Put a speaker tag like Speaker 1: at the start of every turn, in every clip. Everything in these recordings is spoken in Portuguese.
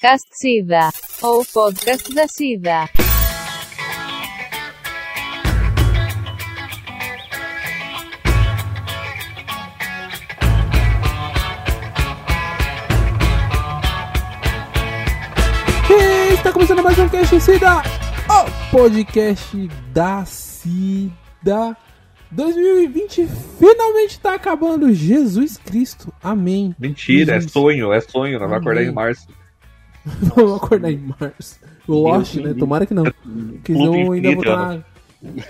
Speaker 1: podcast SIDA. Ou podcast da SIDA.
Speaker 2: E Está começando mais um Cast Cida, o podcast da Cida 2020 finalmente tá acabando, Jesus Cristo, amém.
Speaker 3: Mentira, é
Speaker 2: Jesus.
Speaker 3: sonho, é sonho. Nós vamos acordar
Speaker 2: Amém.
Speaker 3: em março.
Speaker 2: Vamos acordar em março. Lost,
Speaker 3: Deus
Speaker 2: né?
Speaker 3: me livre.
Speaker 2: Tomara que não. Porque
Speaker 3: Luta
Speaker 2: senão eu ainda vou
Speaker 3: infinita.
Speaker 2: estar na...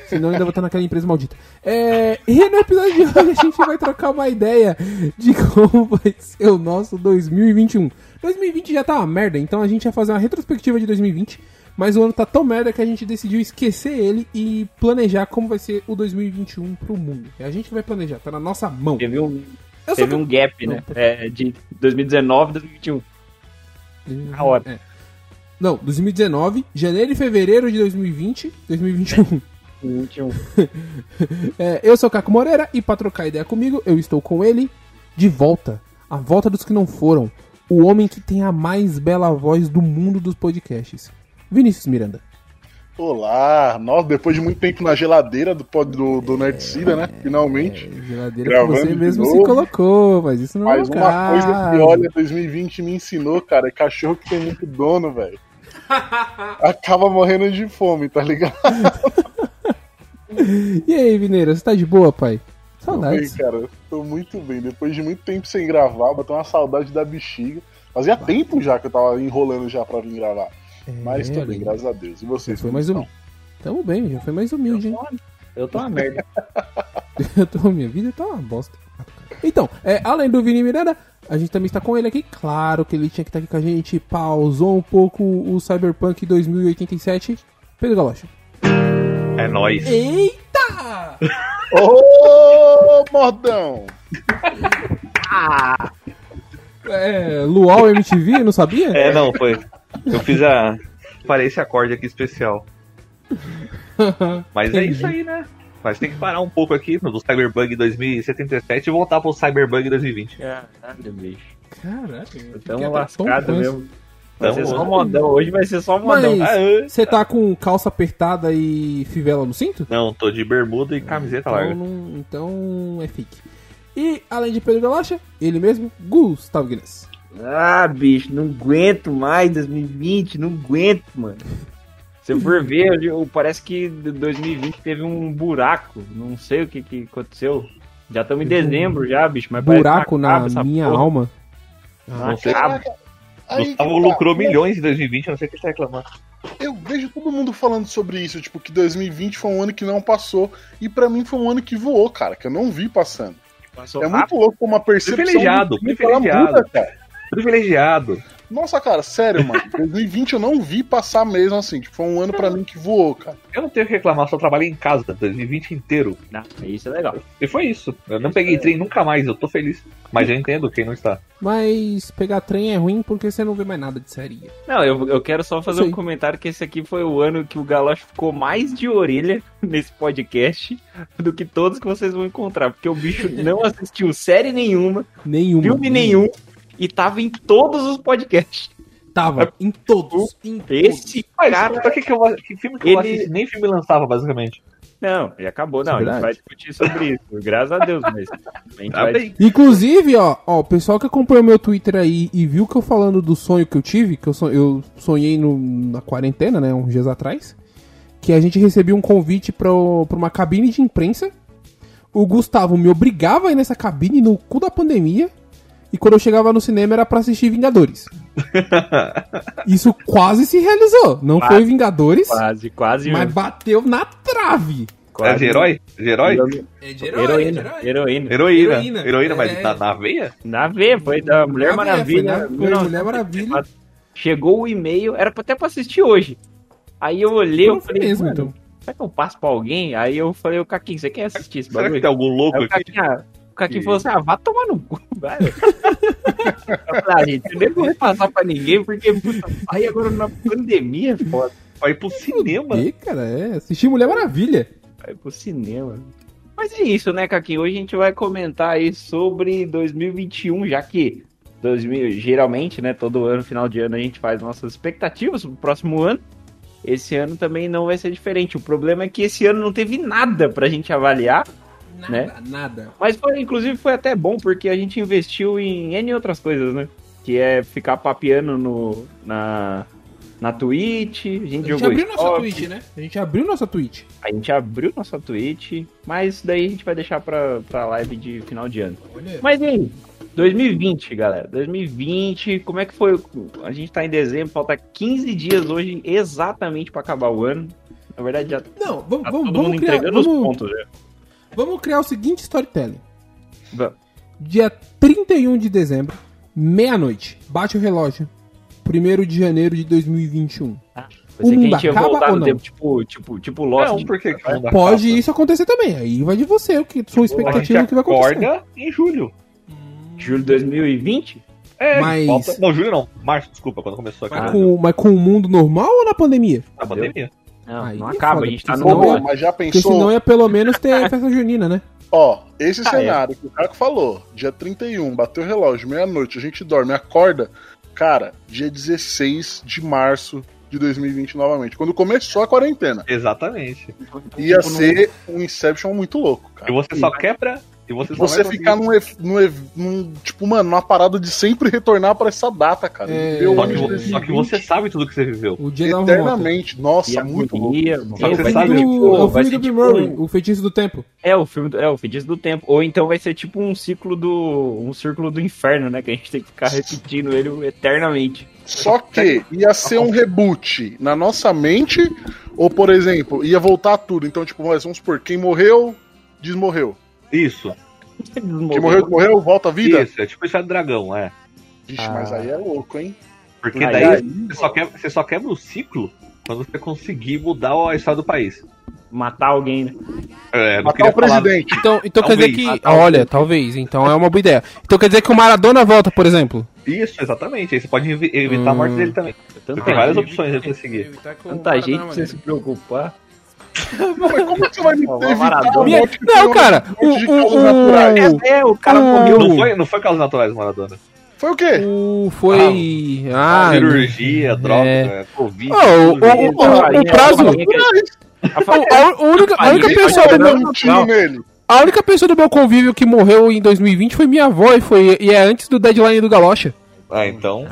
Speaker 2: Senão eu ainda vou estar naquela empresa maldita. É, E no episódio de hoje a gente vai trocar uma ideia de como vai ser o nosso 2021. 2020 já tá uma merda, então a gente vai fazer uma retrospectiva de 2020. Mas o ano tá tão merda que a gente decidiu esquecer ele e planejar como vai ser o 2021 pro mundo. É a gente que vai planejar, tá na nossa mão.
Speaker 4: Teve um,
Speaker 2: Eu
Speaker 4: teve um gap, né? É, de 2019 2021. Na hora.
Speaker 2: É. Não, 2019, janeiro e fevereiro de 2020, 2021.
Speaker 4: 2021.
Speaker 2: É, eu sou o Caco Moreira e pra trocar ideia comigo, eu estou com ele de volta. A volta dos que não foram. O homem que tem a mais bela voz do mundo dos podcasts. Vinícius Miranda.
Speaker 5: Olá, nós depois de muito tempo na geladeira do pod do, do Nerdcida, né? Finalmente.
Speaker 2: É, Geladeira
Speaker 5: Gravando
Speaker 2: que você
Speaker 5: de
Speaker 2: mesmo se
Speaker 5: novo.
Speaker 2: colocou, mas isso não
Speaker 5: Mas
Speaker 2: é um
Speaker 5: uma coisa que
Speaker 2: caso.
Speaker 5: olha 2020 me ensinou, cara, é cachorro que tem muito dono, velho. Acaba morrendo de fome, tá ligado?
Speaker 2: E aí, Vineira, você tá de boa, pai?
Speaker 5: Bem,
Speaker 2: Saudades.
Speaker 5: cara, tô muito bem. Depois de muito tempo sem gravar, bateu uma saudade da bexiga. Fazia tempo já que eu tava enrolando já pra vir gravar. Mas tô
Speaker 2: É, olha
Speaker 5: bem,
Speaker 2: aí.
Speaker 5: graças a Deus. E
Speaker 2: Já
Speaker 5: vocês?
Speaker 2: foi mais um.
Speaker 5: como
Speaker 2: humilde. Tamo bem, já foi mais humilde, hein?
Speaker 4: Eu tô uma merda.
Speaker 2: Eu tô, minha vida tá uma bosta. Então, é, além do Vini Miranda, a gente também está com ele aqui. Claro que ele tinha que estar aqui com a gente. Pausou um pouco o Cyberpunk 2087. Pedro Galocha.
Speaker 3: É nóis.
Speaker 2: Eita!
Speaker 5: estão? Ô, mordão!
Speaker 2: É, Luau MTV, não sabia?
Speaker 3: É, não, foi. Eu fiz a. Parei esse acorde aqui especial. Mas é
Speaker 2: Entendi.
Speaker 3: isso aí, né? Mas tem que parar um pouco aqui no do Cyberbug 2077 e voltar pro Cyberbug 2020.
Speaker 4: Caralho, bicho.
Speaker 2: Caralho.
Speaker 4: Eu tô um lascado mesmo. Vai ser
Speaker 3: Então,
Speaker 4: só modão. Hoje vai ser só modão.
Speaker 2: Mas-
Speaker 4: Ah, eu-
Speaker 2: Você tá com calça apertada e fivela no cinto?
Speaker 3: Não, tô de bermuda e camiseta
Speaker 2: Então,
Speaker 3: larga.
Speaker 2: não, então é fique. E, além de Pedro Galocha, ele mesmo, Gustavo Guinness.
Speaker 4: Ah, bicho, não aguento mais 2020. Não aguento, mano. Se eu for ver, eu- eu- parece que 2020 teve um buraco. Não sei o que, que aconteceu. Já estamos em
Speaker 2: Teve um
Speaker 4: dezembro já, bicho. Mas parece que
Speaker 2: Buraco
Speaker 4: não acaba
Speaker 2: na
Speaker 4: essa
Speaker 2: minha
Speaker 4: porra.
Speaker 2: alma.
Speaker 4: Não
Speaker 3: Não sei.
Speaker 4: acaba.
Speaker 5: Aí que
Speaker 3: Gustavo
Speaker 5: tá.
Speaker 3: lucrou milhões em 2020, eu não sei o que você tá reclamando.
Speaker 5: Eu vejo todo mundo falando sobre isso, tipo, que 2020 foi um ano que não passou, e pra mim foi um ano que voou, cara, que eu não vi passando.
Speaker 4: Passou
Speaker 5: é
Speaker 4: rápido.
Speaker 5: muito louco como uma percepção.
Speaker 3: Privilegiado,
Speaker 5: do tempo, ela
Speaker 3: privilegiado.
Speaker 5: muda, cara.
Speaker 3: Privilegiado.
Speaker 5: Nossa, cara, sério, mano. 2020 eu não vi passar mesmo assim. Tipo, foi um ano pra mim que voou, cara.
Speaker 3: Eu não tenho o que reclamar, só trabalhei em casa 2020 inteiro.
Speaker 4: Não, Isso é legal.
Speaker 3: E foi isso. Eu não peguei trem nunca mais, eu tô feliz. Mas eu entendo quem não está.
Speaker 2: Mas pegar trem é ruim porque você não vê mais nada de série.
Speaker 4: Não, eu, eu quero só fazer
Speaker 2: Sim.
Speaker 4: um comentário que esse aqui foi o ano que o Galoche ficou mais de orelha nesse podcast do que todos que vocês vão encontrar, porque o bicho não assistiu série nenhuma,
Speaker 2: Nenhuma.
Speaker 4: filme nenhum e tava em todos os podcasts.
Speaker 2: Tava em todos. Em todos.
Speaker 4: Esse
Speaker 3: Mas ah,
Speaker 4: cara...
Speaker 2: é
Speaker 3: pra que, que, eu, vou- que filme que eu
Speaker 4: Ele-
Speaker 3: assisti? Nem filme lançava, basicamente.
Speaker 4: Não, e acabou, não, a
Speaker 2: Verdade.
Speaker 4: gente vai discutir sobre isso, graças a Deus, mas a
Speaker 3: Tá
Speaker 4: gente vai...
Speaker 2: Inclusive, ó, ó, o pessoal que acompanhou meu Twitter aí e viu que eu falando do sonho que eu tive, que eu, son- eu sonhei no- na quarentena, né, uns dias atrás, que a gente recebeu um convite pra, o- pra uma cabine de imprensa. O Gustavo me obrigava a ir nessa cabine no cu da pandemia. E quando eu chegava no cinema era pra assistir Vingadores. Isso quase se realizou. Não foi Vingadores,
Speaker 4: Quase, quase.
Speaker 2: mas bateu na trave.
Speaker 3: É de herói? De herói?
Speaker 2: É de
Speaker 4: Heroína, heroína.
Speaker 3: Heroína.
Speaker 2: Heroína.
Speaker 3: Heroína, mas
Speaker 2: É.
Speaker 3: na, na veia?
Speaker 4: Na V, foi da Mulher
Speaker 2: Na veia,
Speaker 4: Maravilha.
Speaker 2: foi na- foi
Speaker 4: 1984.
Speaker 2: é né? Mulher Maravilha.
Speaker 4: Chegou o e-mail, era pra- até pra assistir hoje. Aí eu olhei, eu
Speaker 2: Não foi
Speaker 4: falei,
Speaker 2: mesmo,
Speaker 4: mano,
Speaker 2: então.
Speaker 4: será que eu passo pra alguém? Aí eu falei, o Caquinho, você quer assistir esse
Speaker 3: Será que
Speaker 4: bagulho?
Speaker 3: tem algum louco
Speaker 4: Aí o
Speaker 3: aqui?
Speaker 4: Caquinho, ah, o Caquinho falou assim, ah, vá tomar no cu, vai. eu falei, ah, gente, eu nem vou passar pra ninguém, porque, puta, aí agora na pandemia, é foda.
Speaker 3: Vai pro cinema.
Speaker 2: E, cara, é. Assistir Mulher Maravilha.
Speaker 4: Vai pro cinema. é Mas é isso, né, Caquinho? Hoje a gente vai comentar aí sobre 2021, já que 2000, geralmente, né, todo ano, final de ano, a gente faz nossas expectativas pro próximo ano. Esse ano também não vai ser diferente. O problema é que esse ano não teve nada pra gente avaliar.
Speaker 2: Nada,
Speaker 4: Né?
Speaker 2: nada.
Speaker 4: Mas foi, inclusive, foi até bom, porque a gente investiu em N outras coisas, né? Que é ficar papeando no, na, na Twitch, a gente,
Speaker 2: A gente
Speaker 4: jogou
Speaker 2: abriu nossa
Speaker 4: estoque,
Speaker 2: Twitch, né? A gente abriu nossa Twitch.
Speaker 4: a gente abriu nossa Twitch, mas isso daí a gente vai deixar pra, pra live de final de ano.
Speaker 2: Olha.
Speaker 4: Mas e aí? 2020, galera. 2020, como é que foi? A gente tá em dezembro, falta 15 dias hoje exatamente pra acabar o ano. Na verdade, já tá
Speaker 2: Não, vamos, vamos,
Speaker 4: todo
Speaker 2: vamos
Speaker 4: mundo
Speaker 2: criar.
Speaker 4: entregando os
Speaker 2: Vamos,
Speaker 4: pontos. né?
Speaker 2: vamos criar o seguinte storytelling.
Speaker 4: Va-
Speaker 2: Dia 31 de dezembro, meia-noite. Bate o relógio. 1 de janeiro de 2021.
Speaker 4: Pensei
Speaker 2: O
Speaker 4: que a
Speaker 2: mundo
Speaker 4: gente ia
Speaker 2: acaba
Speaker 4: voltar
Speaker 2: ou
Speaker 4: no
Speaker 2: não?
Speaker 4: tempo, tipo, tipo, tipo Lost.
Speaker 3: Não, por que que
Speaker 4: Tá
Speaker 3: não dá
Speaker 2: Pode
Speaker 3: capa?
Speaker 2: isso acontecer também. Aí vai de você, o que
Speaker 4: Tipo,
Speaker 2: sua
Speaker 3: A gente
Speaker 2: expectativa do que vai acontecer.
Speaker 3: acorda em julho.
Speaker 4: Julho de 2020?
Speaker 3: É,
Speaker 2: Mas-
Speaker 3: falta... Não, julho não. Março, desculpa, quando começou aqui.
Speaker 2: Mas
Speaker 4: Ah,
Speaker 3: na
Speaker 2: com, mas com o mundo normal ou na pandemia?
Speaker 3: na pandemia.
Speaker 4: Não,
Speaker 2: Aí
Speaker 4: não
Speaker 2: é
Speaker 4: acaba,
Speaker 2: foda,
Speaker 4: a gente tá
Speaker 2: porque
Speaker 4: no.
Speaker 2: senão
Speaker 5: Pô,
Speaker 2: é-
Speaker 5: mas já
Speaker 2: Porque senão
Speaker 5: pensou?
Speaker 2: ia pelo menos ter festa junina, né?
Speaker 5: Ó, esse
Speaker 4: Ah, é.
Speaker 5: cenário que o Caco falou, dia 31, bateu o relógio, meia-noite, a gente dorme, acorda. Cara, dia 16 de março de 2020 novamente, quando começou a quarentena.
Speaker 3: Exatamente.
Speaker 5: Ia
Speaker 4: tipo, no-
Speaker 5: ser um Inception muito louco,
Speaker 3: E
Speaker 5: cara.
Speaker 3: você só quebra. E você só
Speaker 5: Você
Speaker 3: vai
Speaker 5: ficar num, ev- num ev- num, tipo, mano, numa parada de sempre retornar pra essa data, cara.
Speaker 2: É. um
Speaker 5: Meu
Speaker 3: Só que,
Speaker 5: ano
Speaker 3: vo-
Speaker 5: de
Speaker 3: só que você é sabe tudo que você viveu.
Speaker 2: O dia da Marmota.
Speaker 5: Eternamente. Nossa,
Speaker 4: Ia
Speaker 5: muito louco.
Speaker 4: agonia, mano.
Speaker 3: Só que
Speaker 2: É o
Speaker 3: Você
Speaker 2: filme
Speaker 3: sabe,
Speaker 2: do,
Speaker 4: tipo,
Speaker 2: é o filme
Speaker 4: vai
Speaker 2: do
Speaker 4: ser
Speaker 2: Bill
Speaker 4: tipo
Speaker 2: Murray,
Speaker 4: um-
Speaker 2: o feitiço do tempo.
Speaker 4: É o filme do, é o feitiço do tempo. Ou então vai ser tipo um ciclo do um círculo do inferno, né? Que a gente tem que ficar repetindo ele eternamente.
Speaker 5: Só que ia ser um reboot na nossa mente, ou por exemplo, ia voltar tudo. Então, tipo, mas vamos supor, quem morreu, desmorreu.
Speaker 3: Isso.
Speaker 5: Quem morreu, desmorreu, volta à vida.
Speaker 3: Isso. É tipo isso é do dragão, é.
Speaker 5: Vixe,
Speaker 4: Ah.
Speaker 5: mas aí é louco, hein?
Speaker 3: Porque
Speaker 4: Aí,
Speaker 3: daí
Speaker 4: aí,
Speaker 3: você, só quebra, você só quebra o ciclo quando você conseguir mudar a história do país.
Speaker 4: matar alguém, né?
Speaker 3: É, não
Speaker 5: Matar
Speaker 3: queria
Speaker 5: o
Speaker 3: falar.
Speaker 5: presidente.
Speaker 2: Então, então quer dizer
Speaker 3: Talvez.
Speaker 2: que.
Speaker 3: Ah,
Speaker 2: Ah, olha, talvez. Então é uma boa ideia. Então quer dizer que o Maradona volta, por exemplo.
Speaker 3: Isso, exatamente. Aí você pode evi- evitar a morte
Speaker 2: Hum.
Speaker 3: dele também.
Speaker 4: Tanta
Speaker 3: Tem várias
Speaker 4: gente,
Speaker 3: opções aí pra você seguir.
Speaker 4: tanta gente pra você se preocupar.
Speaker 5: Mas como que você vai me
Speaker 4: Ó,
Speaker 5: evitar
Speaker 4: Maradona.
Speaker 5: um monte de um
Speaker 2: Não, cara. O,
Speaker 5: monte de causas naturais?
Speaker 2: o,
Speaker 4: É, o cara
Speaker 2: Não.
Speaker 4: morreu.
Speaker 3: Não foi, não foi causas naturais, Maradona.
Speaker 5: Foi o
Speaker 3: É.
Speaker 5: quê?
Speaker 2: o, o foi. Ah,
Speaker 3: Cirurgia, droga,
Speaker 2: é.
Speaker 3: Covid.
Speaker 2: Ah, o- o-
Speaker 3: tudo isso.
Speaker 2: o- o prazo-
Speaker 4: A
Speaker 2: o-
Speaker 4: farinha-
Speaker 2: a, a única, a única
Speaker 4: Ninguém
Speaker 2: pessoa do
Speaker 4: falou,
Speaker 2: meu,
Speaker 5: dando um tiro nele.
Speaker 2: a única pessoa do meu convívio que morreu em 2020 foi minha avó e, foi, e é antes do deadline do Galocha.
Speaker 3: Ah, então.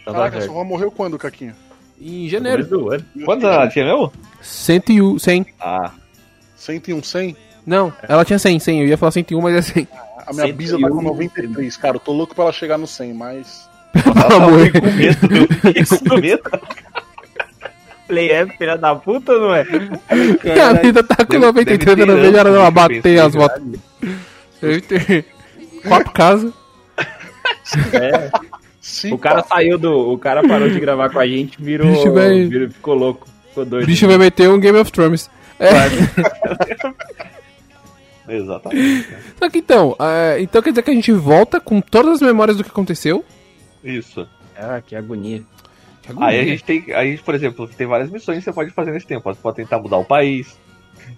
Speaker 3: então tá
Speaker 5: Caraca,
Speaker 3: certo.
Speaker 5: sua avó morreu quando, Caquinha?
Speaker 2: Em
Speaker 4: Começo
Speaker 2: janeiro.
Speaker 4: do ano.
Speaker 3: Quantos
Speaker 5: é?
Speaker 3: anos ela tinha mesmo?
Speaker 2: 101, 100.
Speaker 3: Ah,
Speaker 5: 101, 100?
Speaker 2: Não, ela tinha 100, 100. Eu ia falar 101, mas é 100.
Speaker 5: A minha bisa tá com 93, cara. Eu tô louco pra ela chegar no 100, mas...
Speaker 2: Pelo amor.
Speaker 3: com medo, meu. Fiquei com medo.
Speaker 4: Falei, é filha da puta, não é?
Speaker 2: Minha vida tá com
Speaker 3: Deve-
Speaker 2: 93, eu
Speaker 3: deve
Speaker 2: não
Speaker 3: ter
Speaker 2: vejo a hora
Speaker 3: anos,
Speaker 2: dela
Speaker 3: bicho,
Speaker 2: bater
Speaker 3: pensa,
Speaker 2: as motos. Eu entendi. Quatro casas.
Speaker 4: É,
Speaker 5: Sim,
Speaker 4: o cara saiu do. O cara parou de gravar com a gente, virou.
Speaker 2: Bicho, velho.
Speaker 4: virou- ficou louco. Ficou
Speaker 2: O
Speaker 4: doido.
Speaker 2: bicho vai meter um Game of Thrones. É,
Speaker 3: Exatamente.
Speaker 2: Só que então, ah, então quer dizer que a gente volta com todas as memórias do que aconteceu.
Speaker 3: Isso.
Speaker 4: Ah, que agonia.
Speaker 2: Que agonia.
Speaker 3: Aí a gente tem. Aí, por exemplo, tem várias missões que você pode fazer nesse tempo. Você pode tentar mudar o país.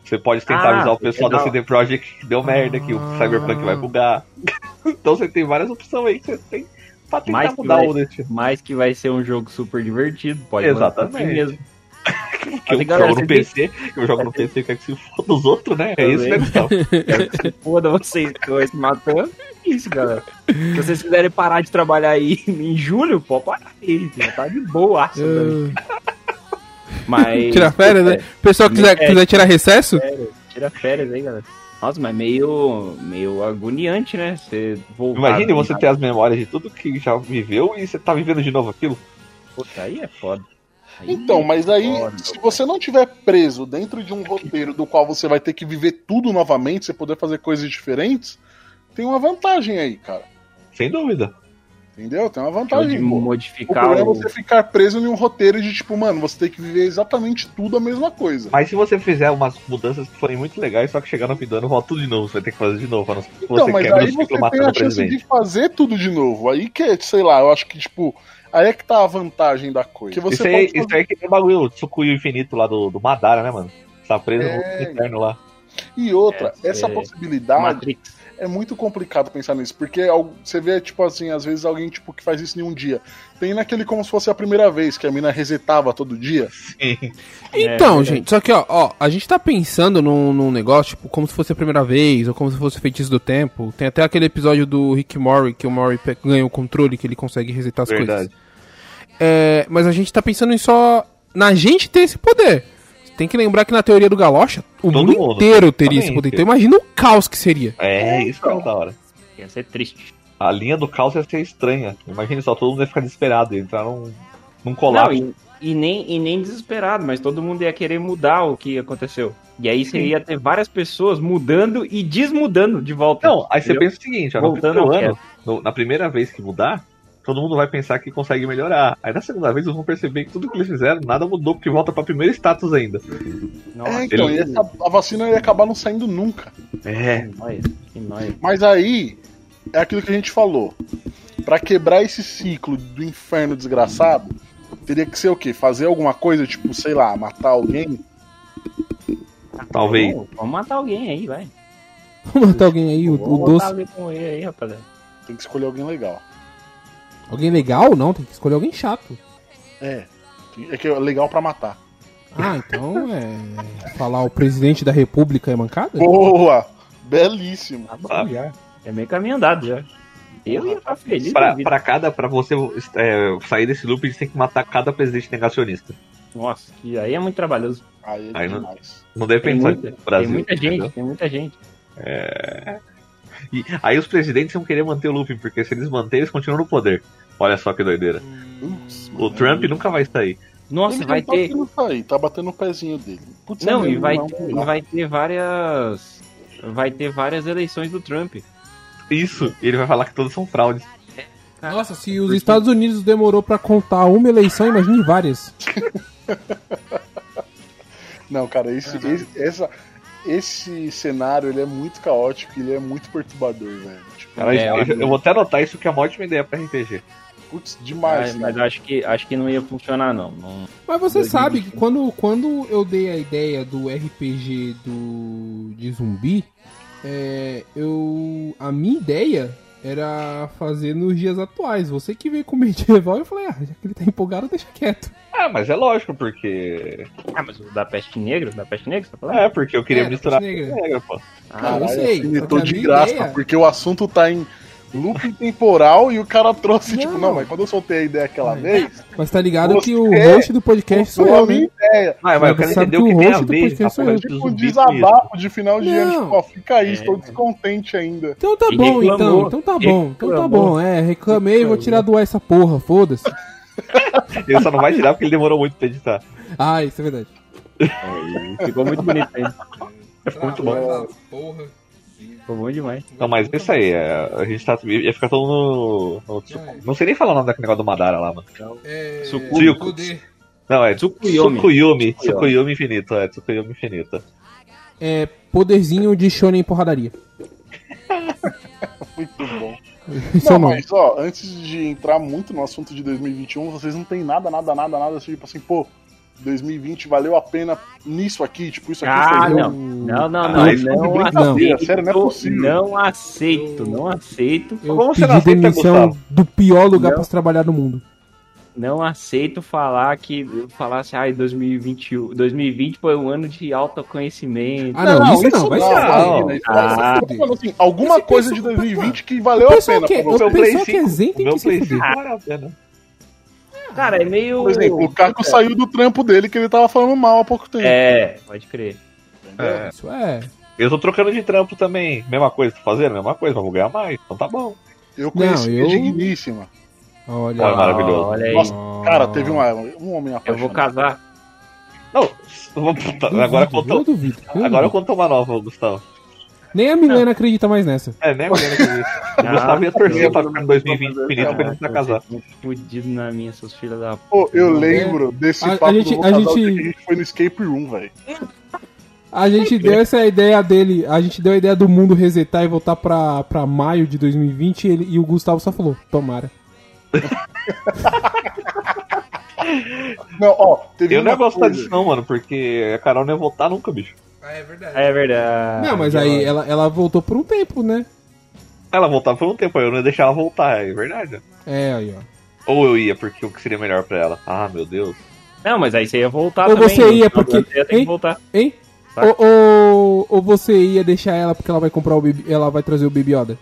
Speaker 3: Você pode tentar
Speaker 4: Ah,
Speaker 3: avisar o pessoal da
Speaker 4: legal.
Speaker 3: CD Projekt que deu merda, que o
Speaker 2: Ah.
Speaker 3: Cyberpunk vai bugar. então você tem várias opções aí que você tem pra tentar
Speaker 4: Mais que
Speaker 3: mudar
Speaker 4: vai.
Speaker 3: o destino.
Speaker 4: Mas que vai ser um jogo super divertido. Pode mandar pra si
Speaker 3: Exatamente.
Speaker 4: mesmo.
Speaker 5: Tá
Speaker 3: Que eu um
Speaker 4: Mas, galera,
Speaker 3: jogo no
Speaker 4: vocês
Speaker 3: PC, que eu jogo
Speaker 5: é
Speaker 3: no PC, quer que se foda os outros,
Speaker 5: Tá
Speaker 3: né? É isso, né, Gustavo?
Speaker 4: Quero que se foda vocês dois se matando. É Isso, galera. Se vocês quiserem parar de trabalhar aí em julho, pode parar aí. Já tá de boa. acho, também.
Speaker 2: Ah,
Speaker 4: Mas.
Speaker 2: Tira férias, né? O pessoal quiser,
Speaker 4: É.
Speaker 2: quiser tirar recesso?
Speaker 4: Tira férias aí, galera. Nossa, mas meio, meio agoniante, né? Você voltar. assim,
Speaker 3: Imagine
Speaker 4: ah,
Speaker 5: Tá
Speaker 4: do
Speaker 3: você
Speaker 4: nada.
Speaker 3: ter as memórias de tudo que já viveu e você tá vivendo de novo aquilo.
Speaker 4: Puta, aí é foda. Aí é
Speaker 5: Então, mas aí,
Speaker 4: foda,
Speaker 5: se
Speaker 4: cara.
Speaker 5: você não tiver preso dentro de um roteiro do qual você vai ter que viver tudo novamente, você poder fazer coisas diferentes, tem uma vantagem aí, cara.
Speaker 3: Sem dúvida.
Speaker 5: Entendeu? Tem uma
Speaker 4: de
Speaker 5: vantagem. tá pô. O
Speaker 4: modificar
Speaker 5: problema é
Speaker 4: o.
Speaker 5: você ficar preso em um roteiro de tipo, mano, você tem que viver exatamente tudo a mesma coisa.
Speaker 3: Mas se você fizer umas mudanças que forem muito legais, só que chegar no fim do ano, volta tudo de novo. Você vai ter que fazer de novo, a não ser que
Speaker 5: Então,
Speaker 3: você
Speaker 5: mas
Speaker 3: quebre
Speaker 5: aí
Speaker 3: o ciclo
Speaker 5: você tem
Speaker 3: matando
Speaker 5: a
Speaker 3: o
Speaker 5: chance
Speaker 3: presidente.
Speaker 5: de fazer tudo de novo. Aí que, é, sei lá, eu acho que, tipo, aí é que tá a vantagem da coisa. Que você
Speaker 3: Isso aí,
Speaker 5: pode fazer-
Speaker 3: isso aí que é o bagulho, o Tsukuyu Infinito lá do, do Madara, né, mano? Tá preso
Speaker 5: É.
Speaker 3: no inferno lá.
Speaker 5: E outra,
Speaker 4: É,
Speaker 5: essa
Speaker 4: é.
Speaker 5: possibilidade
Speaker 4: Matrix.
Speaker 5: é muito complicado pensar nisso, porque al- você vê, tipo assim, às vezes alguém tipo, que faz isso em um dia. Tem naquele como se fosse a primeira vez, que a mina resetava todo dia.
Speaker 3: É,
Speaker 2: Então,
Speaker 4: verdade.
Speaker 2: gente, só que, ó, ó, a gente tá pensando num, num negócio, tipo, como se fosse a primeira vez, ou como se fosse o feitiço do tempo. Tem até aquele episódio do Rick Mori, que o Mori pe- ganha o controle, que ele consegue resetar as
Speaker 3: Verdade.
Speaker 2: coisas. É, mas a gente tá pensando em só na gente ter esse poder. Tem que lembrar que na teoria do Galocha, o
Speaker 3: Todo
Speaker 2: mundo
Speaker 3: mundo,
Speaker 2: inteiro teria esse
Speaker 3: exatamente.
Speaker 2: poder. Então imagina o caos que seria.
Speaker 3: É, isso que é o da hora.
Speaker 4: Ia ser triste.
Speaker 3: A linha do caos ia ser estranha. Imagina só, todo mundo ia ficar desesperado, ia entrar num, num
Speaker 4: Não,
Speaker 3: colapso.
Speaker 4: e, e nem, e nem desesperado, mas todo mundo ia querer mudar o que aconteceu. E aí você ia ter várias pessoas mudando e desmudando de volta.
Speaker 3: Não, aí você
Speaker 4: Entendeu?
Speaker 3: pensa o seguinte, ó, no
Speaker 4: Voltando
Speaker 3: primeiro
Speaker 4: ao
Speaker 3: ano, no- na primeira vez que mudar, todo mundo vai pensar que consegue melhorar. Aí na segunda vez eles vão perceber que tudo que eles fizeram, nada mudou, porque volta pra primeiro status ainda.
Speaker 4: Nossa,
Speaker 5: é, então,
Speaker 4: que
Speaker 5: ia
Speaker 4: noia,
Speaker 5: acab- a vacina ia acabar não saindo nunca.
Speaker 3: É,
Speaker 4: que noia, que noia.
Speaker 5: Mas aí, é aquilo que a gente falou. Pra quebrar esse ciclo do inferno desgraçado, teria que ser o quê? Fazer alguma coisa, tipo, sei lá, matar alguém?
Speaker 3: talvez.
Speaker 4: Vamos, vamos matar alguém aí, vai.
Speaker 2: Vamos matar alguém aí, o, o
Speaker 4: Vamos
Speaker 2: doce.
Speaker 4: botar alguém com ele aí, rapaziada.
Speaker 5: Tem que escolher alguém legal.
Speaker 2: Alguém legal? Não, tem que escolher alguém chato.
Speaker 5: É. É que é legal pra matar.
Speaker 2: Ah, então é. Falar o presidente da república é mancada?
Speaker 5: Boa! Belíssimo.
Speaker 4: Tá bom,
Speaker 3: Ah.
Speaker 4: já. É meio caminho andado já. Eu ia ficar feliz. da
Speaker 3: Pra,
Speaker 4: vida.
Speaker 3: pra cada, pra você é, sair desse loop, a gente tem que matar cada presidente negacionista.
Speaker 4: Nossa, que aí é muito trabalhoso.
Speaker 5: Aí é
Speaker 3: Aí não-
Speaker 5: demais.
Speaker 3: Não deve
Speaker 4: Tem
Speaker 3: pensar
Speaker 4: muita,
Speaker 3: no Brasil.
Speaker 4: tem muita gente,
Speaker 3: entendeu?
Speaker 4: tem muita gente.
Speaker 3: E aí os presidentes vão querer manter o loop, porque se eles manterem, eles continuam no poder. Olha só que doideira.
Speaker 5: Putz,
Speaker 3: O
Speaker 5: mano.
Speaker 3: Trump nunca vai sair.
Speaker 4: Nossa,
Speaker 5: Ele
Speaker 4: vai
Speaker 5: não tá
Speaker 4: ter.
Speaker 5: querendo sair, tá batendo o pezinho dele. Putz,
Speaker 4: Não, e vai,
Speaker 5: não,
Speaker 4: ter,
Speaker 5: não.
Speaker 4: e vai ter várias. Vai ter várias eleições do Trump.
Speaker 3: Isso, ele vai falar que todos são fraudes.
Speaker 2: Nossa, se os Estados Unidos demorou pra contar uma eleição, imagine várias.
Speaker 5: Não, cara, esse, esse, essa, esse cenário ele é muito caótico, ele é muito perturbador, velho. Tipo,
Speaker 3: Cara,
Speaker 4: É,
Speaker 3: eu-
Speaker 4: olha.
Speaker 3: eu, vou até anotar isso que é uma ótima ideia pra RPG.
Speaker 5: putz, demais.
Speaker 4: mas
Speaker 5: né?
Speaker 4: mas eu acho que, acho que não ia funcionar, não. Não-
Speaker 2: Mas você
Speaker 4: 2021.
Speaker 2: sabe que quando, quando eu dei a ideia do RPG do, de zumbi, é, eu a minha ideia era fazer nos dias atuais. Você que veio com medieval, eu falei, ah, já que ele tá empolgado, deixa quieto.
Speaker 3: Ah, mas é lógico, porque.
Speaker 4: Ah, mas o da peste negra? Da peste negra, você tá falando? Ah,
Speaker 3: É, porque eu queria
Speaker 2: É,
Speaker 3: misturar.
Speaker 2: Peste Negra.
Speaker 3: Peste Negra, pô.
Speaker 2: Cara, eu sei,
Speaker 5: assim,
Speaker 2: só
Speaker 5: tô
Speaker 2: que a
Speaker 5: de
Speaker 2: minha
Speaker 5: graça,
Speaker 2: ideia-
Speaker 5: porque o assunto tá em loop temporal e o cara trouxe,
Speaker 2: Não.
Speaker 5: tipo, não, mas quando eu soltei a ideia aquela vez,
Speaker 2: Mas tá ligado
Speaker 5: Você
Speaker 2: que o host do podcast sou
Speaker 5: soltou a
Speaker 2: eu, né?
Speaker 5: minha ideia.
Speaker 3: Ah, mas eu quero
Speaker 2: Sabe
Speaker 3: entender
Speaker 2: que
Speaker 3: o que
Speaker 2: o
Speaker 3: tem a
Speaker 2: host do é
Speaker 3: ver.
Speaker 2: podcast sou eu.
Speaker 3: Apocalipse
Speaker 5: Tipo, um
Speaker 3: zumbi
Speaker 5: desabafo de final de ano,
Speaker 2: Não.
Speaker 5: tipo, ó, fica aí,
Speaker 4: É.
Speaker 5: estou descontente ainda.
Speaker 2: Então tá
Speaker 4: E
Speaker 2: bom,
Speaker 4: reclamou.
Speaker 2: então. Então tá bom. Então tá
Speaker 4: Reclamou.
Speaker 2: bom. É, reclamei, vou tirar do ar essa porra, foda-se.
Speaker 3: mesmo. Ele só não vai tirar porque ele demorou muito pra editar.
Speaker 2: Ah, isso é verdade.
Speaker 4: Ficou muito bonito, hein?
Speaker 3: Ficou muito bom.
Speaker 2: Porra.
Speaker 4: Ficou bom demais.
Speaker 3: Não, mas isso aí, é, a gente tá. Ia ficar todo no. no-
Speaker 2: É.
Speaker 3: não sei nem falar o nome daquele negócio do Madara lá, mano.
Speaker 2: É...
Speaker 3: Sucubo.
Speaker 2: poder.
Speaker 3: Não, é.
Speaker 4: Tsukuyomi.
Speaker 3: Tsukuyumi. Tsukuyumi infinito, é. Tsukuyumi infinito.
Speaker 2: É, poderzinho de shonen porradaria.
Speaker 5: Muito bom.
Speaker 2: Isso é
Speaker 5: Não,
Speaker 2: o nome.
Speaker 5: mas ó, antes de entrar muito no assunto de 2021, vocês não tem nada, nada, nada, nada assim, tipo assim, pô, 2020 valeu a pena nisso aqui, tipo, isso aqui
Speaker 4: Ah,
Speaker 5: foi
Speaker 4: não. Não, não, não.
Speaker 3: Ah, isso
Speaker 5: de
Speaker 4: não,
Speaker 5: brincadeira,
Speaker 4: aceito,
Speaker 5: sério, não é possível.
Speaker 4: não aceito, não aceito.
Speaker 2: Eu
Speaker 3: Como você não
Speaker 2: pedi
Speaker 3: aceita,
Speaker 2: demissão do pior lugar
Speaker 4: Não.
Speaker 2: pra se trabalhar no mundo.
Speaker 4: Não aceito falar que falar assim, ai, 2021, 2020 foi um ano de autoconhecimento.
Speaker 2: Ah, não,
Speaker 5: Não,
Speaker 2: isso,
Speaker 5: isso
Speaker 2: não, vai
Speaker 5: não,
Speaker 2: se
Speaker 3: não.
Speaker 2: fuder.
Speaker 4: Ah,
Speaker 2: Vai
Speaker 5: Tô
Speaker 2: se fuder.
Speaker 5: falando assim, alguma
Speaker 2: Esse
Speaker 5: coisa de
Speaker 2: pessoal-
Speaker 5: 2020 que valeu
Speaker 2: O
Speaker 5: a
Speaker 2: pessoal
Speaker 5: pena
Speaker 2: que- o
Speaker 5: pra você.
Speaker 2: pessoal que é zen tem
Speaker 3: meu
Speaker 2: que se
Speaker 3: Play é
Speaker 2: fuder.
Speaker 3: 5 valeu a pena.
Speaker 5: Ah,
Speaker 4: Cara, é meio.
Speaker 5: Por exemplo, o Caco saiu do trampo dele que ele tava falando mal há pouco tempo.
Speaker 4: É, pode crer.
Speaker 3: É.
Speaker 2: Isso é.
Speaker 3: Eu tô trocando de trampo também. Mesma coisa, tô fazendo, mesma coisa, mas vou ganhar mais. Então tá bom.
Speaker 5: Eu conheci
Speaker 2: Não, eu-
Speaker 5: a digníssima.
Speaker 2: Olha.
Speaker 3: Olha,
Speaker 2: lá.
Speaker 3: maravilhoso.
Speaker 4: Olha aí.
Speaker 5: Ah, Nossa,
Speaker 2: Ah.
Speaker 5: cara, teve um, um homem
Speaker 4: eu vou
Speaker 5: apaixonado.
Speaker 4: casar.
Speaker 3: Não, puta,
Speaker 2: Duvido,
Speaker 4: Uhum.
Speaker 3: agora
Speaker 2: um Eu
Speaker 3: contou.
Speaker 2: duvido. eu
Speaker 3: Agora eu
Speaker 2: duvido.
Speaker 3: contou uma nova, Gustavo.
Speaker 2: Nem a Milena acredita mais nessa.
Speaker 3: É, né, menina? que- O
Speaker 4: Ah,
Speaker 3: Gustavo ia torcer
Speaker 4: eu-
Speaker 3: pra ficar em 2020 infinito pra gente
Speaker 4: Caraca,
Speaker 3: tá casar.
Speaker 4: vocês estão Fudido na minha, seus filhos da puta.
Speaker 5: Pô, eu lembro desse
Speaker 2: A- a
Speaker 5: papo
Speaker 2: gente-
Speaker 5: do vou
Speaker 2: a
Speaker 5: casar
Speaker 2: gente-
Speaker 5: o dia que a gente foi no escape room, velho.
Speaker 2: A gente deu essa ideia dele, a gente deu a ideia do mundo resetar e voltar pra, pra maio de 2020 e, ele- e o Gustavo só falou, tomara.
Speaker 5: Não, ó, teve
Speaker 3: Eu não ia
Speaker 5: uma
Speaker 3: gostar
Speaker 5: coisa.
Speaker 3: disso, não, mano, porque a Carol não ia voltar nunca, bicho.
Speaker 2: Ah, é verdade.
Speaker 4: É verdade.
Speaker 2: Não, mas aí ela, ela voltou por um tempo, né?
Speaker 3: Ela voltava por um tempo, aí eu não ia deixar ela voltar, é verdade.
Speaker 2: É, aí, ó.
Speaker 3: Ou eu ia porque o que seria melhor pra ela. Ah, meu Deus.
Speaker 4: Não, mas aí você ia voltar
Speaker 2: Ou
Speaker 4: também.
Speaker 2: você ia,
Speaker 4: no final do
Speaker 2: porque-
Speaker 4: ano Você ia ter
Speaker 2: hein?
Speaker 4: que voltar.
Speaker 2: Hein?
Speaker 4: Tá.
Speaker 2: Ou, ou, ou você ia deixar ela porque ela vai comprar o Baby, ela vai trazer o Baby Yoda?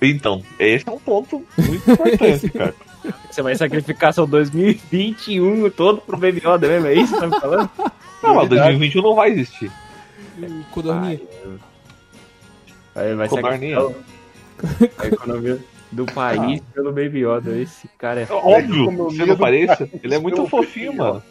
Speaker 3: Então, esse é um ponto muito importante, cara.
Speaker 4: Você vai sacrificar seu 2021 todo pro Baby Yoda mesmo, é isso que você tá me falando?
Speaker 3: Não, mas
Speaker 5: Verdade.
Speaker 3: 2021 não vai existir.
Speaker 2: O Codorninha.
Speaker 4: Aí vai
Speaker 3: Codorninha.
Speaker 4: sacrificar a economia do país
Speaker 2: Ah.
Speaker 4: pelo Baby Yoda. Esse cara é...
Speaker 3: Óbvio, se eu não pareça, ele é muito
Speaker 5: Eu-
Speaker 3: fofinho, mano.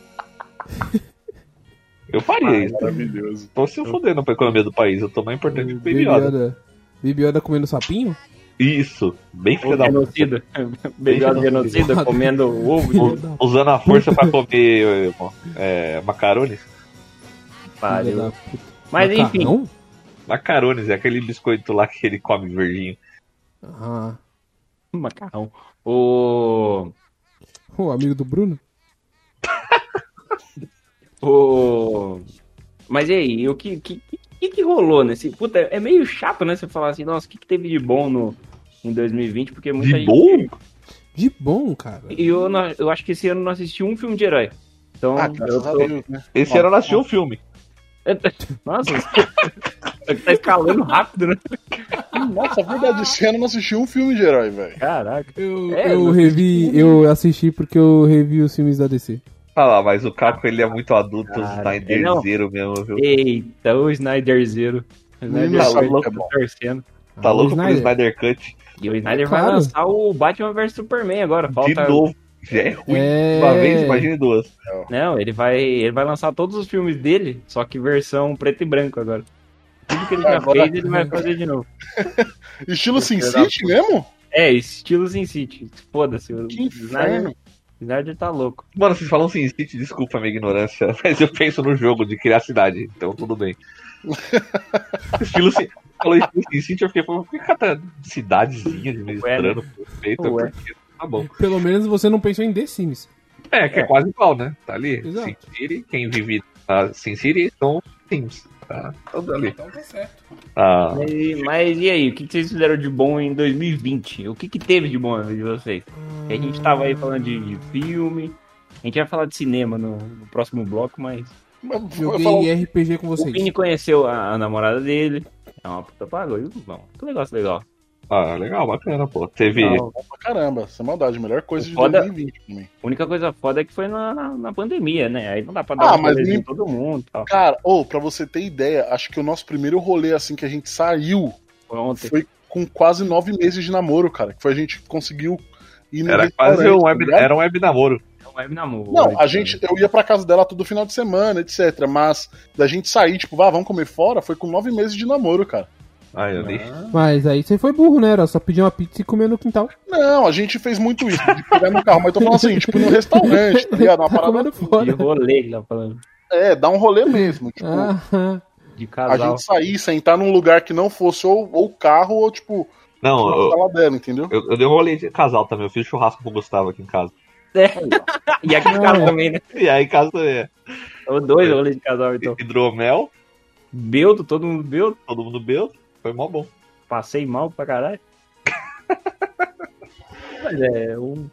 Speaker 3: Eu faria isso.
Speaker 5: Maravilhoso.
Speaker 3: Tô se fodendo pra economia do país, eu tô mais importante que o Baby Ah, Yoda.
Speaker 2: Baby Yoda comendo sapinho?
Speaker 3: Isso, bem filha da puta.
Speaker 4: genocida. Baby Yoda genocida, comendo ovo.
Speaker 2: Filho da
Speaker 3: Usando a força pra comer é, macarones.
Speaker 2: filha da
Speaker 4: Pariu.
Speaker 2: puta.
Speaker 4: Mas enfim,
Speaker 2: Macarrão?
Speaker 3: Macarones, é aquele biscoito lá que ele come verdinho.
Speaker 2: Ah,
Speaker 4: macarrão. O.
Speaker 2: o amigo do Bruno?
Speaker 4: O. Mas e aí, o que que, que, que rolou nesse. Puta, é meio chato, né? Você falar assim, nossa, o que, que teve de bom no, em 2020? Porque muita
Speaker 3: De
Speaker 4: gente.
Speaker 3: bom?
Speaker 2: De bom, cara.
Speaker 4: E eu, não- eu acho que esse ano não assisti um filme de herói. Então.
Speaker 5: Ah,
Speaker 4: eu
Speaker 5: graças a
Speaker 4: tô...
Speaker 5: Deus, né?
Speaker 3: Esse ano eu nasci um filme.
Speaker 4: Nossa, você tá escalando rápido, né?
Speaker 5: Nossa, verdade, esse ano eu não assisti um filme de herói, velho.
Speaker 4: Caraca.
Speaker 2: Eu,
Speaker 4: É,
Speaker 2: eu
Speaker 4: não-
Speaker 2: revi, eu assisti porque eu revi os filmes da DC.
Speaker 3: Ah lá, mas o Caco ele é muito adulto,
Speaker 4: Cara,
Speaker 3: Snyderzeiro mesmo, viu?
Speaker 4: Eita, o Snyder Zero. O Snyder
Speaker 5: Não, é
Speaker 4: Zero
Speaker 5: louco.
Speaker 4: tá torcendo.
Speaker 2: Ah,
Speaker 3: Tá
Speaker 2: o
Speaker 3: louco pro
Speaker 2: Snyder.
Speaker 3: Snyder Cut?
Speaker 4: E o Snyder vai
Speaker 2: Claro.
Speaker 4: lançar o Batman vs Superman agora.
Speaker 3: É De
Speaker 4: Falta
Speaker 3: novo. Já é ruim
Speaker 2: É.
Speaker 3: uma vez, imagine duas.
Speaker 4: Não, ele vai, ele vai lançar todos os filmes dele, só que versão preto e branco agora. Tudo que ele já
Speaker 5: Agora-
Speaker 4: fez, ele vai fazer de novo.
Speaker 5: Estilo Sin City mesmo?
Speaker 4: É, estilo Sin City. Foda-se. O
Speaker 5: Que
Speaker 4: Snyder,
Speaker 5: inferno.
Speaker 4: Snyder tá louco.
Speaker 3: Mano, vocês falam Sin City, desculpa a minha ignorância, mas eu penso no jogo de criar cidade, então tudo bem. Estilo Sin Falou estilo Sin City, eu fiquei falando, por que cada cidadezinha administrando, perfeito,
Speaker 4: Ué.
Speaker 3: porque tá bom.
Speaker 2: Pelo menos você não pensou em The Sims.
Speaker 3: É, que é, quase igual, né? Tá ali.
Speaker 2: Exato.
Speaker 3: Sin City, quem vive na Sin City são Sims. Tá tudo ali.
Speaker 2: Então tá certo.
Speaker 3: Ah,
Speaker 5: Tá.
Speaker 4: E- mas e aí, o que que vocês fizeram de bom em 2020? O que, que teve de bom de vocês? Porque a gente tava aí falando de, de filme. A gente vai falar de cinema no, no próximo bloco, mas.
Speaker 5: Mas eu
Speaker 2: Joguei
Speaker 5: falo,
Speaker 2: RPG com
Speaker 4: O
Speaker 2: vocês.
Speaker 4: Vini conheceu a, a namorada dele. É uma puta pagou. Bom, que negócio legal.
Speaker 3: ah, legal, bacana, pô. Teve.
Speaker 4: Então,
Speaker 5: Caramba, essa maldade, melhor coisa de
Speaker 4: Foda-
Speaker 5: 2020 pra mim.
Speaker 4: A única coisa foda é que foi na, na, na pandemia, né? Aí não dá pra
Speaker 5: Ah,
Speaker 4: dar um
Speaker 5: mas
Speaker 4: rolê
Speaker 5: nem-
Speaker 4: em todo mundo e tal.
Speaker 5: Cara, ou pra você ter ideia, acho que o nosso primeiro rolê assim que a gente saiu
Speaker 4: Foi ontem.
Speaker 5: foi com quase nove meses de namoro, cara. Que foi a gente conseguiu ir no
Speaker 3: Era
Speaker 5: restaurante,
Speaker 3: quase um
Speaker 5: tá
Speaker 3: web,
Speaker 5: ligado?
Speaker 3: era um web namoro.
Speaker 4: É um web namoro.
Speaker 5: Não, a
Speaker 4: cara.
Speaker 5: gente, eu ia pra casa dela todo final de semana, etc. Mas da gente sair, tipo, vá, vamos comer fora, foi com nove meses de namoro, cara.
Speaker 3: Ai, eu nem.
Speaker 2: Mas aí você foi burro, né? Era só pedir uma pizza e comer no quintal.
Speaker 5: Não, a gente fez muito isso, de pegar no carro, mas tô falando assim, tipo, no restaurante, tá ligado? Uma
Speaker 2: Tá
Speaker 5: parada.
Speaker 2: comendo fora.
Speaker 4: De rolê, que tá falando.
Speaker 5: É, dá um rolê mesmo. Tipo,
Speaker 2: Ah,
Speaker 4: De
Speaker 5: a
Speaker 4: casal.
Speaker 5: gente sair, sentar num lugar que não fosse ou ou carro ou, tipo,
Speaker 3: Não,
Speaker 5: na
Speaker 3: eu,
Speaker 5: sala dela, entendeu?
Speaker 3: eu, eu dei um rolê de casal também. Eu fiz churrasco com o Gustavo aqui em casa.
Speaker 4: E aqui em casa também, né?
Speaker 3: E aí, em casa também.
Speaker 4: Ou dois rolês de casal, então.
Speaker 3: Hidromel,
Speaker 4: Beudo, todo mundo beudo.
Speaker 3: todo mundo beu. Foi mó bom.
Speaker 4: Passei mal pra caralho. Mas é um...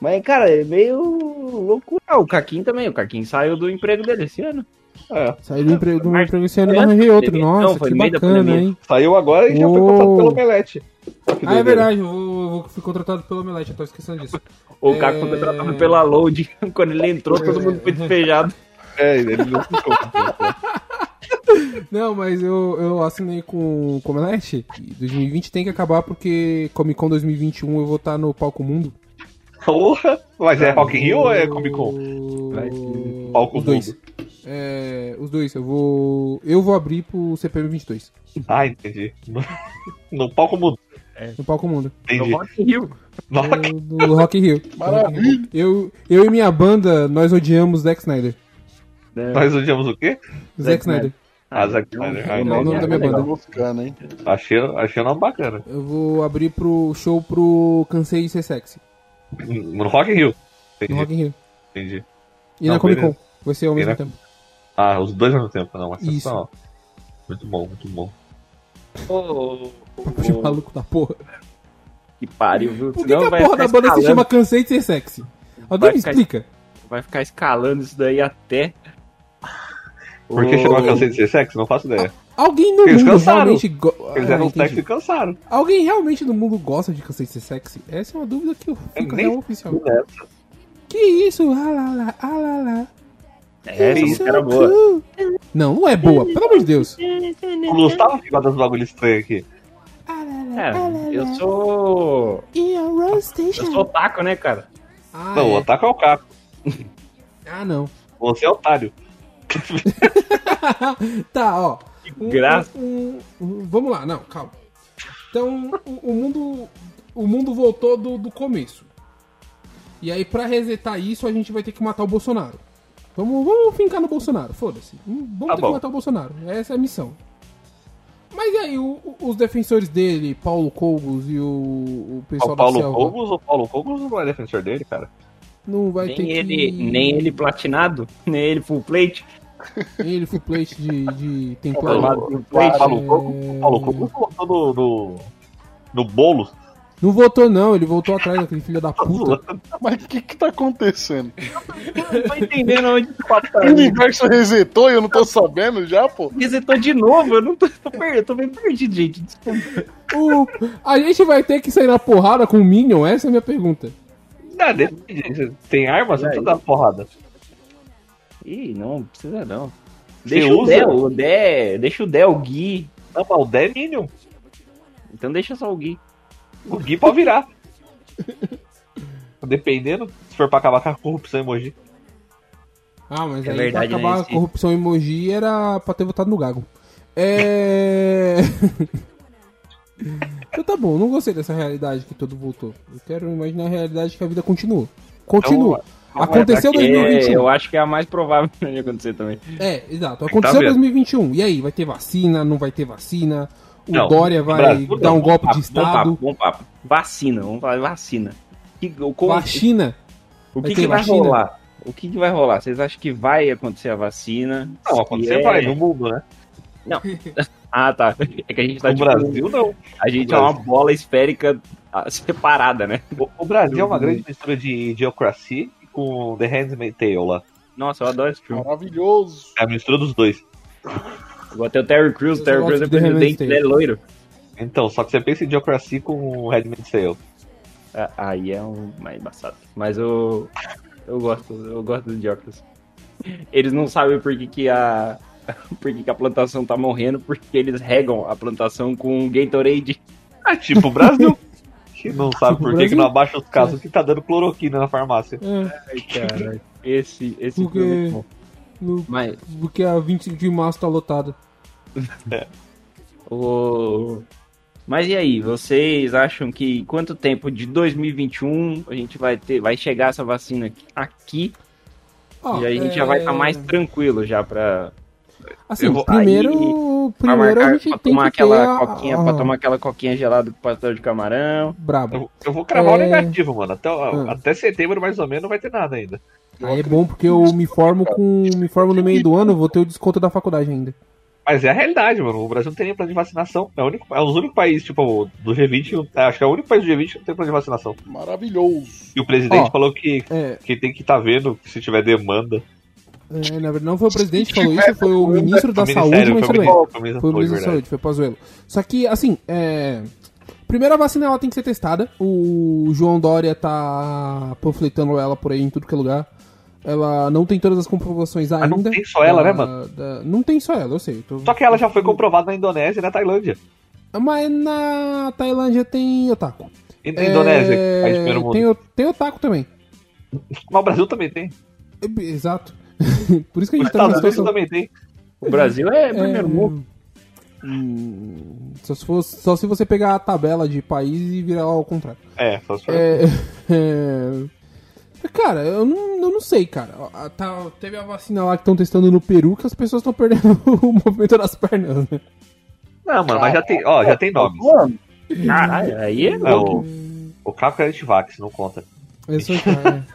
Speaker 4: Mas, cara, é meio loucura. Ah, o Caquinho também. O Caquinho saiu do emprego dele esse ano.
Speaker 3: É.
Speaker 2: saiu do emprego, do meu
Speaker 4: Mas-
Speaker 2: emprego esse ano e
Speaker 4: foi antes
Speaker 2: arranjei
Speaker 4: da
Speaker 2: outro.
Speaker 4: pandemia. Não,
Speaker 2: Nossa,
Speaker 4: foi
Speaker 2: que
Speaker 4: no meio da
Speaker 2: bacana,
Speaker 4: pandemia.
Speaker 2: hein?
Speaker 3: Saiu agora e já foi
Speaker 2: Uou.
Speaker 3: contratado pelo Omelete. Que
Speaker 2: Ah, é
Speaker 3: doideira.
Speaker 2: verdade. Eu, eu- eu fui contratado pelo Omelete, eu tô esquecendo disso.
Speaker 4: O Caco foi
Speaker 2: É.
Speaker 4: contratado pela Load. Quando ele entrou, todo mundo foi despejado.
Speaker 3: É, ele não ficou.
Speaker 2: Não, mas eu, eu assinei com com o Omelete. E 2020 tem que acabar porque Comic Con 2021 eu vou estar no Palco Mundo.
Speaker 3: Porra! Mas é Rock in Rio ou é Comic Con?
Speaker 4: Vai.
Speaker 3: Palco
Speaker 2: os dois.
Speaker 3: Mundo.
Speaker 2: É, os dois, eu vou. Eu vou abrir pro CPM 22.
Speaker 3: Ah, entendi. No palco mundo.
Speaker 2: No palco mundo.
Speaker 4: No
Speaker 3: Entendi.
Speaker 4: Rock in Rio.
Speaker 3: No Rock
Speaker 2: Do, do Rock in Rio.
Speaker 5: Maravilha!
Speaker 2: Eu, eu e minha banda, nós odiamos Zack Snyder.
Speaker 4: né?
Speaker 3: Nós odiamos o quê?
Speaker 2: Zack Snyder.
Speaker 3: Ah, Zack Snyder. Ah,
Speaker 2: o nome
Speaker 3: entendi.
Speaker 2: da minha
Speaker 5: Tá
Speaker 2: banda.
Speaker 5: buscando, hein?
Speaker 3: Achei, achei o nome bacana.
Speaker 2: Eu vou abrir pro show pro Cansei de Ser Sexy.
Speaker 3: No Rock in Rio.
Speaker 2: No
Speaker 3: Entendi,
Speaker 2: Rock in Rio.
Speaker 3: entendi.
Speaker 2: E
Speaker 3: Não,
Speaker 2: na Comic Con.
Speaker 3: beleza.
Speaker 2: Vai ser ao
Speaker 3: E
Speaker 2: mesmo
Speaker 3: na-
Speaker 2: tempo.
Speaker 3: Ah, os dois ao mesmo tempo, não. Mas
Speaker 2: Isso.
Speaker 3: sensacional. Muito bom, muito bom.
Speaker 4: Ô, ô, ô,
Speaker 2: Puxa, maluco da porra.
Speaker 4: que pariu, viu?
Speaker 2: Por que,
Speaker 4: Senão
Speaker 2: que a
Speaker 4: vai
Speaker 2: porra
Speaker 4: ficar
Speaker 2: da banda se
Speaker 4: escalando-
Speaker 2: chama Cansei de Ser Sexy? Alguém
Speaker 4: Vai
Speaker 2: me
Speaker 4: ficar-
Speaker 2: explica.
Speaker 4: Vai ficar escalando isso daí até.
Speaker 3: Por que chama
Speaker 4: Ô,
Speaker 3: Cansei de Ser Sexy? Não faço ideia.
Speaker 2: Alguém no
Speaker 3: Eles
Speaker 2: mundo
Speaker 3: cansaram.
Speaker 2: realmente... go-
Speaker 3: Eles
Speaker 2: Ah,
Speaker 3: eram
Speaker 2: entendi.
Speaker 3: sexy e cansaram.
Speaker 2: Alguém realmente no mundo gosta de Cansei de Ser Sexy? Essa é uma dúvida que eu fico
Speaker 3: nem-
Speaker 2: real oficial.
Speaker 3: É.
Speaker 2: Que isso? Ah lá lá, ah lá lá.
Speaker 4: É, essa
Speaker 2: Isso
Speaker 4: música era
Speaker 2: é
Speaker 4: boa.
Speaker 2: cool. Não, não é boa. Pelo amor de Deus.
Speaker 3: O Gustavo que gosta dos bagulhos estranhos aqui.
Speaker 2: Ah lá lá,
Speaker 4: É,
Speaker 2: ah lá
Speaker 4: eu
Speaker 2: lá.
Speaker 4: sou.
Speaker 2: E a Roll
Speaker 4: Eu
Speaker 2: Station.
Speaker 4: sou otaku, né, cara?
Speaker 2: Ah,
Speaker 3: Não, o
Speaker 2: é.
Speaker 3: Otaku é o Caco.
Speaker 2: ah, não.
Speaker 3: Você é otário.
Speaker 2: Tá, ó. Um-
Speaker 4: graça.
Speaker 2: um- um- vamos lá, não, calma. Então, o, o mundo o mundo voltou do, do começo. E aí, pra resetar isso, a gente vai ter que matar o Bolsonaro. Vamos, vamos fincar no Bolsonaro, foda-se. Hum, Vamos
Speaker 3: Tá
Speaker 2: ter
Speaker 3: bom.
Speaker 2: que matar o Bolsonaro. Essa é a missão. Mas e aí, o- o- os defensores dele, Paulo Cogos e o, o pessoal
Speaker 3: É O Paulo
Speaker 2: da selva,
Speaker 3: Cogos, o Paulo Cogos não é defensor dele, cara.
Speaker 2: não vai ter
Speaker 4: Nem ele,
Speaker 2: que...
Speaker 4: nem ele platinado, nem ele full plate.
Speaker 2: Ele foi plate de, de templar.
Speaker 4: Paulo-
Speaker 3: O
Speaker 4: Leite.
Speaker 3: Paulo Cogos, o Paulo Cogos voltou no, no, no bolo.
Speaker 2: Não votou não, ele voltou atrás daquele filho da puta.
Speaker 5: Mas o que que tá acontecendo?
Speaker 4: Não tô entendendo onde o papo tá.
Speaker 5: O universo resetou e eu não tô sabendo já, pô?
Speaker 4: Resetou de novo, eu não tô, tô per- eu tô bem perdido, gente. Desculpa.
Speaker 3: Tá
Speaker 2: O- Uh, A gente vai ter que sair na porrada com o Minion? Essa é a minha pergunta.
Speaker 3: Não, depende. Tem arma, você não precisa dar porrada.
Speaker 4: Ih, não, precisa não.
Speaker 3: Você
Speaker 4: Deixa o
Speaker 3: usa?
Speaker 4: Dé, o Dé, deixa o Dé, o Gui.
Speaker 3: Não, mas o Dé é Minion.
Speaker 4: Então deixa só o Gui.
Speaker 3: O Gui pode virar. Dependendo, se for pra acabar com a corrupção emoji.
Speaker 2: Ah, mas
Speaker 4: É
Speaker 2: aí
Speaker 4: verdade,
Speaker 2: pra
Speaker 4: né,
Speaker 2: acabar
Speaker 4: esse-
Speaker 2: a corrupção emoji era pra ter votado no Gago. É... então tá bom, não gostei dessa realidade que todo voltou. Eu quero imaginar a realidade que a vida continuou. Continua.
Speaker 3: Então,
Speaker 2: Aconteceu
Speaker 3: vai dar que-
Speaker 2: 2021.
Speaker 4: É, eu acho que é a mais provável de acontecer também.
Speaker 2: É, exato. Aconteceu
Speaker 3: tá vendo.
Speaker 2: 2021. E aí, vai ter vacina, não vai ter vacina? O
Speaker 3: Não,
Speaker 2: Dória vai
Speaker 3: Brasil não. tá
Speaker 2: dar um golpe de
Speaker 4: Papo, bom papo,
Speaker 2: Estado?
Speaker 4: bom papo. Vacina, vamos falar de vacina. Que- o- como-
Speaker 2: Vacina?
Speaker 4: o
Speaker 2: vai
Speaker 4: que,
Speaker 2: ter
Speaker 4: que vai
Speaker 2: vacina?
Speaker 4: rolar? O que, que vai rolar? Vocês acham que vai acontecer a vacina?
Speaker 3: Não, acontecer
Speaker 4: Se é-
Speaker 3: vai, no mundo, né?
Speaker 4: Ah, tá. É que a gente tá
Speaker 3: o
Speaker 4: tipo,
Speaker 3: Brasil não.
Speaker 4: A gente é uma bola esférica ah, separada, né?
Speaker 3: O, o Brasil é
Speaker 2: Uhum.
Speaker 3: uma grande mistura de Idiocracy com The Handmaid's Tale lá.
Speaker 4: Nossa, eu adoro esse filme.
Speaker 5: Maravilhoso.
Speaker 3: É a mistura dos dois.
Speaker 4: Igual tem o Terry Crews, o Terry
Speaker 2: gosto
Speaker 4: Crews é
Speaker 2: de The
Speaker 4: presidente,
Speaker 2: Handmaid's
Speaker 4: ele é loiro.
Speaker 3: Então, só que você pensa em Idiocracy com Handmaid's Tale.
Speaker 4: Ah, Aí é um mais embaçado. Mas eu, eu gosto, eu gosto do Jokers. Eles não sabem por que, que a por que, que a plantação tá morrendo, porque eles regam a plantação com um Gatorade.
Speaker 3: É tipo o Brasil. Que não sabe
Speaker 2: Tipo o
Speaker 3: por que, que
Speaker 2: Brasil.
Speaker 3: não abaixa os casos que tá dando cloroquina na farmácia.
Speaker 2: É,
Speaker 4: Ai, caralho. Esse, esse
Speaker 2: Porque-
Speaker 4: filme é muito bom.
Speaker 2: no-
Speaker 4: Mas
Speaker 2: porque a 25 de março tá lotada.
Speaker 4: o... Mas e aí, vocês acham que quanto tempo de 2021 a gente vai ter, vai chegar essa vacina aqui
Speaker 2: Ó,
Speaker 4: e aí a gente já
Speaker 2: é,
Speaker 4: vai estar mais tranquilo já para
Speaker 2: Assim,
Speaker 3: Eu vou-
Speaker 2: primeiro,
Speaker 4: Pra
Speaker 2: primeiro
Speaker 4: marcar-
Speaker 2: a gente
Speaker 4: pra
Speaker 2: tem
Speaker 4: tomar
Speaker 2: que
Speaker 4: aquela
Speaker 2: ter a-
Speaker 4: coquinha,
Speaker 2: a-
Speaker 4: pra tomar aquela coquinha gelada com pastel de camarão.
Speaker 2: Brabo.
Speaker 3: Eu, eu vou cravar o
Speaker 2: É.
Speaker 3: negativo, mano. Até,
Speaker 2: Ah.
Speaker 3: até setembro, mais ou menos, não vai ter nada ainda.
Speaker 2: Aí é
Speaker 4: um
Speaker 2: bom porque eu me formo com me formo no meio do ano, vou ter o desconto da faculdade ainda.
Speaker 3: Mas é a realidade, mano. O Brasil não tem nem plano de vacinação. É, o único, é os únicos países, tipo, do G20. é, Acho que é o único país do G20 que não tem plano de vacinação.
Speaker 5: Maravilhoso.
Speaker 3: E o presidente
Speaker 2: Ó.
Speaker 3: falou que,
Speaker 2: É,
Speaker 3: que tem que estar vendo se tiver demanda.
Speaker 2: é, na verdade não foi o presidente que falou isso, foi o ministro da
Speaker 3: Foi o
Speaker 2: saúde, mas tudo
Speaker 3: foi o
Speaker 2: bem.
Speaker 3: ministério, foi o ministério
Speaker 2: Foi o ministro
Speaker 3: da
Speaker 2: da
Speaker 3: Saúde,
Speaker 2: saúde, foi o Pazuello. Só que, assim, é... Primeiro a vacina ela tem que ser testada. O João Dória tá panfletando ela por aí em tudo que é lugar. Ela não tem todas as comprovações ainda.
Speaker 3: Mas não tem só ela, né, mano?
Speaker 2: da- Não tem só ela, eu sei. eu tô-
Speaker 3: Só que ela já foi comprovada na Indonésia e na Tailândia.
Speaker 2: Mas na Tailândia tem otaku.
Speaker 3: E na Indonésia,
Speaker 2: É,
Speaker 3: um país de primeiro mundo.
Speaker 2: tem, o- tem otaku também.
Speaker 3: Mas o Brasil também tem.
Speaker 2: É, Exato. por isso que a
Speaker 3: Os
Speaker 2: gente tá numa
Speaker 3: Estados Unidos
Speaker 2: situação...
Speaker 3: também tem.
Speaker 4: O Brasil é primeiro mundo.
Speaker 2: Hum, Só se, fosse- só se você pegar a tabela de país e virar ao contrário.
Speaker 3: É, só se for.
Speaker 2: É, é, Cara, eu não, eu não sei, cara. Ó, a- tá- teve a vacina lá que estão testando no Peru que as pessoas estão perdendo o movimento das pernas. né?
Speaker 3: Não, mano, mas já tem, ó, já tem nomes.
Speaker 4: Caralho, aí é
Speaker 3: É,
Speaker 4: louco.
Speaker 3: o, o Caco é antivax, não conta.
Speaker 2: Eu sou- cara,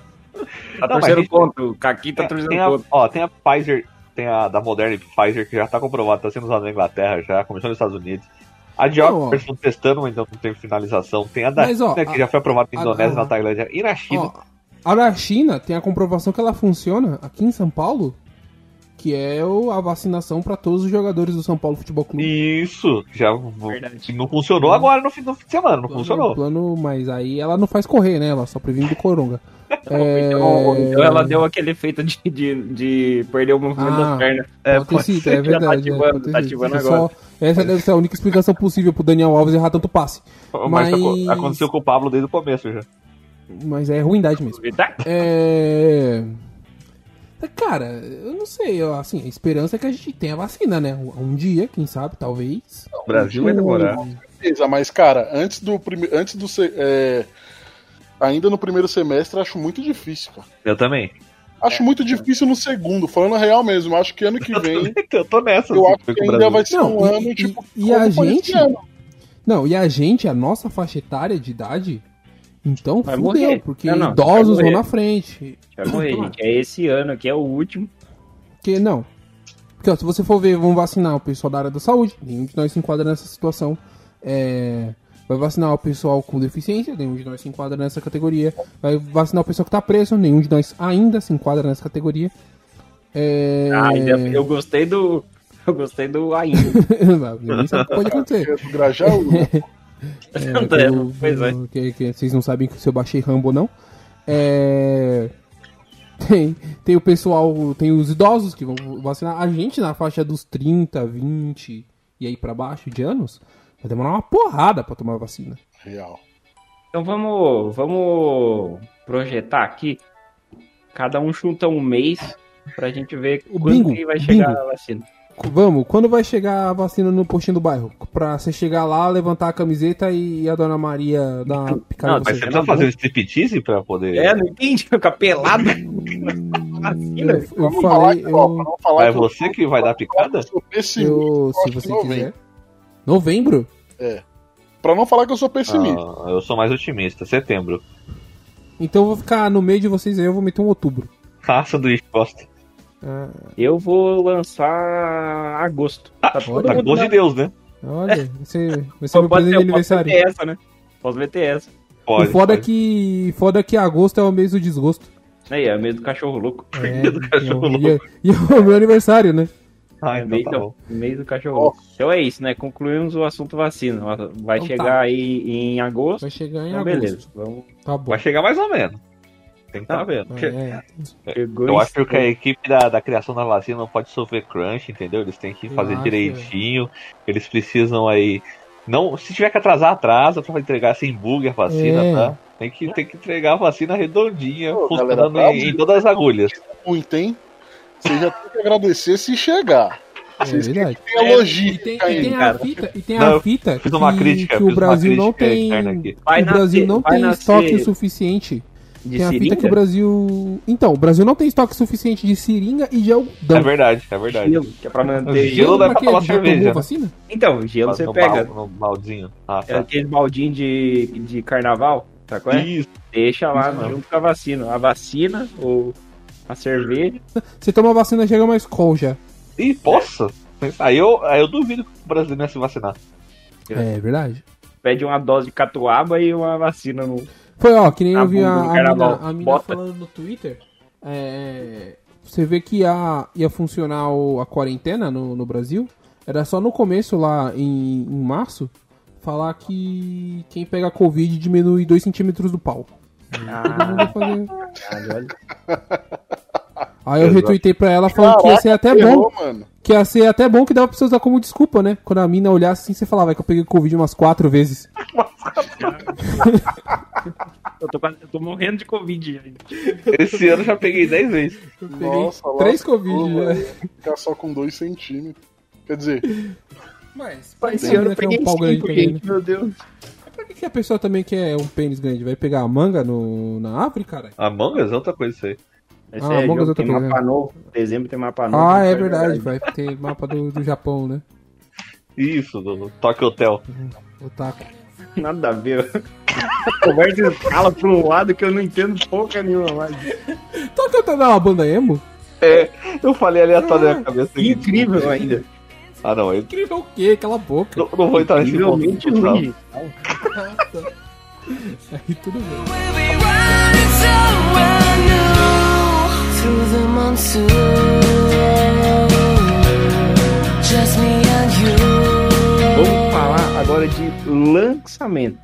Speaker 3: Não,
Speaker 4: Tá
Speaker 3: mas
Speaker 4: torcendo
Speaker 3: gente-
Speaker 4: contra, o Kaki tá
Speaker 3: tem,
Speaker 4: torcendo
Speaker 3: a,
Speaker 4: contra.
Speaker 3: ó, tem a Pfizer, tem a da Moderna e Pfizer que já tá comprovada, tá sendo usada na Inglaterra já, começou nos Estados Unidos. A de
Speaker 2: Não, ó.
Speaker 3: Oxford estão testando, mas ainda não teve finalização. Tem a da
Speaker 2: Mas, ó,
Speaker 3: China, que
Speaker 2: a-
Speaker 3: já foi aprovada na
Speaker 2: a-
Speaker 3: Indonésia,
Speaker 2: a-
Speaker 3: na Tailândia e na China.
Speaker 2: Ó, a da China tem a comprovação que ela funciona aqui em São Paulo, que é o- a vacinação pra todos os jogadores do São Paulo Futebol Clube.
Speaker 3: Isso, já
Speaker 4: Verdade.
Speaker 3: não funcionou agora no fim do fim de semana, não funcionou.
Speaker 2: Plano, mas aí ela não faz correr, né? Ela só previne do coronga. É,
Speaker 4: Então, então ela deu aquele efeito de, de, de perder o movimento
Speaker 2: Ah,
Speaker 4: das pernas.
Speaker 3: É,
Speaker 2: pode ter
Speaker 3: pode
Speaker 2: sido,
Speaker 4: ser
Speaker 2: é
Speaker 4: que já tá
Speaker 2: verdade. é,
Speaker 4: ativando,
Speaker 2: pode ter
Speaker 4: tá
Speaker 2: sido.
Speaker 4: ativando
Speaker 2: Só- Essa deve ser a única explicação possível pro Daniel Alves errar tanto passe.
Speaker 3: Mas,
Speaker 2: Mas-
Speaker 3: aconteceu com o Pablo desde o começo já.
Speaker 2: Mas é ruindade mesmo.
Speaker 4: Tá?
Speaker 2: É. Cara, eu não sei, eu, assim, a esperança é que a gente tenha vacina, né? Um dia, quem sabe, talvez.
Speaker 3: O Brasil vai
Speaker 2: Um-
Speaker 3: demorar.
Speaker 5: Beleza, mas, cara, antes do primeiro. Antes do. se- é, Ainda no primeiro semestre, acho muito difícil, cara.
Speaker 3: Eu também.
Speaker 2: É.
Speaker 5: Acho muito difícil no segundo, falando a real mesmo. Acho que ano que vem,
Speaker 3: Eu tô nessa.
Speaker 5: eu
Speaker 3: assim,
Speaker 5: acho
Speaker 3: com o
Speaker 5: que ainda
Speaker 3: Brasil.
Speaker 5: vai ser um
Speaker 2: Não,
Speaker 5: ano,
Speaker 2: e,
Speaker 5: tipo.
Speaker 2: e- e a
Speaker 5: como foi esse
Speaker 2: gente.
Speaker 5: ano.
Speaker 2: Não, e a gente, a nossa faixa etária de idade, então
Speaker 4: Vai
Speaker 2: fudeu,
Speaker 4: morrer.
Speaker 2: porque
Speaker 4: Não, não,
Speaker 2: idosos
Speaker 4: vai
Speaker 2: vão
Speaker 4: morrer.
Speaker 2: na frente.
Speaker 4: Já morri, gente. É esse ano aqui, é o último.
Speaker 2: Porque não. Porque ó, se você for ver, vão vacinar o pessoal da área da saúde, nenhum de nós se enquadra nessa situação. É, Vai vacinar o pessoal com deficiência, nenhum de nós se enquadra nessa categoria. Vai vacinar o pessoal que tá preso, nenhum de nós ainda se enquadra nessa categoria. É...
Speaker 4: Ah, eu, eu gostei do. Eu gostei do ainda.
Speaker 2: Ninguém sabe o que pode acontecer.
Speaker 5: É, do Grajaú, né?
Speaker 4: Não tá,
Speaker 2: É, eu-
Speaker 4: pois é.
Speaker 2: eu- que- que vocês não sabem se eu baixei Rambo ou não. É, Tem, tem o pessoal, tem os idosos que vão vacinar. A gente na faixa dos 30, 20 e aí pra baixo de anos, vai demorar uma porrada pra tomar vacina.
Speaker 5: Real.
Speaker 4: Então vamos, vamos projetar aqui. Cada um chuta um mês pra gente ver
Speaker 2: O
Speaker 4: quando
Speaker 2: bingo,
Speaker 4: que vai
Speaker 2: o
Speaker 4: chegar
Speaker 2: bingo.
Speaker 4: a vacina.
Speaker 2: C- Vamos, quando vai chegar a vacina no postinho do bairro? Pra você chegar lá, levantar a camiseta e a dona Maria dar uma picada
Speaker 4: Não,
Speaker 2: em
Speaker 3: Mas
Speaker 2: você.
Speaker 3: você tá fazendo striptease pra poder.
Speaker 4: É, não entendi, ficar pelado. vacina.
Speaker 2: Eu, eu
Speaker 5: Vamos falar
Speaker 2: falei,
Speaker 5: que, ó, pra
Speaker 2: eu,
Speaker 5: não falar
Speaker 3: Ah, é
Speaker 5: que
Speaker 3: você que vai dar picada?
Speaker 5: eu sou pessimista.
Speaker 2: eu, se
Speaker 5: acho que
Speaker 2: você
Speaker 5: novembro.
Speaker 2: quiser. Novembro?
Speaker 5: Pra não falar que eu sou pessimista.
Speaker 3: Ah, eu sou mais otimista, setembro.
Speaker 2: Então eu vou ficar no meio de vocês aí, eu vou meter um outubro.
Speaker 3: Ah, sanduíche gosta.
Speaker 2: Ah,
Speaker 4: Eu vou lançar agosto. Tá todo
Speaker 2: olha.
Speaker 3: Tá
Speaker 4: mundo
Speaker 3: gosto de Deus, né?
Speaker 2: olha, você, vai ser
Speaker 4: Pô,
Speaker 2: meu
Speaker 4: pode
Speaker 2: presente
Speaker 4: ter,
Speaker 2: de
Speaker 4: pode ter
Speaker 2: aniversário.
Speaker 4: essa, né? Posso meter essa.
Speaker 2: O
Speaker 3: Pode.
Speaker 2: foda é
Speaker 3: pode.
Speaker 2: que, foda que agosto é o mês do desgosto.
Speaker 4: Aí, é meio do cachorro louco.
Speaker 2: É,
Speaker 3: do cachorro
Speaker 2: e, é, e é o meu aniversário, né?
Speaker 3: Ah,
Speaker 4: é
Speaker 3: então
Speaker 4: meio,
Speaker 3: tá bom.
Speaker 4: do, meio do cachorro louco. Então é isso, né? Concluímos o assunto vacina.
Speaker 2: Então
Speaker 4: Vai
Speaker 2: tá.
Speaker 4: chegar aí em agosto.
Speaker 2: Vai chegar em
Speaker 4: Então,
Speaker 2: agosto.
Speaker 4: beleza. Vamos.
Speaker 2: Tá bom.
Speaker 3: Vai chegar mais ou menos. Tem que tá
Speaker 4: Tá.
Speaker 3: vendo.
Speaker 2: É,
Speaker 4: Chegou
Speaker 3: Eu
Speaker 4: em-
Speaker 3: acho que a equipe da, da criação da vacina não pode sofrer crunch, entendeu? Eles têm que
Speaker 2: Eu
Speaker 3: fazer
Speaker 2: acho,
Speaker 3: direitinho. Eles precisam aí. Não, se tiver que atrasar, atrasa pra entregar sem bug a vacina,
Speaker 2: É.
Speaker 3: tá? Tem que, tem que entregar a vacina redondinha,
Speaker 5: Ô, galera,
Speaker 3: funcionando
Speaker 5: tá
Speaker 3: em, em todas as agulhas.
Speaker 5: Muito, hein? Você já tem que agradecer se chegar.
Speaker 2: é verdade.
Speaker 5: Tem a logística
Speaker 2: E tem, e
Speaker 5: ainda.
Speaker 4: É
Speaker 2: tem a
Speaker 3: cara.
Speaker 2: fita, e tem
Speaker 3: Não,
Speaker 2: a fita
Speaker 3: Fiz uma
Speaker 2: que,
Speaker 3: crítica,
Speaker 2: que
Speaker 3: fiz
Speaker 2: o Brasil
Speaker 3: uma
Speaker 2: não
Speaker 3: crítica
Speaker 2: tem,
Speaker 3: interna aqui.
Speaker 4: Vai
Speaker 2: o Brasil
Speaker 4: nascer-
Speaker 2: não
Speaker 4: vai
Speaker 2: tem
Speaker 4: nascer
Speaker 2: estoque suficiente.
Speaker 4: de
Speaker 2: Tem a fita
Speaker 4: seringa?
Speaker 2: que o Brasil, então, o Brasil não tem estoque suficiente de seringa e de algodão.
Speaker 3: É verdade, é verdade.
Speaker 4: Gelo, que é pra manter
Speaker 3: Gelo dá
Speaker 2: pra
Speaker 3: pra
Speaker 2: quê?
Speaker 3: tomar
Speaker 2: Já
Speaker 3: cerveja,
Speaker 2: tomou
Speaker 3: né?
Speaker 2: vacina?
Speaker 4: Então, gelo
Speaker 3: Faz
Speaker 4: você
Speaker 3: no
Speaker 4: pega.
Speaker 3: bal- no baldinho. Ah,
Speaker 4: É
Speaker 3: tá.
Speaker 4: aquele baldinho de, de carnaval, tá
Speaker 2: tipo,
Speaker 4: qual é?
Speaker 3: Isso,
Speaker 4: Deixa lá
Speaker 3: Isso,
Speaker 4: junto com a vacina. A vacina ou a cerveja.
Speaker 2: Você toma vacina, chega mais col já.
Speaker 3: Ih, posso? Aí eu, aí eu duvido que o brasileiro não ia se vacinar.
Speaker 2: É verdade.
Speaker 4: Pede uma dose de catuaba e uma vacina no.
Speaker 2: Foi, ó, que nem
Speaker 4: Na
Speaker 2: eu vi a,
Speaker 4: bunda do
Speaker 2: a
Speaker 4: carnaval.
Speaker 2: mina, a mina
Speaker 4: Bota.
Speaker 2: falando no Twitter. é, você vê que ia, ia funcionar o- a quarentena no, no Brasil. Era só no começo, lá em, em março, falar que quem pega Covid diminui 2 centímetros do pau. Todo mundo ia fazer.
Speaker 4: Caralho,
Speaker 2: Aí eu
Speaker 3: Exato.
Speaker 2: retuitei pra ela falando que ia ser até bom.
Speaker 5: Errou, mano.
Speaker 2: Que ia ser até bom que dava pra você usar como desculpa, né? Quando a mina olhasse assim, você falava, é que eu peguei Covid umas quatro vezes.
Speaker 4: eu, tô quase- eu tô morrendo de Covid ainda.
Speaker 3: Esse ano eu já peguei 10 vezes.
Speaker 2: Eu peguei
Speaker 5: Nossa, lá
Speaker 2: três
Speaker 5: ficou,
Speaker 4: É
Speaker 2: Covid né? já.
Speaker 5: mano. Ficar só com 2 centímetros. Quer dizer,
Speaker 2: Mas,
Speaker 4: Esse ano eu peguei
Speaker 2: um pau grande
Speaker 4: cinco,
Speaker 2: também, né?
Speaker 4: gente, meu Deus.
Speaker 2: Por que, que a pessoa também quer um pênis grande? Vai pegar a manga no, na árvore, cara?
Speaker 3: Among Us é outra coisa isso aí.
Speaker 4: Esse
Speaker 2: Ah,
Speaker 4: é
Speaker 2: vamos fazer
Speaker 4: jogo,
Speaker 2: outra
Speaker 4: tem mapa
Speaker 2: pergunta.
Speaker 4: novo. Dezembro tem mapa novo.
Speaker 2: Ah, é verdade. Vai ter mapa do, do Japão, né?
Speaker 3: Isso, do Toque Hotel.
Speaker 2: Otaku.
Speaker 4: Nada a ver. Conversa escala pra um lado que eu não entendo porca nenhuma mais.
Speaker 2: Tá cantando uma banda emo? Ah,
Speaker 3: Eu falei aleatório na minha cabeça.
Speaker 4: Incrível ainda.
Speaker 3: Ah, não, eu
Speaker 2: Incrível o quê? Aquela boca.
Speaker 3: não, não vou entrar nesse ponto.
Speaker 4: Incrivelmente ruim.
Speaker 2: Aí tudo bem.
Speaker 6: We'll be running somewhere new through the monsoon. Just me and you.
Speaker 4: Vamos falar agora de lançamento.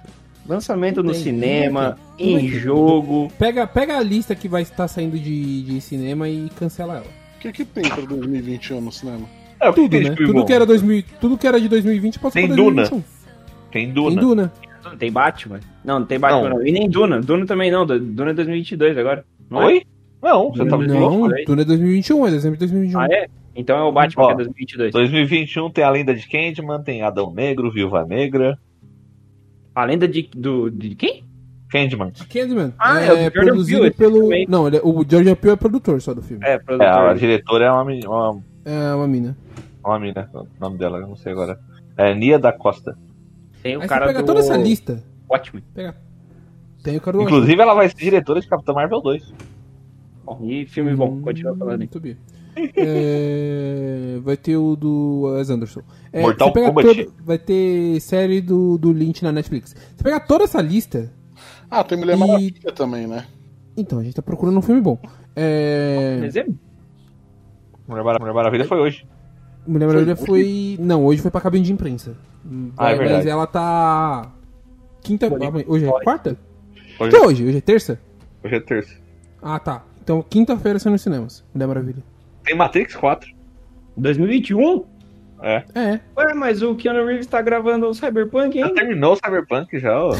Speaker 4: Lançamento no
Speaker 2: Entendi.
Speaker 4: cinema, em
Speaker 2: Entendi.
Speaker 4: jogo.
Speaker 2: Pega, pega a lista que vai estar saindo de, de cinema e cancela ela.
Speaker 5: O que, que tem pra 2021 no cinema?
Speaker 3: É, o que
Speaker 2: Tudo,
Speaker 3: tem de
Speaker 2: né?
Speaker 3: filme
Speaker 2: Tudo
Speaker 3: bom?
Speaker 2: que, era 2000, tudo que era de 2020 passou
Speaker 3: Tem
Speaker 2: pra
Speaker 3: Duna.
Speaker 2: 2021.
Speaker 3: Tem
Speaker 2: Tem
Speaker 3: Duna.
Speaker 2: Duna.
Speaker 4: Tem Batman? Não, não tem Batman não. E nem Duna. Duna também não. Duna é 2022 agora. Não é?
Speaker 3: Oi? Não, você
Speaker 4: Duna
Speaker 3: tá me
Speaker 4: não.
Speaker 3: louco.
Speaker 2: Não,
Speaker 4: falei.
Speaker 2: Duna é 2021, é dezembro de 2021.
Speaker 4: Ah, é? Então é o Batman
Speaker 3: Ó.
Speaker 4: que é 2022.
Speaker 3: 2021 tem a lenda de Candyman, tem Adão Negro, Viúva Negra.
Speaker 4: A lenda de, do, de quem?
Speaker 3: Candyman.
Speaker 2: Candyman.
Speaker 4: Ah, é o do Jordan
Speaker 2: um. produzido
Speaker 4: Peele, esse
Speaker 2: pelo.
Speaker 4: também.
Speaker 2: Não, ele é- o Jordan Peele é produtor só do filme.
Speaker 4: É,
Speaker 3: É, a
Speaker 4: produtor.
Speaker 3: diretora é uma, meni- uma,
Speaker 2: É uma mina.
Speaker 3: uma mina, o nome dela, eu não sei agora. É Nia da Costa.
Speaker 4: Tem o
Speaker 2: Aí você
Speaker 4: cara
Speaker 2: pega
Speaker 4: do
Speaker 2: toda essa lista.
Speaker 4: Watchmen.
Speaker 2: Tem o cara do
Speaker 3: Inclusive, ela vai ser diretora de Capitão Marvel 2.
Speaker 4: Bom, E filme
Speaker 2: Hum.
Speaker 4: bom, continua falando aí.
Speaker 2: Muito bem. É, vai ter o do Wes Anderson. É,
Speaker 3: Mortal
Speaker 2: você pega
Speaker 3: Kombat.
Speaker 2: todo- vai ter série do, do Lynch na Netflix. Você pega toda essa lista.
Speaker 5: Ah, tem Mulher
Speaker 2: E-
Speaker 5: Maravilha também, né?
Speaker 2: Então, a gente tá procurando um filme bom. É,
Speaker 4: Dezembro?
Speaker 3: Mulher, Mara- Mulher Maravilha foi hoje.
Speaker 2: Mulher Maravilha foi. Não, hoje foi pra cabine de imprensa.
Speaker 3: Ah, é
Speaker 2: Mas
Speaker 3: verdade.
Speaker 2: ela tá. Quinta. Hoje é quarta?
Speaker 3: Hoje,
Speaker 2: Que é hoje? Hoje é terça?
Speaker 3: hoje é terça.
Speaker 2: Ah, tá. Então, quinta-feira saiu nos cinemas. Mulher Maravilha.
Speaker 3: Tem Matrix 4.
Speaker 4: 2021?
Speaker 3: É.
Speaker 2: É.
Speaker 4: Ué, mas o Keanu Reeves tá gravando o Cyberpunk,
Speaker 3: Já
Speaker 4: hein?
Speaker 3: terminou o Cyberpunk já, ó.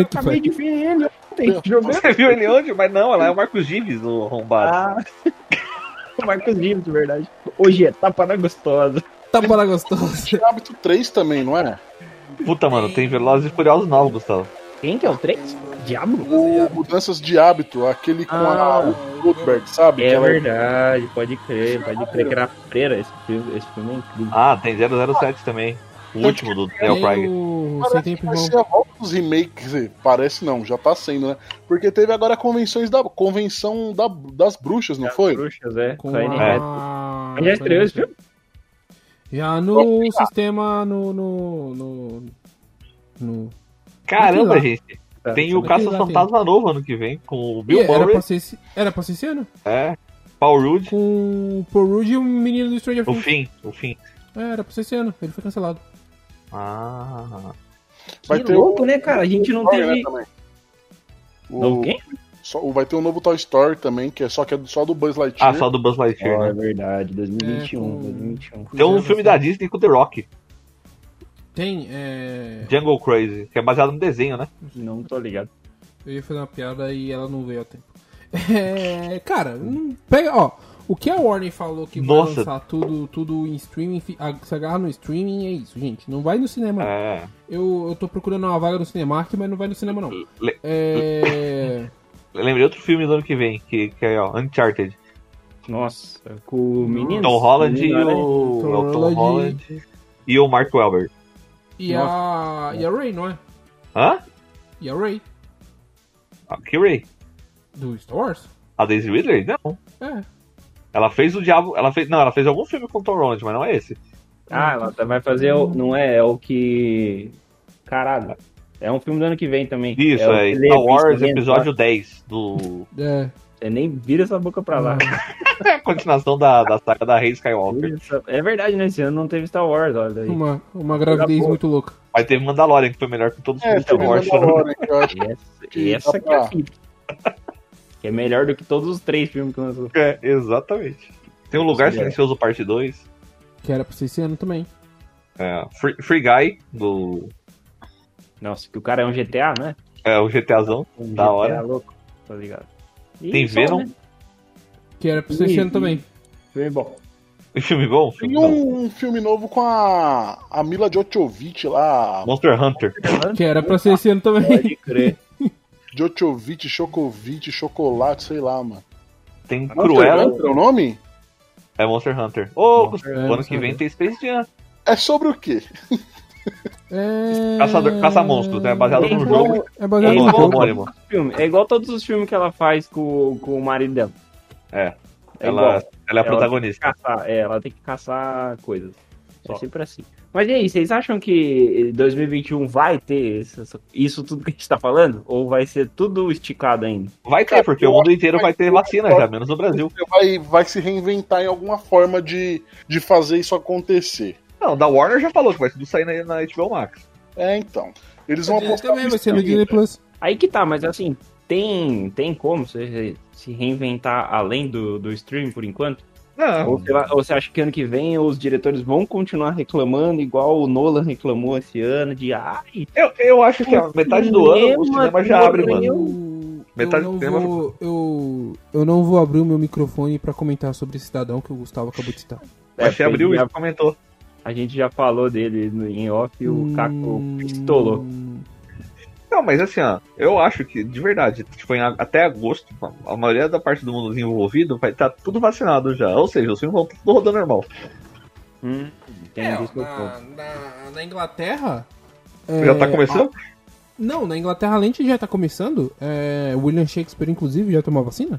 Speaker 4: Acabei de ver ele ontem. Jogando.
Speaker 3: Você viu ele onde? Mas não, ela é o Marcos Gives, o arrombado.
Speaker 4: Ah, o Marcos Dimes, de verdade. Hoje é tapa na gostosa.
Speaker 2: Tá bora gostosa.
Speaker 5: Tem Hábito 3 também, não é?
Speaker 3: Puta, mano, tem Velozes e Furiosos novos, Gustavo.
Speaker 4: Quem que é o 3? Diablo?
Speaker 5: O Mudanças de Hábito, aquele com
Speaker 4: Ah.
Speaker 5: a o Goldberg, sabe?
Speaker 4: É
Speaker 5: Que ela-
Speaker 4: verdade, pode crer, pode crer que era freira. Esse filme, esse filme é incrível.
Speaker 3: Ah, tem 007 também. É O último do Daniel
Speaker 2: Tem
Speaker 3: Craig.
Speaker 2: Então, é o... Sem
Speaker 5: Parece
Speaker 2: tempo
Speaker 5: que
Speaker 2: e
Speaker 5: vai
Speaker 2: Volta.
Speaker 5: ser a volta dos remakes, quer dizer, parece não, já tá sendo, né? Porque teve agora convenções da convenção da- das bruxas, não Ah, foi?
Speaker 4: Bruxas, é.
Speaker 2: Com
Speaker 4: Com a...
Speaker 2: a-
Speaker 4: NRS.
Speaker 3: É.
Speaker 4: Já é estreou esse filme?
Speaker 2: Já no sistema, no... no, no, no...
Speaker 3: Caramba,
Speaker 2: Sei lá. É,
Speaker 3: gente.
Speaker 4: Tá,
Speaker 3: Tem o
Speaker 2: sei lá,
Speaker 3: Caça
Speaker 2: sei lá,
Speaker 3: Fantasma novo ano que vem, com o
Speaker 2: Ih,
Speaker 3: Bill
Speaker 2: era,
Speaker 3: Murray,
Speaker 2: pra ser, esse- era pra ser esse ano?
Speaker 3: é, Paul Rudd,
Speaker 2: Com o Paul Rudd e o menino do Stranger
Speaker 3: o
Speaker 2: Things.
Speaker 3: fim, o fim.
Speaker 2: É, era pra ser esse ano. Ele foi cancelado.
Speaker 3: Ah,
Speaker 5: Vai
Speaker 4: que
Speaker 5: ter
Speaker 4: louco, né, cara? A gente não
Speaker 5: Toy Story,
Speaker 4: teve...
Speaker 5: né, também.
Speaker 4: Não,
Speaker 5: O,
Speaker 4: quem?
Speaker 5: só- o- vai ter um novo Toy Story também, que é só que é só do Buzz
Speaker 3: ah
Speaker 5: Lightyear.
Speaker 3: só do Buzz Lightyear.
Speaker 4: Oh,
Speaker 3: né?
Speaker 4: é verdade, 2021,
Speaker 2: É, com-
Speaker 4: 2021.
Speaker 3: Tem um filme da Disney com o The Rock,
Speaker 2: Tem, é...
Speaker 3: Jungle Crazy, que é baseado no desenho, né?
Speaker 4: Não tô ligado.
Speaker 2: Eu ia fazer uma piada e ela não veio a tempo. É, cara, não- pega, ó. O que a Warner falou que vai
Speaker 3: Nossa.
Speaker 2: lançar tudo, tudo em streaming, fi- a- se agarra no streaming, é isso, gente. Não vai no cinema. não.
Speaker 3: É.
Speaker 2: Eu, eu tô procurando uma vaga no Cinemark, mas não vai no cinema, não.
Speaker 3: Le-
Speaker 2: É...
Speaker 3: Eu lembrei outro filme do ano que vem, que, que é ó, Uncharted.
Speaker 4: Nossa, com o menino...
Speaker 3: Tom Holland e
Speaker 4: menino, né?
Speaker 3: o. é o Tom
Speaker 2: Tom Holland.
Speaker 3: Holland e o Mark Wahlberg.
Speaker 2: E a... e a Ray, não é?
Speaker 3: Hã?
Speaker 2: E a Ray,
Speaker 3: Ah, Que Ray?
Speaker 2: do Star Wars?
Speaker 3: A Daisy Ridley? Não.
Speaker 2: É.
Speaker 3: Ela fez o Diabo. Ela fez. Não, ela fez algum filme com o Tom Holland, mas não é esse.
Speaker 4: Ah, ela tá- vai fazer o... Não é, é o que... Caralho. É um filme do ano que vem também.
Speaker 3: Isso,
Speaker 4: o
Speaker 3: é,
Speaker 4: que lê
Speaker 3: Star Wars
Speaker 4: pensamento,
Speaker 3: episódio 10 do.
Speaker 2: É.
Speaker 4: É, nem vira essa boca pra lá.
Speaker 3: É a continuação da, da saga da Rei Skywalker.
Speaker 4: Vira essa- É verdade, né? Esse ano não teve Star Wars, olha aí.
Speaker 2: Uma, uma gravidez
Speaker 4: boa.
Speaker 2: muito louca.
Speaker 3: Mas teve Mandalorian, que foi melhor que todos os
Speaker 5: É,
Speaker 3: filmes
Speaker 5: teve
Speaker 3: Star Wars.
Speaker 5: Mandalorian, que eu acho.
Speaker 4: Essa, essa que é a fita. Que é melhor do que todos os três filmes que lançou.
Speaker 3: É, exatamente. Tem um Lugar
Speaker 4: Sim, é.
Speaker 3: Silencioso Parte 2.
Speaker 2: Que era pra ser esse ano também.
Speaker 3: é, Free, Free Guy, do.
Speaker 4: Nossa, que o cara é um GTA, né?
Speaker 3: É, o GTAzão.
Speaker 4: Um
Speaker 3: Da
Speaker 4: GTA
Speaker 3: hora.
Speaker 4: louco, tá ligado? E
Speaker 3: Tem
Speaker 4: só,
Speaker 3: Venom?
Speaker 4: né?
Speaker 2: Que era pra ser esse
Speaker 4: Ih,
Speaker 2: ano
Speaker 4: ih.
Speaker 2: também.
Speaker 4: Filme bom.
Speaker 3: Um Filme bom? Filme
Speaker 5: Tem
Speaker 3: bom.
Speaker 5: um filme novo com a, a Mila Djokovic lá.
Speaker 3: Monster Hunter.
Speaker 2: Que era pra ser esse ano também.
Speaker 4: Pode crer.
Speaker 5: Djokovic, Chocovic, Chocolate, sei lá, mano.
Speaker 3: Tem
Speaker 5: Monster
Speaker 3: Cruella.
Speaker 5: Hunter é o nome?
Speaker 3: É Monster Hunter. Ô, Gustavo,
Speaker 2: Hunter.
Speaker 3: ano que vem tem Space Jam.
Speaker 5: É sobre o quê?
Speaker 2: É...
Speaker 3: Caçador- Caça-monstros, né? Baseado
Speaker 4: Tem
Speaker 3: num
Speaker 4: igual-
Speaker 3: jogo.
Speaker 2: É
Speaker 4: É
Speaker 2: baseado
Speaker 3: Homônimo,
Speaker 2: no
Speaker 4: igual,
Speaker 2: jogo.
Speaker 3: homônimo.
Speaker 4: todos os filmes. É igual todos os filmes que ela faz com, com o marido dela.
Speaker 3: É.
Speaker 4: É igual.
Speaker 3: Ela, ela é a
Speaker 4: Ela-
Speaker 3: protagonista.
Speaker 4: Caçar, é, ela tem que caçar coisas. É sempre assim. Mas e aí, vocês acham que 2021 vai ter essa- essa- isso tudo que a gente tá falando? Ou vai ser tudo esticado ainda?
Speaker 3: Vai ter, porque o mundo inteiro vai ter vacina já, menos o Brasil.
Speaker 5: Você vai, vai se reinventar em alguma forma de, de fazer isso acontecer.
Speaker 3: Não, da Warner já falou que vai tudo sair na, na HBO Max.
Speaker 5: É, então. Eles vão
Speaker 2: Disney
Speaker 5: apostar
Speaker 2: também vai
Speaker 5: nisso
Speaker 2: ser no
Speaker 5: aí,
Speaker 2: Disney Plus.
Speaker 4: Aí que tá, mas assim, tem, tem como você se reinventar além do, do stream por enquanto?
Speaker 3: Não,
Speaker 4: Ou, sei lá, ou você acha que ano que vem os diretores vão continuar reclamando, igual o Nolan reclamou esse ano, de ai,
Speaker 3: eu, eu acho que a metade do ano o cinema já abre, Tá mano.
Speaker 2: Eu,
Speaker 3: Metade
Speaker 2: eu,
Speaker 3: do
Speaker 2: não
Speaker 3: tema-
Speaker 2: vou, eu, eu não vou abrir o meu microfone pra comentar sobre esse cidadão que o Gustavo acabou de citar.
Speaker 3: Mas você
Speaker 4: É,
Speaker 3: abriu
Speaker 4: foi-
Speaker 3: e comentou.
Speaker 4: a gente já falou dele no- em off e o Caco pistolou.
Speaker 3: Não, mas assim, ó, eu acho que, de verdade, tipo, em a- até agosto, a maioria da parte do mundo envolvido vai estar tudo vacinado já. Ou seja, os filmes vão tudo rodando normal.
Speaker 4: Hum,
Speaker 2: É,
Speaker 4: entendi seu ponto.
Speaker 2: na, na- na Inglaterra.
Speaker 3: já
Speaker 2: é,
Speaker 3: tá começando?
Speaker 2: Não, na Inglaterra, além de já tá começando, é, William Shakespeare, inclusive, já tomou a vacina.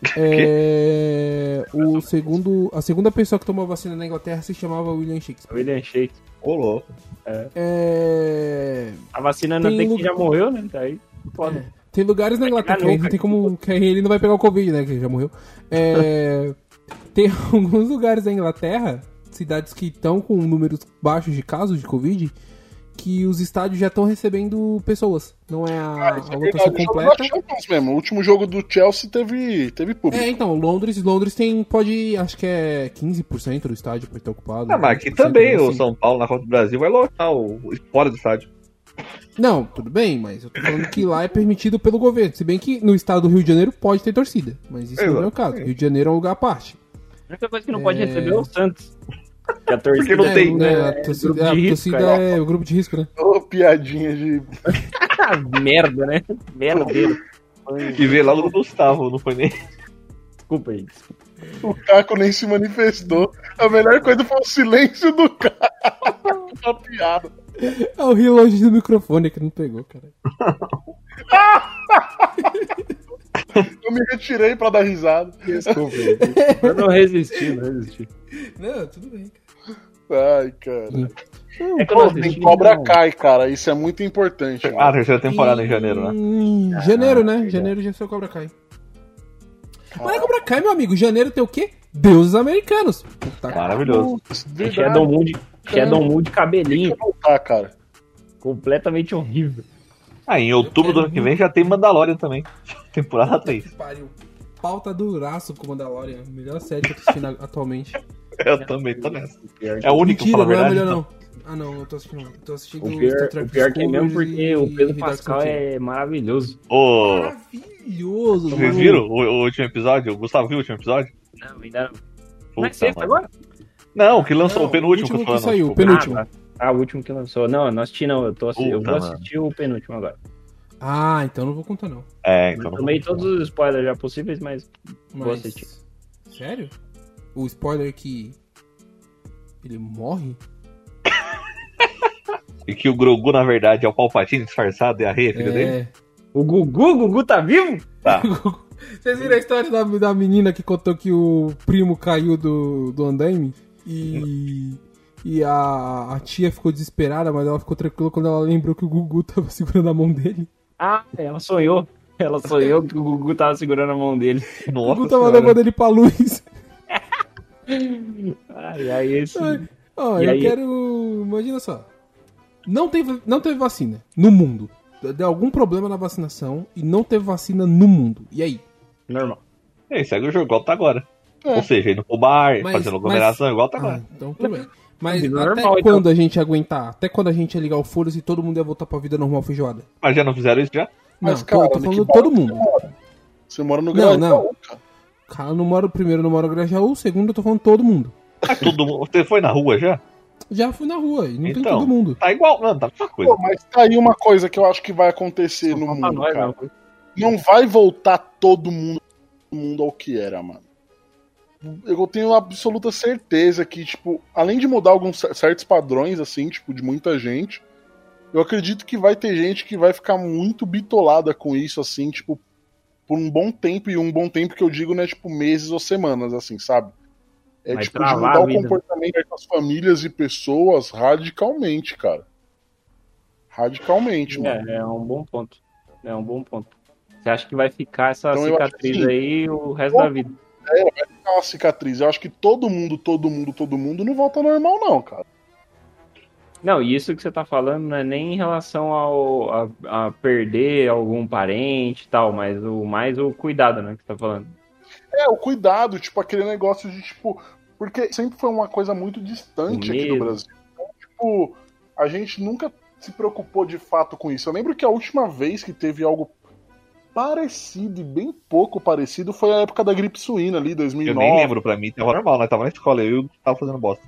Speaker 2: É, o segundo, a segunda pessoa que tomou a vacina na Inglaterra se chamava William Shakespeare.
Speaker 4: William Shakespeare.
Speaker 3: Ô, louco.
Speaker 2: É,
Speaker 4: A vacina não
Speaker 2: Tem
Speaker 4: tem que
Speaker 2: lugar-
Speaker 4: já morreu, né? Tá aí. Foda.
Speaker 2: É. Tem lugares na Inglaterra que
Speaker 4: pegar
Speaker 2: aí não
Speaker 4: nunca.
Speaker 2: tem como. Que aí ele não vai pegar o Covid, né? Que ele já morreu. É, tem alguns lugares da Inglaterra, cidades que estão com números baixos de casos de Covid, que os estádios já estão recebendo pessoas. Não é a,
Speaker 5: Isso
Speaker 2: a
Speaker 5: é
Speaker 2: lotação
Speaker 5: verdade, jogo da
Speaker 2: completa.
Speaker 5: Champions mesmo. O último jogo do Chelsea teve, teve público.
Speaker 2: É, então, Londres, Londres tem, pode, acho que é 15% do estádio pode estar ocupado.
Speaker 3: Ah, mas aqui
Speaker 2: 20%,
Speaker 3: também,
Speaker 2: algo
Speaker 3: o
Speaker 2: assim.
Speaker 3: São Paulo, na Copa do Brasil, vai lotar o o- fora do estádio.
Speaker 2: Não, tudo bem, mas eu tô falando que lá é permitido pelo governo. Se bem que no estado do Rio de Janeiro pode ter torcida, mas isso não é o
Speaker 3: Exato.
Speaker 2: caso. Rio de Janeiro é um lugar à parte.
Speaker 4: A única coisa que não pode
Speaker 2: É.
Speaker 4: receber é o Santos. 14
Speaker 3: Porque não
Speaker 2: é,
Speaker 3: tem,
Speaker 2: né?
Speaker 4: né?
Speaker 2: A torcida,
Speaker 4: Grupo de
Speaker 2: a
Speaker 4: risco,
Speaker 2: torcida
Speaker 4: cara.
Speaker 2: é o grupo de risco, né?
Speaker 5: Ô, piadinha de.
Speaker 4: É
Speaker 2: é-
Speaker 4: merda, né? Merda dele.
Speaker 3: E vê logo o Gustavo, não foi nem.
Speaker 4: Desculpa aí. desculpa.
Speaker 5: O Caco nem se manifestou. A melhor coisa foi o silêncio do Caco. Uma piada.
Speaker 2: É o ri longe do microfone que não pegou, cara.
Speaker 5: Eu me retirei pra dar risada.
Speaker 4: Desculpa aí. Eu não resisti, não resisti.
Speaker 2: Não, tudo bem.
Speaker 5: Ai, cara.
Speaker 2: um
Speaker 4: É que eu não
Speaker 5: Pô, tem
Speaker 4: assisti,
Speaker 5: Cobra
Speaker 4: não.
Speaker 5: Kai, cara. Isso é muito importante.
Speaker 3: Ah, a
Speaker 5: Cara.
Speaker 3: terceira temporada em janeiro, né?
Speaker 2: Em janeiro,
Speaker 4: Ah,
Speaker 2: né? Janeiro já foi o Cobra Kai. Mas é Cobra Kai, meu amigo. Janeiro tem o quê? Deuses americanos. Puta
Speaker 3: Ah, Maravilhoso.
Speaker 4: É
Speaker 5: Verdade,
Speaker 4: Shadow Moon de, Shadow Moon
Speaker 5: tem
Speaker 4: de
Speaker 5: que
Speaker 4: cabelinho.
Speaker 5: voltar, cara.
Speaker 4: Completamente horrível.
Speaker 3: Ah, em outubro do ano que vem já tem Mandalorian também. Temporada 3.
Speaker 2: que pariu. Pauta duraço com Mandalorian. Melhor série que eu tô assistindo atualmente.
Speaker 3: Eu também tô nessa. É o único,
Speaker 2: Mentira,
Speaker 3: fala a
Speaker 2: não é a
Speaker 3: verdade.
Speaker 2: melhor
Speaker 3: então.
Speaker 2: não. Ah não, eu tô assistindo. Eu tô assistindo
Speaker 4: O pior,
Speaker 2: Star Trek
Speaker 4: o pior que é mesmo
Speaker 2: Discovery
Speaker 4: porque o Pedro
Speaker 2: e Dark
Speaker 4: Pascal
Speaker 2: Souls.
Speaker 4: é maravilhoso.
Speaker 3: então. Ô,
Speaker 2: Maravilhoso,
Speaker 3: Vocês
Speaker 2: mano.
Speaker 3: viram o, o último episódio? O Gustavo viu o último episódio?
Speaker 4: Não, ainda não. Não é
Speaker 3: Puta,
Speaker 4: sexta
Speaker 3: mano.
Speaker 4: agora?
Speaker 3: Não, o que lançou
Speaker 2: Não,
Speaker 3: o penúltimo
Speaker 2: o último
Speaker 3: que eu tô
Speaker 2: que
Speaker 3: falando.
Speaker 2: saiu,
Speaker 3: o
Speaker 2: o penúltimo.
Speaker 4: Ah, tá. Ah, o último que lançou. Não, eu não assisti não. Eu, tô assi- eu
Speaker 3: Puta,
Speaker 4: vou
Speaker 3: mano.
Speaker 4: assistir o penúltimo agora.
Speaker 2: Ah, então não vou contar não.
Speaker 3: É, então.
Speaker 4: Eu
Speaker 3: não
Speaker 4: tomei
Speaker 3: vou falar.
Speaker 4: todos os spoilers já possíveis, mas Vou
Speaker 2: Mas...
Speaker 4: assistir.
Speaker 2: Sério? O spoiler que. Ele morre?
Speaker 3: E que o Grogu, na verdade, é o Palpatine disfarçado e a Rei,
Speaker 2: É,
Speaker 3: filho dele.
Speaker 4: O Gugu, o Gugu tá vivo?
Speaker 2: Vocês viram a história da, da menina que contou que o primo caiu do, do andaime? E. E a, a tia ficou desesperada, mas ela ficou tranquila quando ela lembrou que o Gugu tava segurando a mão dele.
Speaker 4: Ah, ela sonhou. Ela sonhou que o Gugu tava segurando a mão dele.
Speaker 2: O tá
Speaker 3: Nossa
Speaker 2: Gugu tava
Speaker 3: senhora.
Speaker 2: levando ele pra luz.
Speaker 4: Ai, ai, Ah, esse.
Speaker 2: Ai, Ó,
Speaker 4: E
Speaker 2: eu
Speaker 4: aí?
Speaker 2: quero. Imagina só. Não teve, não teve vacina no mundo. Deu algum problema na vacinação e não teve vacina no mundo. E aí?
Speaker 4: Normal.
Speaker 3: É, segue o jogo, igual tá agora.
Speaker 5: É.
Speaker 3: Ou seja, indo pro bar,
Speaker 2: Mas-
Speaker 3: fazendo aglomeração, igual tá
Speaker 2: Ah,
Speaker 3: agora.
Speaker 2: então tudo bem. Mas
Speaker 4: Vida
Speaker 2: até
Speaker 4: normal, então.
Speaker 2: quando a gente aguentar? Até quando a gente ia ligar o furo e todo mundo ia voltar pra vida normal feijoada?
Speaker 3: Mas já não fizeram isso já?
Speaker 2: Não,
Speaker 5: Mas,
Speaker 2: tô-
Speaker 5: cara,
Speaker 2: tô,
Speaker 5: que
Speaker 2: falando
Speaker 5: bom
Speaker 2: todo mundo.
Speaker 5: Você mora no
Speaker 2: Não,
Speaker 5: Grau.
Speaker 2: não. Cara, eu não moro primeiro, eu não moro no Grajaú, segundo, eu tô falando todo mundo.
Speaker 3: Mas todo mundo. Tá Você foi na rua já?
Speaker 2: Já fui na rua e não tem
Speaker 3: Então.
Speaker 2: todo mundo.
Speaker 3: Tá igual, mano, tá a mesma coisa.
Speaker 5: Pô, mas tá aí uma coisa que eu acho que vai acontecer no
Speaker 4: Falta
Speaker 5: mundo,
Speaker 4: nós,
Speaker 5: Hum,
Speaker 4: né?
Speaker 5: cara.
Speaker 4: não.
Speaker 5: Não vai voltar todo mundo, todo mundo ao que era, mano. Eu tenho absoluta certeza que, tipo, além de mudar alguns cer- certos padrões, assim, tipo, de muita gente, eu acredito que vai ter gente que vai ficar muito bitolada com isso, assim, tipo, por um bom tempo, e um bom tempo que eu digo, né, tipo, meses ou semanas, assim, sabe? É
Speaker 4: Vai
Speaker 5: tipo
Speaker 4: travar
Speaker 5: mudar
Speaker 4: a
Speaker 5: o
Speaker 4: vida.
Speaker 5: comportamento das famílias e pessoas radicalmente, cara. Radicalmente, mano.
Speaker 4: É, é um bom ponto. É um bom ponto. Você acha que vai ficar essa
Speaker 5: Então, eu acho
Speaker 4: cicatriz
Speaker 5: que sim.
Speaker 4: aí o resto da vida?
Speaker 5: É uma cicatriz. Eu acho que todo mundo, todo mundo, todo mundo não volta ao normal, não, cara.
Speaker 4: Não, e isso que você tá falando não é nem em relação ao, a, a perder algum parente e tal, mas o mais o cuidado, né, que você tá falando.
Speaker 5: É, o cuidado, tipo, aquele negócio de, tipo. Porque sempre foi uma coisa muito distante aqui do
Speaker 4: Medo.
Speaker 5: Brasil. Então, tipo, a gente nunca se preocupou de fato com isso. Eu lembro que a última vez que teve algo parecido e bem pouco parecido foi a época da gripe suína ali,
Speaker 3: Eu
Speaker 5: 2009.
Speaker 3: nem lembro, pra mim tava normal, né? Tava na escola, eu tava fazendo bosta.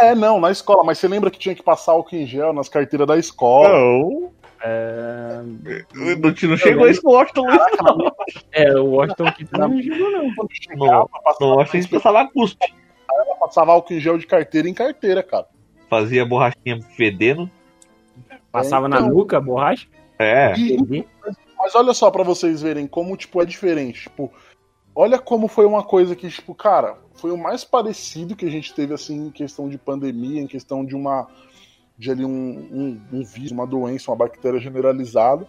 Speaker 5: É, não, na escola, mas você lembra que tinha que passar álcool em gel nas carteiras da escola?
Speaker 3: Não.
Speaker 4: É,
Speaker 3: Não, te- não chegou esse lote do Luiz, não.
Speaker 4: é, o Washington que tá
Speaker 5: Quando chegava,
Speaker 3: Não, não, acho que a gente pensava na cuspe.
Speaker 5: passava álcool em gel de carteira em carteira, cara.
Speaker 3: Fazia borrachinha fedendo.
Speaker 4: passava na
Speaker 5: Então,
Speaker 4: nuca a borracha.
Speaker 3: É.
Speaker 5: e-
Speaker 4: Entendi.
Speaker 5: Mas olha só pra vocês verem como tipo é diferente, tipo, olha como foi uma coisa que tipo, cara, foi o mais parecido que a gente teve assim em questão de pandemia, em questão de uma de ali um, um, um vírus, uma doença, uma bactéria generalizada.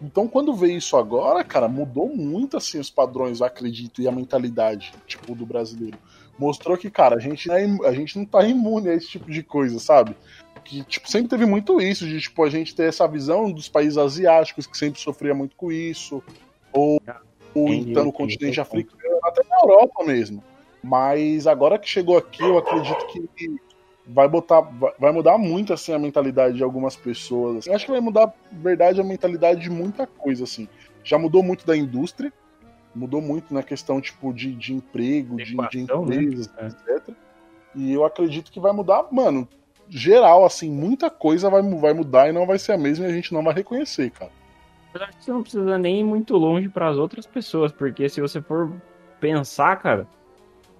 Speaker 5: Então, quando vê isso agora, cara, mudou muito assim os padrões, eu acredito, e a mentalidade, tipo, do brasileiro. Mostrou que, cara, a gente, não é im- a gente não tá imune a esse tipo de coisa, sabe? que tipo, sempre teve muito isso, de tipo, a gente ter essa visão dos países asiáticos que sempre sofria muito com isso, ou, ou
Speaker 4: Ah, entendi,
Speaker 5: então no
Speaker 4: entendi,
Speaker 5: continente
Speaker 4: entendi.
Speaker 5: africano, até na Europa mesmo. Mas agora que chegou aqui, eu acredito que vai botar, vai- vai mudar muito assim a mentalidade de algumas pessoas. assim. Eu acho que vai mudar, na verdade, a mentalidade de muita coisa assim. Já mudou muito da indústria, mudou muito na questão tipo de, de emprego, de, de
Speaker 4: Adequação, né?
Speaker 5: empresas,
Speaker 4: É.
Speaker 5: etc. E eu acredito que vai mudar, mano, geral, assim, muita coisa vai, mu- vai mudar e não vai ser a mesma e a gente não vai reconhecer, cara.
Speaker 4: Mas acho que você não precisa nem ir muito longe para as outras pessoas, porque se você for pensar, cara,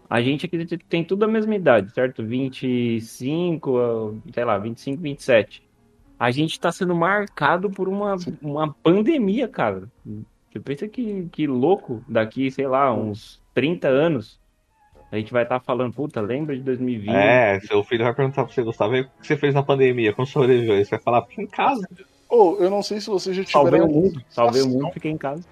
Speaker 4: a gente aqui te- tem tudo a mesma idade, certo? 25, ah, sei lá, 25, 27. A gente está sendo marcado por uma, uma pandemia, cara. Você pensa que, que louco, daqui, sei lá, uns 30 anos, a gente vai estar falando, puta, lembra de 2020?
Speaker 3: É, seu filho vai perguntar pra você, Gustavo, e o que você fez na pandemia? Como sobreviveu? Aí você vai falar, fica em casa.
Speaker 5: Ou eu não sei se vocês já
Speaker 4: Salvei
Speaker 5: tiveram.
Speaker 4: o mundo, salvei o
Speaker 5: Nossa,
Speaker 4: mundo, fiquei em casa.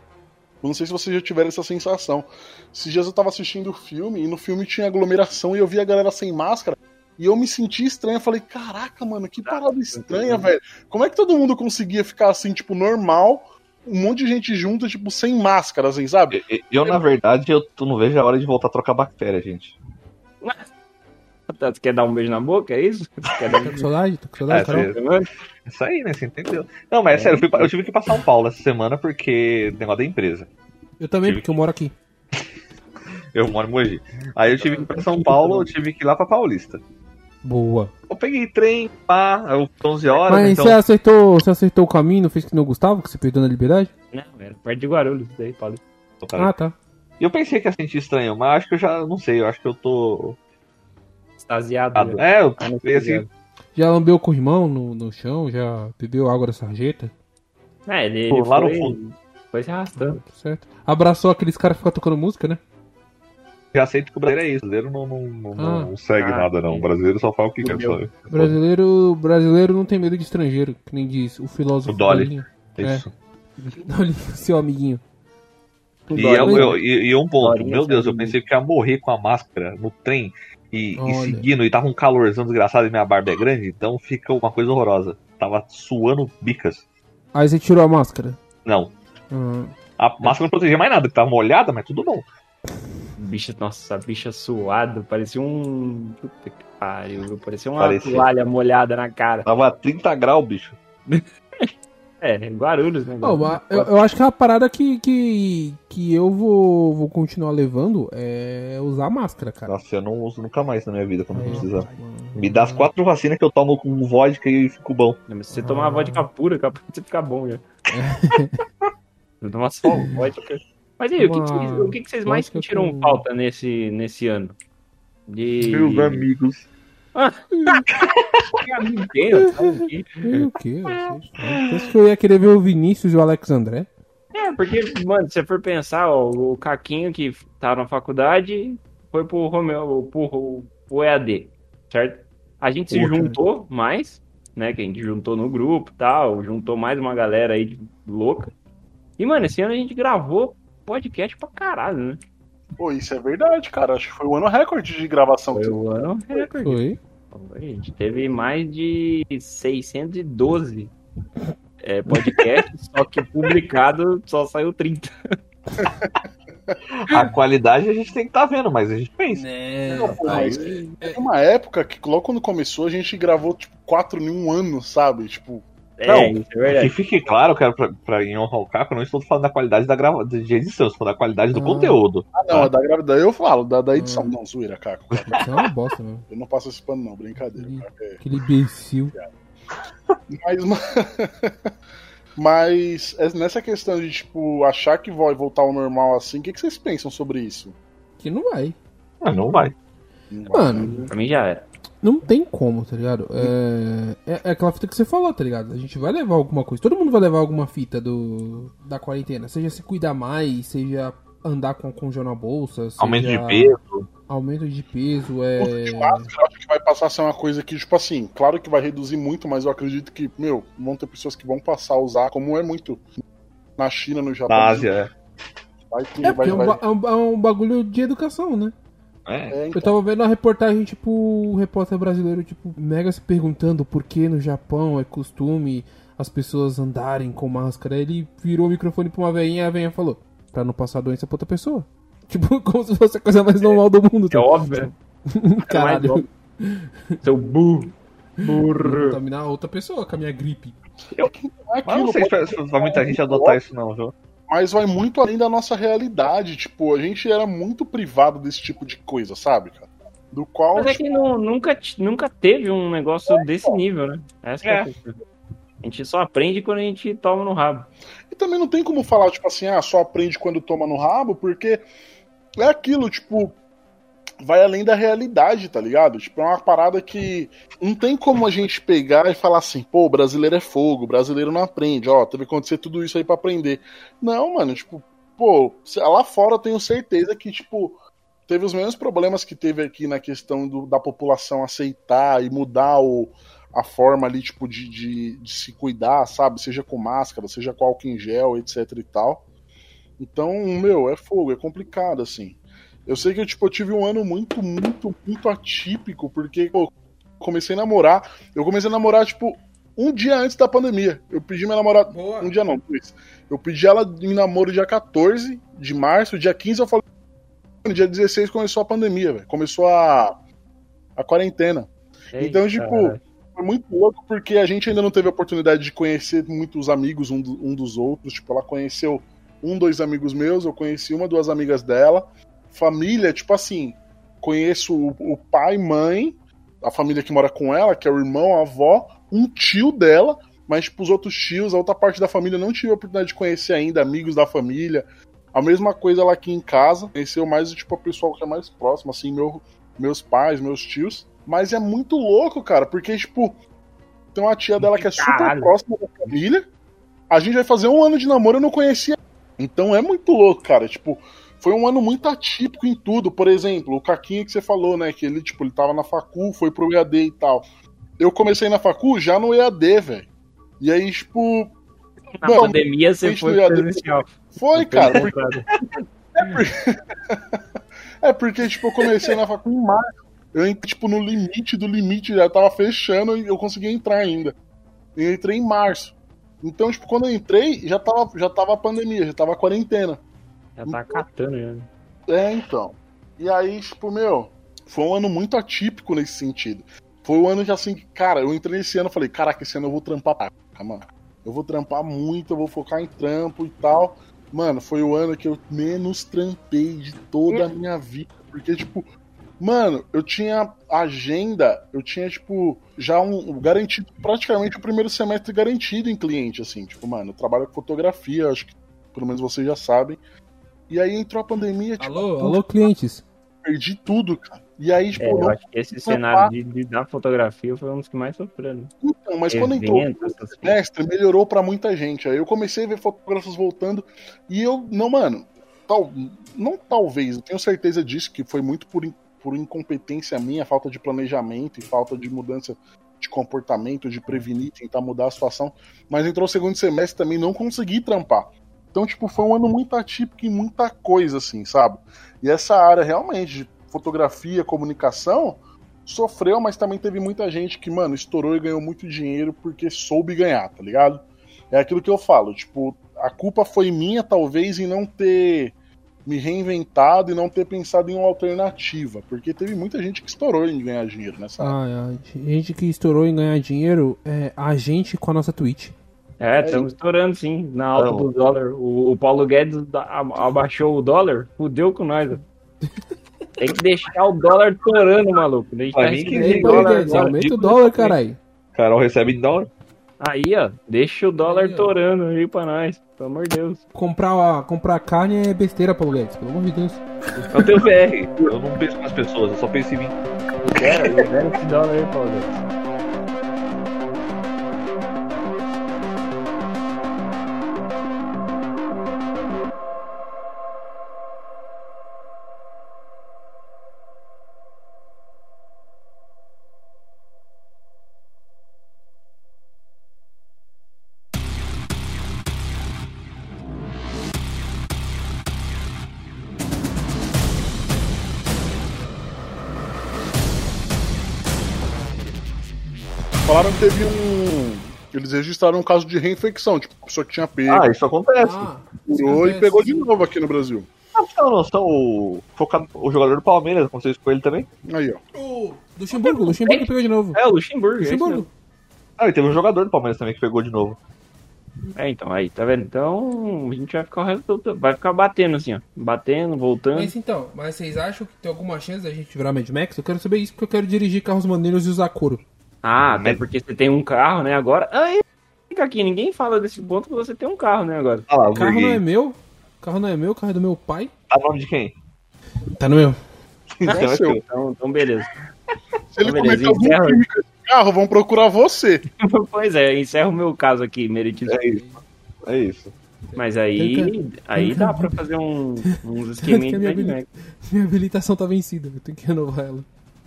Speaker 5: Eu não sei se vocês já tiveram essa sensação. Esses dias eu tava assistindo o filme e no filme tinha aglomeração e eu vi a galera sem máscara. E eu me senti estranho, eu falei, caraca, mano, que parada estranha, velho. Como é que todo mundo conseguia ficar assim, tipo, normal, um monte de gente junto, tipo, sem máscara, assim, sabe?
Speaker 3: Eu, eu, na verdade, eu tô- não vejo a hora de voltar a trocar bactéria, gente.
Speaker 4: Tá, Você quer dar um beijo na boca, é isso? Você quer dar
Speaker 2: Tá
Speaker 4: um
Speaker 2: com saudade? Tá com saudade,
Speaker 3: É,
Speaker 2: Carol?
Speaker 3: você- Isso aí, né? Você entendeu? Não, mas é sério, eu, fui pra- eu tive que ir pra São Paulo essa semana porque negócio da empresa.
Speaker 2: Eu também, porque eu moro aqui.
Speaker 3: Eu moro em Mogi. Aí eu tive que ir pra São Paulo, eu tive que ir lá pra Paulista.
Speaker 2: Boa.
Speaker 3: Eu peguei trem, pá, eu 11 horas,
Speaker 2: Mas
Speaker 3: então.
Speaker 2: você, acertou, você acertou o caminho, não fez que nem o Gustavo, que você perdeu na liberdade?
Speaker 4: Não, era perto de Guarulhos, daí, Paulo.
Speaker 3: Cara,
Speaker 2: Ah, tá.
Speaker 3: E eu pensei que ia sentir estranho, mas acho que eu já não sei, eu acho que eu tô.
Speaker 4: Extasiado. né?
Speaker 3: É, eu
Speaker 4: Ah, não
Speaker 3: fiquei assim.
Speaker 4: ligado.
Speaker 2: Já lambeu com o irmão no, no chão, já bebeu água da sarjeta,
Speaker 4: É, ele,
Speaker 3: Pô,
Speaker 4: ele
Speaker 3: lá no
Speaker 4: foi, foi se arrastando.
Speaker 2: tá certo? Abraçou aqueles caras que ficam tocando música, né?
Speaker 3: Já aceito que o brasileiro é isso. O brasileiro não, não, não,
Speaker 2: Ah.
Speaker 3: não segue
Speaker 4: Ah,
Speaker 3: nada, não. O brasileiro só fala o que quer.
Speaker 4: Meu.
Speaker 3: Só...
Speaker 2: Brasileiro, brasileiro não tem medo de estrangeiro, que nem diz o filósofo.
Speaker 3: O Dolly.
Speaker 2: Dolinho.
Speaker 3: Isso.
Speaker 2: Dolinho, seu amiguinho.
Speaker 3: E,
Speaker 2: Dolly.
Speaker 4: né?
Speaker 3: eu- eu- e- e um ponto,
Speaker 4: Dolinha,
Speaker 3: meu Deus, eu
Speaker 4: sabe?
Speaker 3: pensei que ia morrer com a máscara no trem e, e
Speaker 2: Olha.
Speaker 3: seguindo, e tava um calorzão desgraçado e minha barba é grande, então fica uma coisa horrorosa. Tava suando bicas.
Speaker 2: Aí você tirou a máscara.
Speaker 3: Não,
Speaker 2: Ah,
Speaker 3: a máscara não protegia mais nada, que tava molhada, mas tudo bom.
Speaker 4: Bicha, nossa, bicha suado. Parecia um. Puta que pariu, viu? Parecia uma
Speaker 3: Parecia.
Speaker 4: toalha molhada na cara.
Speaker 3: Tava 30 graus, bicho.
Speaker 4: É, Guarulhos, né?
Speaker 2: Bom, mas eu, eu acho que a parada que, que, que eu vou, vou continuar levando é usar máscara, cara. É.
Speaker 3: Nossa, eu não uso nunca mais na minha vida
Speaker 2: Hum.
Speaker 3: quando precisar.
Speaker 2: Mano.
Speaker 3: Me dá as quatro vacinas que eu tomo com vodka e fico bom.
Speaker 4: né? Mas se você
Speaker 2: Ah.
Speaker 4: tomar vodka pura, capaz de você ficar bom já. Você tomar só vodka. Mas e aí, o que, que vocês- o que que vocês mais
Speaker 2: Vodka
Speaker 4: sentiram
Speaker 2: com-
Speaker 4: falta nesse, nesse ano? De.
Speaker 3: amigos.
Speaker 4: de amigo, sabe o quê?
Speaker 2: Eu, o quê? Eu sei. Pensa que eu ia querer ver o Vinícius e o Alex André.
Speaker 4: É, porque, mano, se você for pensar, ó, o Caquinho que tá na faculdade, foi pro Romeu, pro, pro EAD, certo? A gente se
Speaker 2: Pô, cara.
Speaker 4: juntou mais, né? Que a gente juntou no grupo e tal, juntou mais uma galera aí de- louca. E, mano, esse ano a gente gravou podcast pra caralho, né?
Speaker 5: Pô, isso é verdade, cara. Acho que foi o ano recorde de gravação.
Speaker 4: Foi o ano recorde.
Speaker 2: Foi.
Speaker 4: A gente teve mais de 612 é, podcasts, só que publicado só saiu 30.
Speaker 3: A qualidade a gente tem que estar vendo, mas a gente
Speaker 2: Né.
Speaker 3: fez.
Speaker 5: Não, pô,
Speaker 2: Aí-
Speaker 5: mas teve uma época que logo quando começou a gente gravou tipo quatro em um ano, sabe? Tipo,
Speaker 4: É, isso é
Speaker 3: Que
Speaker 4: verdade.
Speaker 3: fique claro, cara, pra, pra em honra ao Caco, eu não estou falando da qualidade da grava... de edição, estou falando da qualidade do
Speaker 2: Ah.
Speaker 3: conteúdo.
Speaker 5: ah Hum. não, é da gravidez eu falo, da, da edição.
Speaker 2: Ah.
Speaker 5: Não, zoeira, Caco.
Speaker 2: Isso é uma bosta, mano.
Speaker 5: Eu não passo esse pano, não, brincadeira.
Speaker 2: Ih.
Speaker 5: Caco, é.
Speaker 2: Aquele imbecil.
Speaker 5: Mas, ma- mas é- nessa questão de, tipo, achar que vai voltar ao normal assim, o que, que vocês pensam sobre isso?
Speaker 2: Que não vai.
Speaker 3: Ah, não vai.
Speaker 5: Não vai,
Speaker 2: Mano,
Speaker 5: né?
Speaker 4: Pra mim já era.
Speaker 2: Não tem como, tá ligado? É, é, é aquela fita que você falou, tá ligado? A gente vai levar alguma coisa. Todo mundo vai levar alguma fita do da quarentena. Seja se cuidar mais, seja andar com congel na bolsa. Seja
Speaker 3: Aumento de peso.
Speaker 2: Aumento de peso, é.
Speaker 5: Eu acho que vai passar a ser uma coisa que, tipo assim, claro que vai reduzir muito, mas eu acredito que, meu, vão ter pessoas que vão passar a usar, como é muito na China, no Japão.
Speaker 3: Na Ásia.
Speaker 5: Vai ter,
Speaker 2: É
Speaker 5: vai,
Speaker 2: porque é um,
Speaker 5: vai-
Speaker 2: ba- é um- é um bagulho de educação, né?
Speaker 3: É.
Speaker 5: é,
Speaker 2: Eu
Speaker 5: então,
Speaker 2: tava vendo uma reportagem, tipo, o repórter brasileiro, tipo, mega se perguntando por que no Japão é costume as pessoas andarem com máscara. Ele virou o microfone pra uma veinha e a veinha falou, pra não passar doença pra outra pessoa. Tipo, como se fosse a coisa mais normal do mundo. tá
Speaker 4: É óbvio.
Speaker 2: É
Speaker 4: mais
Speaker 2: Caralho.
Speaker 4: óbvio. Seu burro. Burro.
Speaker 2: Contaminar outra pessoa com a minha gripe.
Speaker 5: não é
Speaker 3: Mas
Speaker 5: aquilo,
Speaker 3: não sei se vai- se vai muita gente adotar isso, não, viu?
Speaker 5: mas vai muito além da nossa realidade. Tipo, a gente era muito privado desse tipo de coisa, sabe, cara? Do qual.
Speaker 4: Mas é que não- nunca, t- nunca teve um negócio desse nível, né? Essa que é.
Speaker 3: É.
Speaker 4: a questão. A gente só aprende quando a gente toma no rabo.
Speaker 5: E também não tem como falar, tipo assim, ah, só aprende quando toma no rabo, porque é aquilo, tipo, vai além da realidade, tá ligado? Tipo, é uma parada que não tem como a gente pegar e falar assim, pô, brasileiro é fogo, brasileiro não aprende, ó, teve que acontecer tudo isso aí pra aprender. Não, mano, tipo, pô, se- lá fora eu tenho certeza que, tipo, teve os mesmos problemas que teve aqui na questão do- da população aceitar e mudar o, a forma ali, tipo, de, de, de se cuidar, sabe? Seja com máscara, seja com álcool em gel, etc e tal. Então, meu, é fogo, é complicado, assim. Eu sei que eu, tipo, eu tive um ano muito, muito, muito atípico, porque pô, comecei a namorar. Eu comecei a namorar, tipo, um dia antes da pandemia. Eu pedi minha namorada.
Speaker 2: Boa.
Speaker 5: Um dia não, dois. Eu pedi ela em namoro dia 14 de março, dia 15 eu falei. "Mano, Dia 16 começou a pandemia, velho. Começou a, a quarentena. Então,
Speaker 4: Eita,
Speaker 5: tipo, foi muito louco porque a gente ainda não teve a oportunidade de conhecer muitos amigos um, do- um dos outros. Tipo, ela conheceu um, dois amigos meus, eu conheci uma, duas amigas dela. Família, tipo assim, conheço o, o pai, mãe, a família que mora com ela, que é o irmão, a avó, um tio dela, mas tipo, os outros tios, a outra parte da família, não tive a oportunidade de conhecer ainda, amigos da família. A mesma coisa lá aqui em casa, conheceu mais tipo, o pessoal que é mais próximo, assim, meu, meus pais, meus tios. Mas é muito louco, cara, porque, tipo, tem uma tia dela que é super
Speaker 4: Caralho.
Speaker 5: próxima da família. A gente vai fazer um ano de namoro, eu não conhecia. Então é muito louco, cara. Tipo, foi um ano muito atípico em tudo. Por exemplo, o Caquinha que você falou, né? Que ele, tipo, ele tava na facu, foi pro EAD e tal. Eu comecei na facu já no EAD, velho. E aí, tipo,
Speaker 4: na
Speaker 5: não,
Speaker 4: pandemia você
Speaker 5: gente
Speaker 4: foi
Speaker 5: não ia-
Speaker 4: presencial.
Speaker 5: foi, cara. Porque,
Speaker 4: Encontrado.
Speaker 5: é porque, tipo, eu comecei na facu em março. Eu entrei, tipo, no limite do limite, já tava fechando e eu consegui entrar ainda. Eu entrei em março. Então, tipo, quando eu entrei, já tava, já tava a pandemia, já tava a quarentena.
Speaker 4: Já tá catando, já.
Speaker 5: É, então. E aí, tipo, meu, foi um ano muito atípico nesse sentido. Foi um ano que, assim, que, cara, eu entrei nesse ano e falei, caraca, esse ano eu vou trampar, pra caraca, mano. Eu vou trampar muito, eu vou focar em trampo e tal. Mano, foi o ano que eu menos trampei de toda a minha vida. Porque, tipo, mano, eu tinha agenda, eu tinha, tipo, já um, um garantido, praticamente o primeiro semestre garantido em cliente, assim. Tipo, mano, eu trabalho com fotografia, acho que pelo menos vocês já sabem. E aí entrou a pandemia, tipo,
Speaker 2: Alô, alô, clientes.
Speaker 5: perdi tudo, cara. E aí, tipo,
Speaker 4: É, eu
Speaker 5: não-
Speaker 4: acho que esse cenário de, de dar fotografia foi um dos que mais sofreu, né?
Speaker 5: então, mas quando entrou é,
Speaker 4: Eventos, essas coisas.
Speaker 5: mestre, melhorou pra muita gente. Aí eu comecei a ver fotógrafos voltando e eu, não, mano, tá- tal, não talvez, eu tenho certeza disso, que foi muito por, in- por incompetência minha, falta de planejamento e falta de mudança de comportamento, de prevenir, tentar mudar a situação. Mas entrou o segundo semestre também, não consegui trampar. Então, tipo, foi um ano muito atípico em muita coisa, assim, sabe? E essa área realmente de fotografia, comunicação, sofreu, mas também teve muita gente que, mano, estourou e ganhou muito dinheiro porque soube ganhar, tá ligado? É aquilo que eu falo, tipo, a culpa foi minha, talvez, em não ter me reinventado e não ter pensado em uma alternativa, porque teve muita gente que estourou em ganhar dinheiro nessa área.
Speaker 2: Ah, é. gente que estourou em ganhar dinheiro é a gente com a nossa Twitch.
Speaker 4: É, Tá estamos estourando sim, na alta
Speaker 3: Não.
Speaker 4: do dólar. O, o Paulo Guedes da- a- abaixou o dólar, fudeu com nós. ó. Tem que deixar o dólar estourando, maluco. A gente
Speaker 3: Pra
Speaker 4: tá
Speaker 3: mim que-
Speaker 4: recebendo
Speaker 3: Ei,
Speaker 4: dólar
Speaker 3: Paulo
Speaker 4: agora.
Speaker 2: Aumenta o dólar, caralho.
Speaker 3: Carol recebe em dólar.
Speaker 4: Aí, ó, deixa o dólar
Speaker 2: Aí, ó.
Speaker 4: estourando aí pra nós, pelo amor de Deus.
Speaker 2: Comprar, comprar carne é besteira, Paulo Guedes, pelo amor de Deus.
Speaker 3: Eu tenho VR. Eu não penso nas pessoas, eu só penso em mim.
Speaker 4: Eu quero, eu quero esse dólar aí, Paulo Guedes.
Speaker 5: Falaram que teve um. Eles registraram um caso de reinfecção, tipo, pessoa que tinha pego,
Speaker 3: Ah, isso
Speaker 4: É,
Speaker 3: acontece.
Speaker 5: curou e pegou de novo aqui no Brasil.
Speaker 3: Ah, você tem uma noção, o, foca- o jogador do Palmeiras, aconteceu isso com ele também?
Speaker 5: Aí, ó.
Speaker 2: Luxemburgo, Luxemburgo pegou de novo.
Speaker 4: É, o Luxemburgo. é isso
Speaker 2: Luxemburgo.
Speaker 3: Ah, e teve um jogador do Palmeiras também que pegou de novo.
Speaker 4: mesmo. É, então, aí, tá vendo? Então, a gente vai ficar o resto do... Vai ficar batendo assim, ó. Batendo, voltando.
Speaker 2: Mas então, mas vocês acham que tem alguma chance da gente virar Mad Max? Eu quero saber isso porque eu quero dirigir carros maneiros e usar couro.
Speaker 4: Ah, até
Speaker 3: Mas-
Speaker 4: porque você tem um carro, né, agora. Aí, fica aqui, ninguém fala desse ponto que você tem um carro, né, agora.
Speaker 3: Ah lá, o
Speaker 2: Carro não é
Speaker 3: Burguinho.
Speaker 2: meu, carro não é meu, carro é do meu pai.
Speaker 3: Tá nome de quem?
Speaker 2: Tá no meu.
Speaker 3: Então é
Speaker 5: seu.
Speaker 3: seu.
Speaker 4: Então, então beleza.
Speaker 5: Se ele
Speaker 4: Então,
Speaker 5: cometer
Speaker 4: beleza,
Speaker 5: algum
Speaker 4: encerra.
Speaker 5: crime com esse carro, vão procurar você.
Speaker 4: pois é, encerra o meu caso aqui, Meretito.
Speaker 3: É isso. É isso.
Speaker 4: Mas aí,
Speaker 2: Tenta-
Speaker 4: aí
Speaker 2: tenta-
Speaker 4: dá pra fazer um, uns esqueminhas
Speaker 2: Tanto
Speaker 4: de
Speaker 2: que a minha
Speaker 4: Mad Max.
Speaker 2: Minha habilitação tá vencida, eu tenho que renovar ela.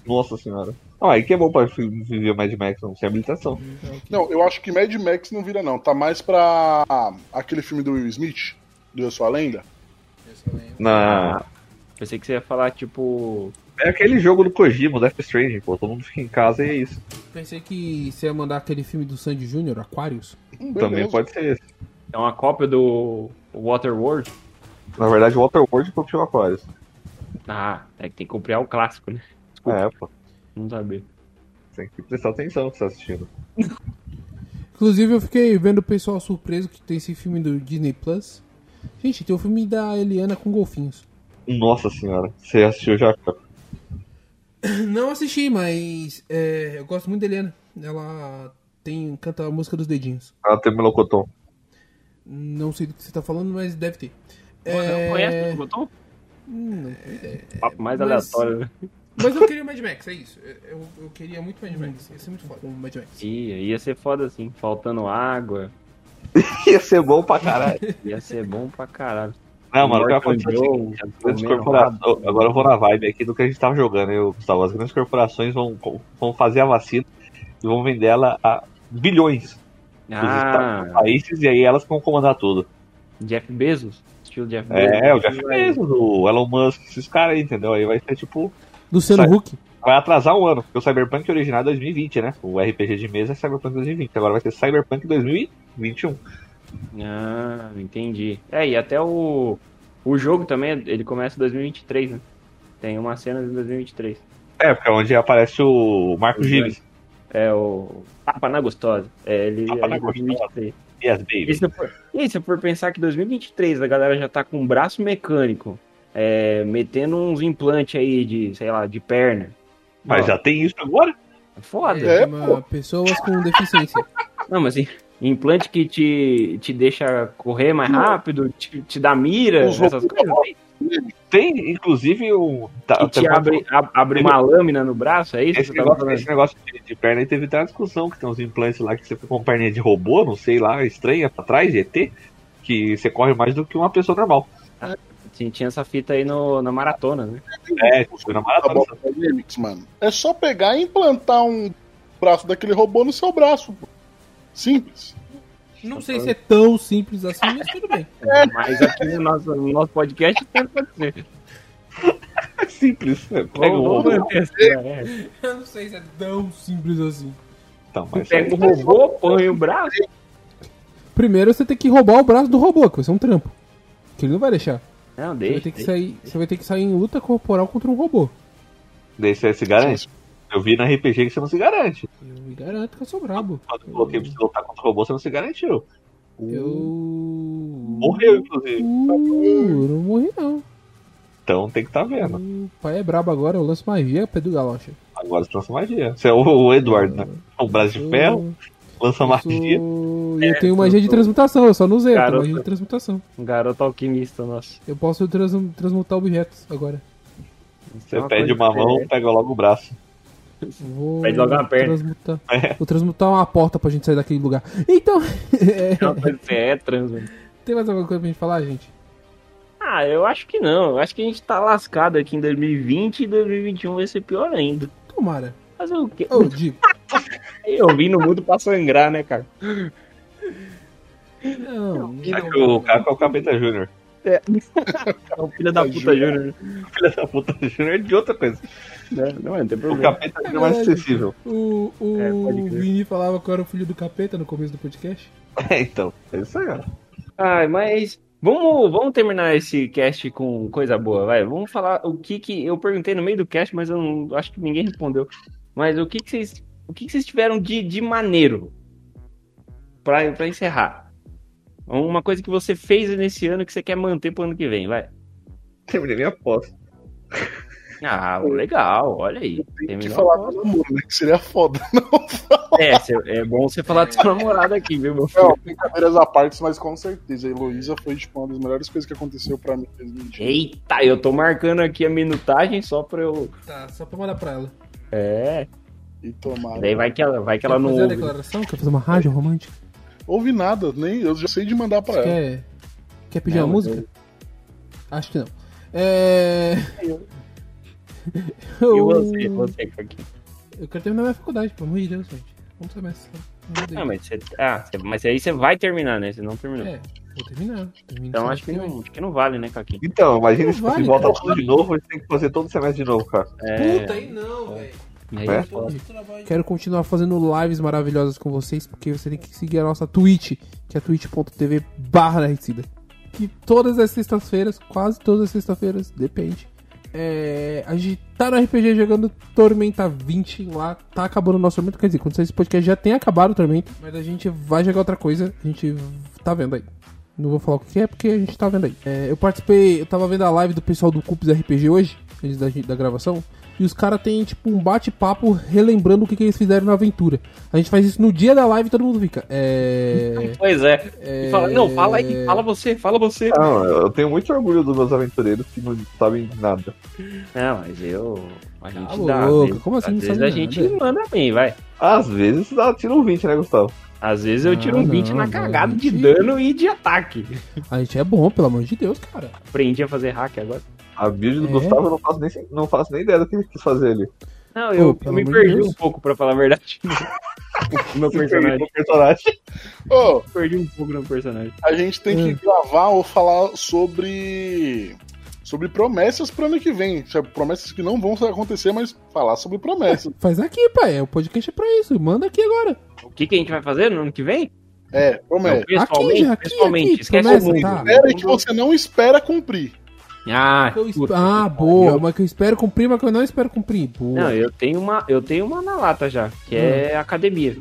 Speaker 3: Nossa senhora. Ah, aí que é bom pra fi- viver Mad Max, não sem habilitação.
Speaker 5: Não, eu acho que Mad Max não vira, não. Tá mais pra aquele filme do Will Smith, do Eu Sou a Lenda.
Speaker 3: Na...
Speaker 4: Pensei que você ia falar, tipo.
Speaker 3: É aquele jogo do Kojima, Death Stranding, pô. Todo mundo fica em casa e é isso.
Speaker 2: Pensei que você ia mandar aquele filme do Sandy Júnior, Aquarius.
Speaker 5: Hum,
Speaker 3: Também
Speaker 5: beleza.
Speaker 3: pode ser esse.
Speaker 4: É uma cópia do Waterworld.
Speaker 3: Na verdade, o Waterworld copiou o Aquarius.
Speaker 4: Ah, é que tem que copiar o clássico, né?
Speaker 3: É, pô.
Speaker 4: Não saber.
Speaker 3: Tem que prestar atenção no que você tá assistindo.
Speaker 2: Inclusive, eu fiquei vendo o pessoal surpreso que tem esse filme do Disney Plus. Gente, tem o filme da Eliana com golfinhos.
Speaker 3: Nossa senhora. Você assistiu já? cara?
Speaker 2: Não assisti, mas é, eu gosto muito da Eliana. Ela tem canta a música dos dedinhos.
Speaker 3: Ah, tem Melocoton.
Speaker 2: Não sei do que você tá falando, mas deve ter.
Speaker 4: É... Conhece o botão?
Speaker 2: Hum, Não tenho ideia.
Speaker 4: é, Papo mais
Speaker 2: mas-
Speaker 4: aleatório, né?
Speaker 2: Mas eu queria o Mad Max, é isso. Eu, eu queria muito Mad Max. Ia ser muito foda. Mad Max.
Speaker 4: Ia, ia ser foda assim, faltando água.
Speaker 3: Ia ser bom pra caralho.
Speaker 4: Ia ser bom pra caralho.
Speaker 3: Não, mano, o que
Speaker 4: Mortal
Speaker 3: aconteceu é o seguinte,
Speaker 4: Joe,
Speaker 3: as grandes corpora- eu- Agora eu vou na vibe aqui do que a gente tava jogando, eu, Gustavo. As grandes corporações vão, vão fazer a vacina e vão vender ela a bilhões dos
Speaker 4: Ah,
Speaker 3: estados- países e aí elas que vão comandar tudo.
Speaker 4: Jeff Bezos? Estilo Jeff Bezos.
Speaker 3: É, o Jeff Bezos, o Elon Musk, esses caras aí, entendeu? Aí vai ser tipo.
Speaker 2: Luciano
Speaker 3: Sai.
Speaker 2: Huck.
Speaker 3: Vai atrasar um ano, porque o Cyberpunk original é 2020, né? O RPG de mesa é Cyberpunk 2020, agora vai ser Cyberpunk 2021.
Speaker 4: Ah, entendi. É, e até o, o jogo também, ele começa em 2023, né? Tem uma cena de 2023.
Speaker 3: É, porque é onde aparece o Marco Gibbs.
Speaker 4: É o Tapa na Gostosa. É, ele
Speaker 3: Tapa na
Speaker 4: é de 2023.
Speaker 3: Yes,
Speaker 4: E
Speaker 3: baby.
Speaker 4: se, for, e se for pensar que 2023 a galera já tá com um braço mecânico, é, metendo uns implantes aí de, sei lá, de perna.
Speaker 3: Mas
Speaker 4: Ó,
Speaker 3: já tem isso agora?
Speaker 4: é foda.
Speaker 5: É,
Speaker 2: Chama pessoas com deficiência.
Speaker 4: Não, mas assim, implante que te, te deixa correr mais rápido, te, te dá mira,
Speaker 5: Os
Speaker 4: essas coisas.
Speaker 5: robôs-
Speaker 3: Tem, inclusive, o. tá- tá-
Speaker 4: E te abre, ab- abre uma lâmina no braço, é isso que
Speaker 3: Esse
Speaker 4: você tava
Speaker 3: negócio,
Speaker 4: falando?
Speaker 3: esse negócio de, de perna aí teve até uma discussão que tem uns implantes lá que você fica com perninha de robô, não sei lá, estranha, pra trás, GT, que você corre mais do que uma pessoa normal.
Speaker 4: Sim, tinha essa fita aí no, na maratona, né?
Speaker 3: É, tipo, na
Speaker 5: A
Speaker 4: Tá
Speaker 3: maratona.
Speaker 5: Bob Dynamics, mano. É só pegar e implantar um braço daquele robô no seu braço. pô. Simples.
Speaker 2: Não sei se é tão simples assim, mas tudo bem.
Speaker 4: Mas aqui no nosso, no nosso podcast tanto pode ser.
Speaker 3: É simples. né? Pega o
Speaker 4: Vamos
Speaker 3: robô.
Speaker 4: manter assim, né?
Speaker 2: Eu não sei se é tão simples assim.
Speaker 3: Então, mas
Speaker 4: Pega o robô, põe o braço.
Speaker 2: Primeiro você tem que roubar o braço do robô, que vai ser um trampo. Que ele não vai deixar.
Speaker 4: Não,
Speaker 2: Você vai
Speaker 4: deixa.
Speaker 2: ter que sair, você vai ter que sair em luta corporal contra um robô.
Speaker 3: daí você se garante. Eu vi na RPG que você não se garante.
Speaker 2: Eu me garanto que eu sou brabo.
Speaker 3: Quando Ah, eu coloquei pra você lutar contra o robô, você não se garantiu.
Speaker 2: Eu.
Speaker 3: Morreu, inclusive.
Speaker 2: Uh, eu não morri não.
Speaker 3: Então tem que estar tá vendo.
Speaker 2: O pai é brabo agora, eu lanço magia, pé do galocha.
Speaker 3: Agora você lança magia. Você é o, o Eduardo, né? Um braço de ferro, lança
Speaker 2: eu
Speaker 3: magia.
Speaker 2: sou-
Speaker 4: É,
Speaker 2: E eu tenho magia de transmutação, eu só não usei, eu tenho
Speaker 4: Garoto.
Speaker 2: magia de transmutação.
Speaker 4: Um garoto alquimista nosso.
Speaker 2: Eu posso trans- transmutar objetos agora.
Speaker 4: é
Speaker 3: Você pede uma mão, pega logo o braço.
Speaker 2: Eu Vou
Speaker 4: Vai jogar uma perna.
Speaker 2: Transmutar.
Speaker 3: É.
Speaker 2: Vou transmutar uma porta pra gente sair daquele lugar. Então, é,
Speaker 4: É uma coisa que é trans, mano.
Speaker 2: tem mais alguma coisa pra gente falar, gente?
Speaker 4: Ah, eu acho que não. Eu acho que a gente tá lascado aqui em 2020 e 2021 vai ser pior ainda.
Speaker 2: Tomara.
Speaker 4: Fazer o quê?
Speaker 2: Ô, Di,
Speaker 4: Eu vim no mundo pra sangrar, né, cara?
Speaker 2: não, não.
Speaker 3: É que o cara é o Capeta Júnior.
Speaker 4: É o filho da puta, Júnior.
Speaker 3: Filha da puta Júnior é de outra coisa.
Speaker 5: É,
Speaker 4: Né? Não, não tem
Speaker 3: O
Speaker 4: problema.
Speaker 3: Capeta Júnior é mais acessível.
Speaker 2: O, o
Speaker 4: É, pode crer.
Speaker 2: Vini falava que eu era o filho do capeta no começo do podcast.
Speaker 3: É, então. É isso aí, ó.
Speaker 4: Ai, mas vamos, vamos terminar esse cast com coisa boa, vai. Vamos falar o que que eu perguntei no meio do cast, mas eu não acho que ninguém respondeu. Mas o que que vocês, o que que vocês tiveram de, de maneiro Pra para encerrar? Uma coisa que você fez nesse ano que você quer manter pro ano que vem, vai.
Speaker 3: Terminei minha aposta.
Speaker 4: Ah, legal, olha aí.
Speaker 5: Tem que
Speaker 4: Terminou.
Speaker 5: falar do namoro, né? Que seria foda.
Speaker 4: É, cê- é bom você falar do seu namorado aqui, viu, meu filho?
Speaker 5: Não, brincadeiras à parte, mas com certeza. A Heloísa foi tipo, uma das melhores coisas que aconteceu pra mim em 2020.
Speaker 4: Eita, eu tô marcando aqui a minutagem só pra eu.
Speaker 2: Tá, só pra mandar pra ela.
Speaker 4: É,
Speaker 5: E tomara.
Speaker 4: daí vai que ela, vai que ela
Speaker 2: Quer
Speaker 4: não
Speaker 2: fazer a
Speaker 4: ouve.
Speaker 2: declaração? Quer fazer uma rádio romântica?
Speaker 5: Ouvi nada, nem eu já sei de mandar pra ela.
Speaker 2: Quer, quer pedir
Speaker 4: é. Não,
Speaker 2: uma música? Acho que não. É...
Speaker 4: E
Speaker 2: Eu...
Speaker 4: você, você, Coquinho?
Speaker 2: eu quero terminar minha faculdade, pelo amor de Deus, gente. Vamos semestre. Meu Deus.
Speaker 4: Ah, mas, você, ah, você- mas aí você vai terminar, né? Você não terminou.
Speaker 2: É, vou terminar. Termino
Speaker 4: então
Speaker 2: semestre
Speaker 4: acho que,
Speaker 2: vem.
Speaker 4: não, acho que não vale, né, Caquinho?
Speaker 3: Então, imagina
Speaker 2: Não
Speaker 3: se
Speaker 2: vale,
Speaker 3: volta
Speaker 2: cara.
Speaker 3: tudo de novo, a gente tem que fazer todo semestre de novo, cara.
Speaker 4: é.
Speaker 2: Puta, aí não, velho.
Speaker 4: Aí
Speaker 3: É?
Speaker 4: eu posso.
Speaker 2: Quero continuar fazendo lives maravilhosas com vocês, porque você tem que seguir a nossa Twitch, que é twitch.tv barra naricida. Que todas as sextas-feiras, quase todas as sextas-feiras, depende. é, a gente tá no RPG jogando Tormenta 20 lá, tá acabando o nosso Tormenta, quer dizer, quando sair esse podcast já tem acabado o Tormenta, mas a gente vai jogar outra coisa, a gente tá vendo aí. Não vou falar o que é, porque a gente tá vendo aí. É, eu participei, eu tava vendo a live do pessoal do Cups RPG hoje, antes da, gente- da gravação, e os caras têm, tipo, um bate-papo relembrando o que, que eles fizeram na aventura. A gente faz isso no dia da live e todo mundo fica. É.
Speaker 4: Pois é. E fala- não, fala aí, fala você, fala você.
Speaker 3: Não, eu tenho muito orgulho dos meus aventureiros que não sabem nada.
Speaker 4: Não, mas eu. A gente
Speaker 2: Tá
Speaker 4: dá.
Speaker 2: louco,
Speaker 4: às vezes-
Speaker 2: como assim não
Speaker 4: Às vezes
Speaker 2: sabe
Speaker 4: a gente
Speaker 2: nada?
Speaker 4: manda bem, vai.
Speaker 3: Às vezes dá, tira um 20, né, Gustavo?
Speaker 4: Às vezes eu tiro
Speaker 2: Ah,
Speaker 4: um 20
Speaker 2: não,
Speaker 4: na
Speaker 2: não,
Speaker 4: cagada de
Speaker 2: mentira.
Speaker 4: dano e de ataque.
Speaker 2: A gente é bom, pelo amor de Deus, cara.
Speaker 4: Aprendi a fazer hack agora.
Speaker 3: A build do
Speaker 2: É.
Speaker 3: Gustavo eu não faço, nem, não faço nem ideia do que ele quis fazer ali.
Speaker 4: Não, eu,
Speaker 2: Pô,
Speaker 4: eu
Speaker 2: pelo
Speaker 4: me
Speaker 2: amor de
Speaker 4: perdi
Speaker 2: Deus.
Speaker 4: um pouco, pra falar a verdade. no meu personagem.
Speaker 3: O personagem.
Speaker 5: Ô,
Speaker 4: Perdi um pouco no personagem.
Speaker 5: a gente tem que
Speaker 2: Hum.
Speaker 5: gravar ou falar sobre. Sobre promessas pro ano que vem. Sabe? Promessas que não vão acontecer, mas falar sobre promessas.
Speaker 2: Faz aqui, pai. O podcast é pra isso. Manda aqui agora.
Speaker 4: O que, que a gente vai fazer no ano que vem?
Speaker 5: É,
Speaker 4: Não,
Speaker 5: promessa.
Speaker 4: pessoalmente,
Speaker 2: já, aqui,
Speaker 4: pessoalmente,
Speaker 2: aqui,
Speaker 4: esquece
Speaker 2: promessa,
Speaker 4: o mundo.
Speaker 2: tá.
Speaker 5: Espera que você não espera cumprir.
Speaker 4: Ah,
Speaker 2: Eu esp-
Speaker 4: puta
Speaker 2: ah,
Speaker 4: que
Speaker 2: boa.
Speaker 4: pariu.
Speaker 2: Mas que eu espero cumprir, mas que eu não espero cumprir. Boa.
Speaker 4: Não, eu tenho uma, eu tenho uma na lata já, que é
Speaker 3: Hum.
Speaker 4: academia.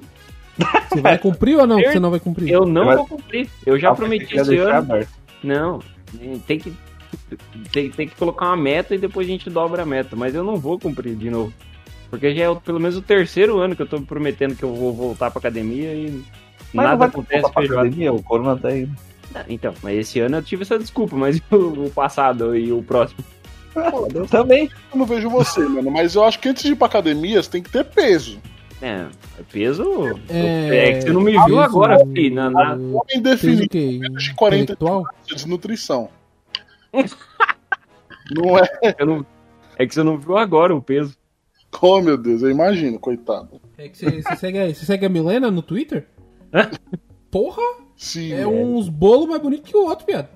Speaker 2: Você vai cumprir ou não?
Speaker 4: Eu-
Speaker 2: Você não vai cumprir?
Speaker 4: Eu não
Speaker 3: Mas-
Speaker 4: vou cumprir. Eu já
Speaker 3: Ah,
Speaker 4: prometi
Speaker 3: ia
Speaker 4: esse
Speaker 3: deixar
Speaker 4: ano.
Speaker 3: aberto.
Speaker 4: Não, tem que tem, tem que colocar uma meta e depois a gente dobra a meta, mas eu não vou cumprir de novo. Porque já é o- pelo menos o terceiro ano que eu tô prometendo que eu vou voltar pra academia e
Speaker 3: Mas não
Speaker 4: nada
Speaker 3: vai
Speaker 4: acontece
Speaker 3: voltar pra
Speaker 4: feijoada.
Speaker 3: academia, o Corona tá aí.
Speaker 4: Então, mas esse ano eu tive essa desculpa, mas o, o passado e o próximo.
Speaker 3: Também.
Speaker 5: Eu não vejo você, mano. Mas eu acho que antes de ir pra academia, você tem que ter peso.
Speaker 4: É, peso.
Speaker 2: É,
Speaker 4: É, que você não me
Speaker 2: peso-
Speaker 4: viu agora, filho. Na, na-
Speaker 5: Homem
Speaker 2: Fez o
Speaker 5: definido
Speaker 2: quê?
Speaker 5: um de 40
Speaker 2: Intelectual?
Speaker 5: de desnutrição. Não é.
Speaker 4: Eu não- É que você não viu agora o peso.
Speaker 5: Oh, meu Deus, eu imagino, coitado.
Speaker 2: É que você, você segue, a- você segue a Milena no Twitter? Porra!
Speaker 5: Sim.
Speaker 2: É uns bolos mais bonitos que o outro, piada.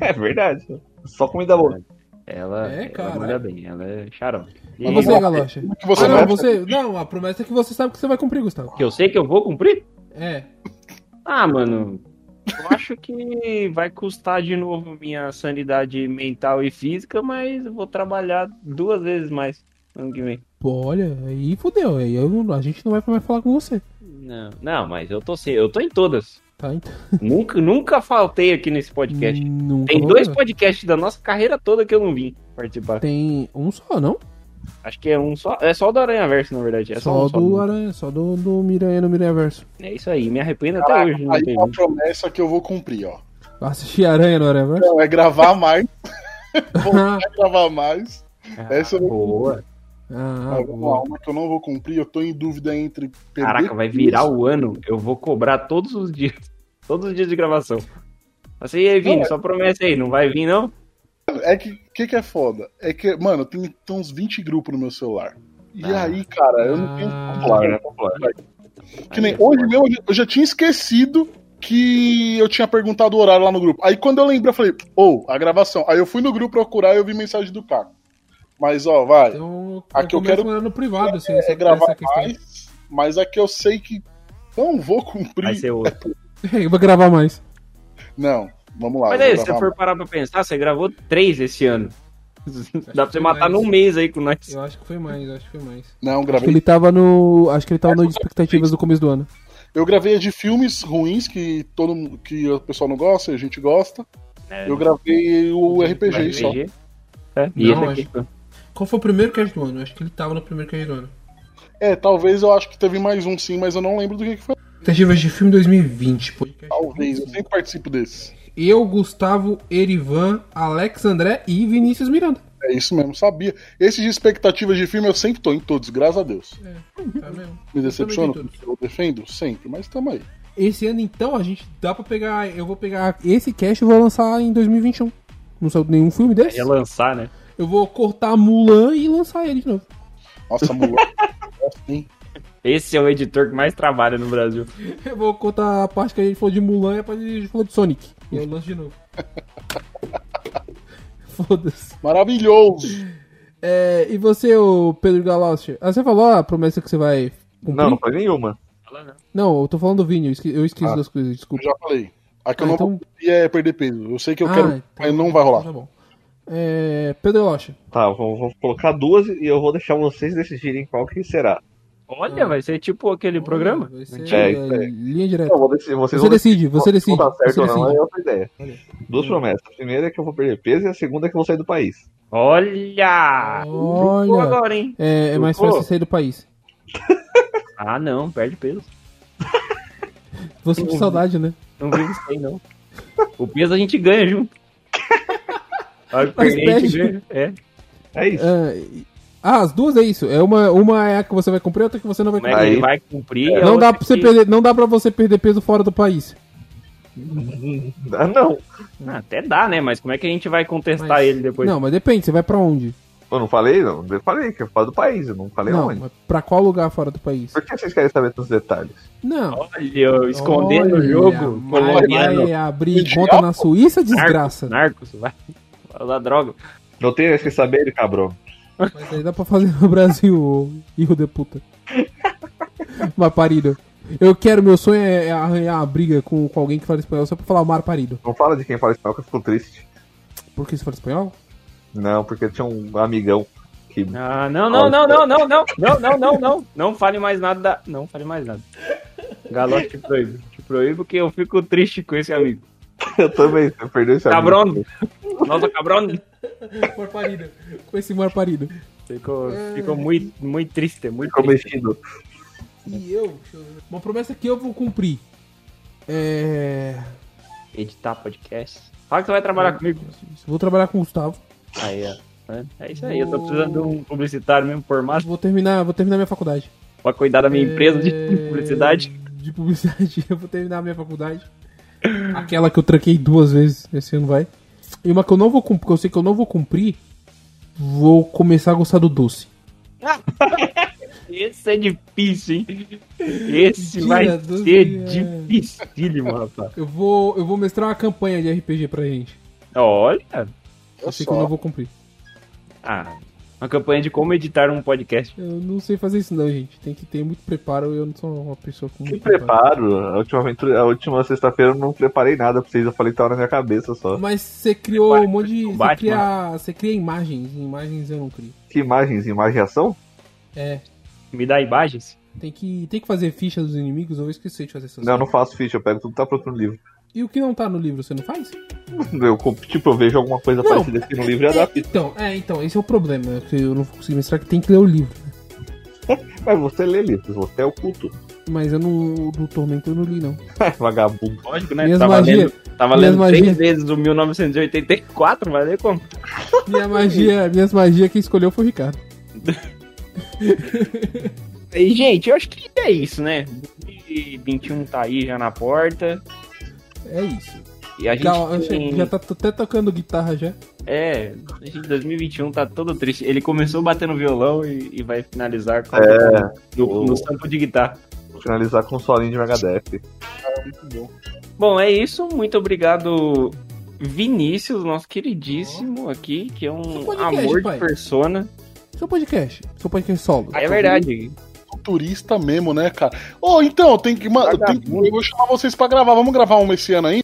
Speaker 3: É verdade. Só comida boa.
Speaker 4: Ela,
Speaker 2: É,
Speaker 4: ela
Speaker 2: cara.
Speaker 4: manda bem, ela é charão.
Speaker 2: E você, Galocha?
Speaker 5: Que você
Speaker 2: ah,
Speaker 5: não,
Speaker 2: não, você, não, a promessa é que você sabe que você vai cumprir, Gustavo.
Speaker 4: Que eu sei que eu vou cumprir?
Speaker 2: É.
Speaker 4: Ah, mano, eu acho que vai custar de novo minha sanidade mental e física, mas eu vou trabalhar duas vezes mais ano que vem.
Speaker 2: Pô, olha, aí fudeu. Aí eu não- a gente não vai mais falar com você.
Speaker 4: Não, não, mas eu tô sem, eu tô em todas.
Speaker 2: Tá? Então,
Speaker 4: nunca, nunca faltei aqui nesse podcast.
Speaker 2: nunca
Speaker 4: Tem
Speaker 2: vou
Speaker 4: dois
Speaker 2: falar.
Speaker 4: podcasts da nossa carreira toda que eu não vim participar.
Speaker 2: Tem um só, não?
Speaker 4: Acho que é um só. É só o da Aranha Verso, na verdade. É só,
Speaker 2: só,
Speaker 4: um só.
Speaker 2: do Aranha, só do, do Miranha no Miranha Verso.
Speaker 4: É isso aí. Me arrependo até
Speaker 5: Caraca,
Speaker 4: hoje. de Não
Speaker 5: aí
Speaker 4: ter
Speaker 5: é uma
Speaker 4: vindo.
Speaker 5: promessa que eu vou cumprir, ó.
Speaker 2: Assistir Aranha no Aranha Verso?
Speaker 5: Não, é gravar mais.
Speaker 2: ah,
Speaker 5: Voltar a gravar mais. Essa eu vou
Speaker 4: Boa.
Speaker 2: ah,
Speaker 5: Ah, vamos lá,
Speaker 2: boa.
Speaker 5: uma que eu não vou cumprir, eu tô em dúvida entre. perder-
Speaker 4: Caraca, vai virar o ano. Eu vou cobrar todos os dias. Todos os dias de gravação. Mas e aí, Vini,
Speaker 5: Não, é-
Speaker 4: só promessa aí. Não vai vir, não?
Speaker 5: É que. O que, que é foda? É que, mano, tem, tem uns 20 grupos no meu celular. E
Speaker 4: Ah. é
Speaker 5: aí, cara, eu não tenho
Speaker 2: Ah.
Speaker 5: como
Speaker 3: Popular,
Speaker 5: falar.
Speaker 3: né? Popular.
Speaker 5: Que nem hoje mesmo, eu já- eu já tinha esquecido que eu tinha perguntado o horário lá no grupo. Aí quando eu lembrei, eu falei, ou, a gravação. Aí eu fui no grupo procurar e eu vi mensagem do Caco. Mas, ó, vai.
Speaker 2: Então,
Speaker 5: Aqui eu
Speaker 2: começo
Speaker 5: quero-
Speaker 2: com ela no privado, assim,
Speaker 5: É
Speaker 2: essa,
Speaker 5: gravar
Speaker 2: essa questão.
Speaker 5: mais, mas é que eu sei que não vou
Speaker 4: Vai
Speaker 5: cumprir.
Speaker 4: ser outro.
Speaker 2: Eu vou gravar mais.
Speaker 5: Não, vamos lá.
Speaker 4: Mas
Speaker 5: vou
Speaker 4: aí, se
Speaker 5: gravar
Speaker 4: você for parar pra pensar, você gravou três esse ano. Dá pra você
Speaker 2: foi
Speaker 4: matar
Speaker 2: mais.
Speaker 4: num mês aí com nós.
Speaker 2: Eu acho que foi mais, eu acho que foi mais. É,
Speaker 5: Não,
Speaker 2: Acho que
Speaker 5: gravei.
Speaker 2: ele tava no. Acho que ele tava nas expectativas do começo do ano.
Speaker 5: Eu gravei a de filmes ruins que todo mundo- que o pessoal não gosta, a gente gosta.
Speaker 4: É.
Speaker 5: Eu gravei o RPG
Speaker 4: Vai,
Speaker 5: só.
Speaker 4: VG. É, e
Speaker 2: Não,
Speaker 4: esse aqui.
Speaker 2: Qual foi o primeiro cast do ano? Eu Acho que ele tava no primeiro cast do ano.
Speaker 5: É, talvez eu acho que teve mais um sim, mas eu não lembro do que que foi.
Speaker 2: Expectativas de filme 2020. Podcast.
Speaker 5: Talvez, eu sempre participo desse.
Speaker 2: Eu, Gustavo, Erivan, Alex André e Vinícius Miranda.
Speaker 5: É isso mesmo, sabia. Esses de expectativas de filme eu sempre tô em todos, graças a Deus.
Speaker 2: Tá mesmo?
Speaker 5: Me decepciono,
Speaker 2: também vi
Speaker 5: eu defendo sempre, mas tamo aí.
Speaker 2: Esse ano, então, a gente dá pra pegar. Eu vou pegar esse cast e vou lançar em 2021. Não saiu nenhum filme desse.
Speaker 4: Relançar, né?
Speaker 2: Eu vou cortar Mulan e lançar ele de novo.
Speaker 5: Nossa, mulher. assim. Nossa, hein?
Speaker 4: Esse é o editor que mais trabalha no Brasil.
Speaker 2: Eu vou cortar a parte que a gente falou de Mulan e a parte que a gente falou de Sonic. E eu lanço de novo. Foda-se.
Speaker 5: Maravilhoso.
Speaker 2: É, e você, o Pedro Galossi? Ah, você falou a promessa que você vai cumprir?
Speaker 3: Não, não foi nenhuma.
Speaker 2: Não, eu tô falando do Vini, eu esque- eu esqueci
Speaker 5: Ah.
Speaker 2: das coisas,
Speaker 5: Eu
Speaker 2: desculpa.
Speaker 5: já falei. A que eu
Speaker 2: Ah,
Speaker 5: não
Speaker 2: então-
Speaker 5: vou cumprir é perder peso. Eu sei que eu
Speaker 2: Ah,
Speaker 5: quero,
Speaker 2: então-
Speaker 5: mas não vai rolar.
Speaker 2: Tá bom. É, Pedro Galossi,
Speaker 3: Tá, vamos, vamos colocar duas e eu vou deixar vocês decidirem qual que será.
Speaker 4: Olha,
Speaker 2: Ah.
Speaker 4: vai ser tipo aquele programa.
Speaker 2: Vai ser,
Speaker 3: É,
Speaker 2: é,
Speaker 3: isso aí.
Speaker 2: linha direta.
Speaker 3: Eu vou decidir, vocês
Speaker 2: Você
Speaker 3: vão
Speaker 2: decide, você decide.
Speaker 3: decidir Se não tá certo
Speaker 2: Você
Speaker 3: ou não,
Speaker 2: decide. Hum.
Speaker 3: é outra ideia. Duas promessas. A primeira é que eu vou perder peso e a segunda é que eu vou sair do país.
Speaker 4: Olha!
Speaker 2: Olha!
Speaker 4: Trocou agora, hein?
Speaker 2: É, é mais
Speaker 4: Pô.
Speaker 2: fácil sair do país.
Speaker 4: Ah, não, perde peso.
Speaker 2: Vou
Speaker 3: Uhum.
Speaker 2: sentir saudade, né?
Speaker 4: Não vivo sem, não. O peso a gente ganha junto. A hora que
Speaker 2: Mas
Speaker 4: perder, a gente
Speaker 2: perde.
Speaker 4: ganha. É.
Speaker 3: É isso.
Speaker 2: É, e- ah, as duas é isso. É uma, uma é a que você vai cumprir, outra que você não vai
Speaker 4: Como é
Speaker 2: cumprir.
Speaker 4: que
Speaker 3: Aí-
Speaker 4: ele vai cumprir? a
Speaker 2: Não
Speaker 4: outra
Speaker 2: dá, pra você
Speaker 4: é que-
Speaker 2: perder, não dá pra você perder peso fora do país. É.
Speaker 3: Ah, não.
Speaker 4: Ah, até dá, né? Mas como é que a gente vai contestar
Speaker 2: Mas-
Speaker 4: ele depois?
Speaker 2: Não, mas depende, você vai pra onde?
Speaker 3: Eu não falei, não. Eu falei que é fora do país, eu não falei
Speaker 2: não,
Speaker 3: onde.
Speaker 2: mas pra qual lugar fora do país?
Speaker 3: Por que vocês querem saber tantos detalhes?
Speaker 2: Não.
Speaker 4: Olha, eu escondendo o
Speaker 2: Olha,
Speaker 4: jogo.
Speaker 2: Vai,
Speaker 4: colombiano.
Speaker 2: vai abrir
Speaker 5: Mundial,
Speaker 2: conta na Suíça, desgraça. né?
Speaker 4: Narcos, vai. Vai usar droga.
Speaker 3: Não tem esse saber, cabrão.
Speaker 2: Mas aí dá pra fazer no Brasil, ô hijo de puta. Mar parido. Eu quero, meu sonho é é arranhar uma briga com, com alguém que fala espanhol só pra falar mar parido.
Speaker 3: Não fala de quem fala espanhol que eu fico triste.
Speaker 2: Por que você fala espanhol?
Speaker 3: Não, porque tinha um amigão que.
Speaker 4: Ah, não, não, não, não, não, não, não, não, não, não, não fale mais nada, da- não fale mais nada. Galote te proíbo, te proíbo que eu fico triste com esse amigo.
Speaker 3: eu também, eu perdi esse
Speaker 4: Cabrão,
Speaker 3: amigo.
Speaker 4: nossa cabrão,
Speaker 2: Mar parido. Com esse mar parido.
Speaker 4: ficou, ficou muito, muito triste, muito
Speaker 3: Ficou
Speaker 4: triste.
Speaker 3: mexido.
Speaker 2: E eu, deixa eu ver. Uma promessa que eu vou cumprir. É.
Speaker 4: Editar podcast. Fala que você vai trabalhar comigo.
Speaker 2: Vou trabalhar com o Gustavo.
Speaker 4: Aí, ó. né? É isso aí, eu tô precisando de um publicitário mesmo formado
Speaker 2: Vou terminar, vou terminar minha faculdade.
Speaker 4: pra cuidar da minha empresa de
Speaker 2: É,
Speaker 4: publicidade.
Speaker 2: De publicidade. Eu vou terminar a minha faculdade. Aquela que eu tranquei duas vezes. Esse ano vai. E uma que eu não vou cumprir, que eu sei que eu não vou cumprir, vou começar a gostar do doce.
Speaker 4: Esse é difícil, hein? Esse
Speaker 2: Tira
Speaker 4: vai
Speaker 2: do
Speaker 4: ser
Speaker 2: dia.
Speaker 4: dificílimo, rapaz.
Speaker 2: Eu vou, eu vou mestrar uma campanha de RPG pra gente.
Speaker 4: Olha.
Speaker 2: Eu
Speaker 5: Olha
Speaker 2: sei
Speaker 5: É só.
Speaker 2: que eu não vou cumprir.
Speaker 4: Ah, uma campanha de como editar um podcast.
Speaker 2: Eu não sei fazer isso não, gente. Tem que ter muito preparo. Eu não sou uma pessoa com
Speaker 3: Que
Speaker 2: muito
Speaker 3: preparo. A última, aventura- a última sexta-feira eu não preparei nada pra vocês. Eu falei que tava na minha cabeça só.
Speaker 2: Mas você criou
Speaker 4: Preparo
Speaker 2: um monte de... Você
Speaker 4: combate,
Speaker 2: cria, você cria imagens. e Imagens eu não crio.
Speaker 3: Que imagens? Imagem e ação?
Speaker 2: É.
Speaker 4: Me dá imagens?
Speaker 2: Tem que, tem que fazer ficha dos inimigos. Eu vou esquecer de fazer essas
Speaker 3: Não, eu
Speaker 2: coisas.
Speaker 3: não faço ficha. Eu pego tudo que tá pronto no livro.
Speaker 2: E o que não tá no livro, você não faz?
Speaker 3: Eu, comp- tipo, eu vejo alguma coisa
Speaker 2: Não.
Speaker 3: parecida aqui no livro e
Speaker 2: É,
Speaker 3: adapto.
Speaker 2: então, é, então, esse é o problema. que Eu não vou conseguir mestrar que tem que ler o livro.
Speaker 3: Mas você lê livros, você é oculto.
Speaker 2: Mas eu não. Do Tormento eu não li, não.
Speaker 3: É, Vagabundo.
Speaker 4: Lógico, né?
Speaker 2: Minhas
Speaker 4: tava
Speaker 2: magias.
Speaker 4: lendo, tava
Speaker 2: Minhas
Speaker 4: lendo três
Speaker 2: magias.
Speaker 4: vezes o 1984, vai ler como?
Speaker 2: Minha magia, minhas magias que escolheu foi o Ricardo.
Speaker 4: E, gente, eu acho que é isso, né? 2021 tá aí já na porta.
Speaker 2: É isso.
Speaker 4: E a gente
Speaker 2: Calma, eu
Speaker 4: tem-
Speaker 2: che- já tá t- até tocando guitarra já.
Speaker 4: É, a gente 2021 tá todo triste. Ele começou batendo violão e, e vai finalizar com no, no sampo de guitarra.
Speaker 3: Vou finalizar com um solinho de Megadeth.
Speaker 5: Muito bom.
Speaker 4: Bom, é isso. Muito obrigado, Vinícius, nosso queridíssimo aqui, que é um
Speaker 2: Seu podcast,
Speaker 4: amor
Speaker 2: pai.
Speaker 4: de persona.
Speaker 2: Seu podcast. Seu podcast solo.
Speaker 4: é verdade.
Speaker 5: Turista mesmo, né, cara? Ô, então, tem que. Mano, tem que- eu vou chamar vocês pra gravar. Vamos gravar um esse ano aí?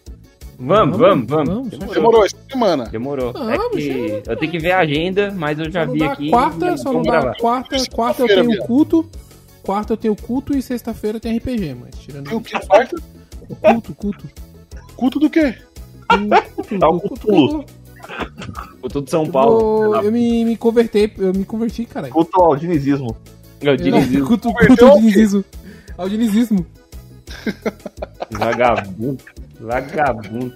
Speaker 4: Vamos, vamos, vamos.
Speaker 2: vamos.
Speaker 5: Demorou essa semana.
Speaker 4: Demorou.
Speaker 2: Ah,
Speaker 4: É que eu tenho que ver a agenda, mas eu já
Speaker 2: Só não
Speaker 4: vi
Speaker 2: dá
Speaker 4: aqui.
Speaker 2: quarta, só não
Speaker 4: Vamos
Speaker 2: dá
Speaker 4: gravar.
Speaker 2: quarta, quarta eu
Speaker 5: Sexta-feira,
Speaker 2: tenho
Speaker 5: viado.
Speaker 2: culto. Quarta eu tenho culto e sexta-feira tem RPG, mas tirando
Speaker 5: Tem o que?
Speaker 2: isso, culto, culto.
Speaker 5: Culto do quê?
Speaker 2: culto,
Speaker 3: Dá É Tá o Cthulhu.
Speaker 4: Eu tô de São Paulo. sei lá.
Speaker 2: Eu, me, me convertei, eu me converti, caralho.
Speaker 3: Culto ao dinizismo.
Speaker 4: Eu dirigindo
Speaker 2: Culto, culto
Speaker 5: Converteu
Speaker 2: ao
Speaker 5: ao quê?
Speaker 2: dinizismo. Ao dinizismo.
Speaker 4: vagabundo. Vagabundo.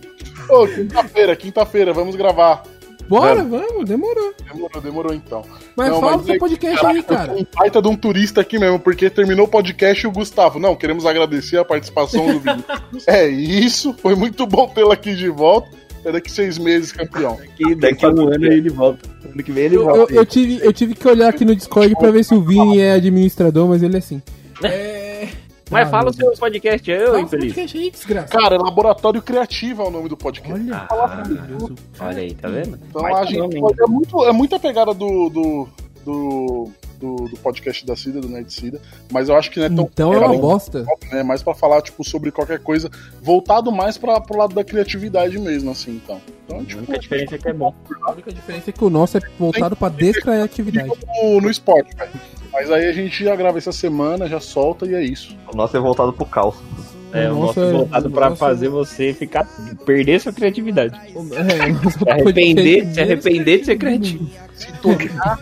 Speaker 5: Ô, quinta-feira, quinta-feira, vamos gravar.
Speaker 2: Bora, vamos, demorou.
Speaker 5: Demorou, demorou então.
Speaker 2: Mas
Speaker 5: Não,
Speaker 2: fala
Speaker 5: mas
Speaker 2: do seu
Speaker 5: é-
Speaker 2: podcast aí, cara.
Speaker 5: Um baita de um turista aqui mesmo, porque terminou o podcast e o Gustavo. Não, queremos agradecer a participação do Vinícius. é isso, foi muito bom tê-lo aqui de volta. É daqui seis meses, campeão.
Speaker 4: Que daqui a um ano ele volta. Ano que vem ele
Speaker 2: Eu, eu- eu tive, eu tive que olhar aqui no Discord pra ver se o Vini é administrador, mas ele é assim. É...
Speaker 4: Mas
Speaker 2: Ah,
Speaker 4: fala
Speaker 2: meu
Speaker 4: o seu podcast, eu,
Speaker 2: Fala do
Speaker 4: infeliz.
Speaker 2: podcast aí, desgraça.
Speaker 5: Cara, é Laboratório Criativo é o nome do podcast.
Speaker 2: Olha,
Speaker 4: Ah,
Speaker 2: maravilhoso.
Speaker 4: olha aí, tá vendo?
Speaker 5: Então
Speaker 4: Mas
Speaker 5: a
Speaker 4: tá
Speaker 5: gente
Speaker 4: bom, hein?
Speaker 5: pode- é, muito, é muita pegada do, do, do, do, do podcast da Cida, do Nerd Cida, mas eu acho que não é tão.
Speaker 2: Então é uma
Speaker 5: além-
Speaker 2: bosta.
Speaker 5: né? Mais pra falar, tipo, sobre qualquer coisa, voltado mais pra, pro lado da criatividade mesmo, assim, então. Então,
Speaker 4: A
Speaker 5: tipo,
Speaker 4: única diferença é que é bom.
Speaker 2: A única diferença é que o nosso é voltado pra descreatividade.
Speaker 5: no, no esporte, velho. Mas aí a gente já grava essa semana, já solta e é isso.
Speaker 3: O nosso é voltado pro caos.
Speaker 4: É, o nosso
Speaker 2: Nossa,
Speaker 4: voltado pra
Speaker 2: nossa.
Speaker 4: fazer você ficar. perder sua criatividade.
Speaker 2: É, o é nosso
Speaker 4: Se arrepender,
Speaker 2: podcast-
Speaker 4: se arrepender de ser criativo.
Speaker 5: Se tocar,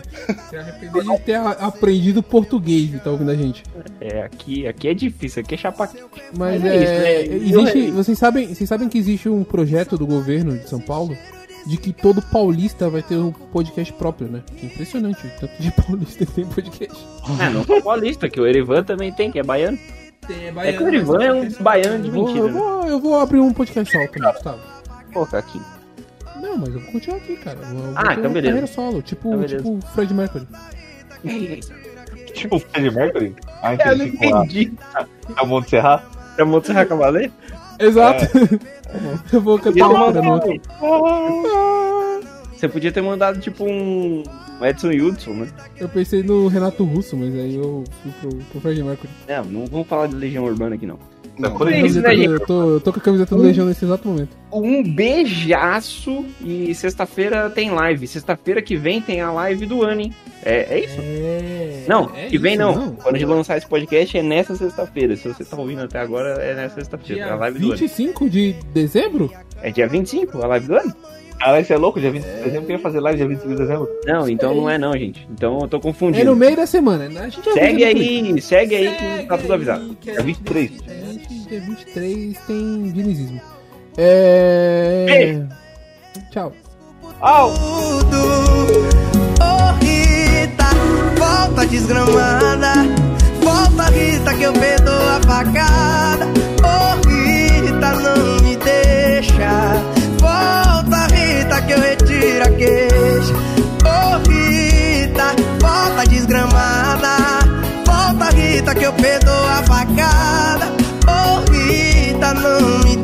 Speaker 2: Se arrepender de ter a- aprendido português e tá ouvindo a gente.
Speaker 4: É, aqui, aqui é difícil, aqui é chapa.
Speaker 2: Mas
Speaker 4: Mas é
Speaker 2: é.
Speaker 4: isso, né?
Speaker 2: existe, vocês, sabem, vocês sabem que existe um projeto do governo de São Paulo de que todo paulista vai ter um podcast próprio, né? Que é impressionante o tanto de paulista que tem podcast.
Speaker 4: Ah, não sou paulista, que o Erivan também tem, que é baiano. É que o Erivan é um baiano de
Speaker 2: Eu vou, eu,
Speaker 4: mentira. né?
Speaker 2: vou, eu vou abrir um podcast solo também, Gustavo.
Speaker 4: Pô, tá aqui.
Speaker 2: Não, mas eu vou continuar aqui, cara. Eu vou
Speaker 4: Ah,
Speaker 2: ter
Speaker 4: então
Speaker 2: uma
Speaker 4: beleza.
Speaker 2: carreira solo, tipo
Speaker 4: Então
Speaker 2: o
Speaker 4: beleza.
Speaker 2: tipo Fred Mercury.
Speaker 3: Tipo o Fred Mercury. Ah,
Speaker 4: É, Eu não
Speaker 3: entendi.
Speaker 4: entendi.
Speaker 3: É o Montserrat.
Speaker 4: É Montserrat Cavaleiro?
Speaker 2: Exato.
Speaker 4: É.
Speaker 2: eu vou cantar uma música.
Speaker 4: Você podia ter mandado tipo um Edson Hudson, né?
Speaker 2: Eu pensei no Renato Russo, mas aí eu fui pro, pro Fred Mercury.
Speaker 4: Não, É, não vamos falar de Legião Urbana aqui não.
Speaker 3: É
Speaker 2: Tô
Speaker 3: por
Speaker 2: com a
Speaker 3: aí.
Speaker 4: isso,
Speaker 2: camiseta
Speaker 4: né,
Speaker 2: do-
Speaker 4: gente?
Speaker 2: eu, tô, eu tô com a camiseta do Legião nesse exato momento.
Speaker 4: Um beijaço e sexta-feira tem live. Sexta-feira que vem tem a live do ano, hein? É, é isso?
Speaker 2: É.
Speaker 4: Não, que vem não. Quando a gente lançar esse podcast é nessa sexta-feira. Se você tá ouvindo até agora, é nessa sexta-feira. É a
Speaker 2: Dia
Speaker 4: live do ano.
Speaker 2: 25 de dezembro?
Speaker 4: É dia 25, a live do ano?
Speaker 3: Caralho, você é louco? Dia 25 de dezembro? Quem ia fazer live dia 25 de dezembro?
Speaker 4: Não, então não é não, gente. Então eu tô
Speaker 2: É no
Speaker 4: confundindo.
Speaker 2: meio da semana. né? A gente avisa
Speaker 4: Segue
Speaker 2: no Twitter.
Speaker 4: aí, segue aí que tá tudo avisado.
Speaker 2: que
Speaker 3: Dia 23.
Speaker 2: A gente, dia 23, tem dinizismo. É. Tchau.
Speaker 3: Au!
Speaker 7: tudo. Ô Rita, volta desgramada. Volta, Rita, que eu perdoo a facada. Ô Rita, não me deixa. Volta, Rita, que eu que eu perdoo a facada. Ô Rita, não me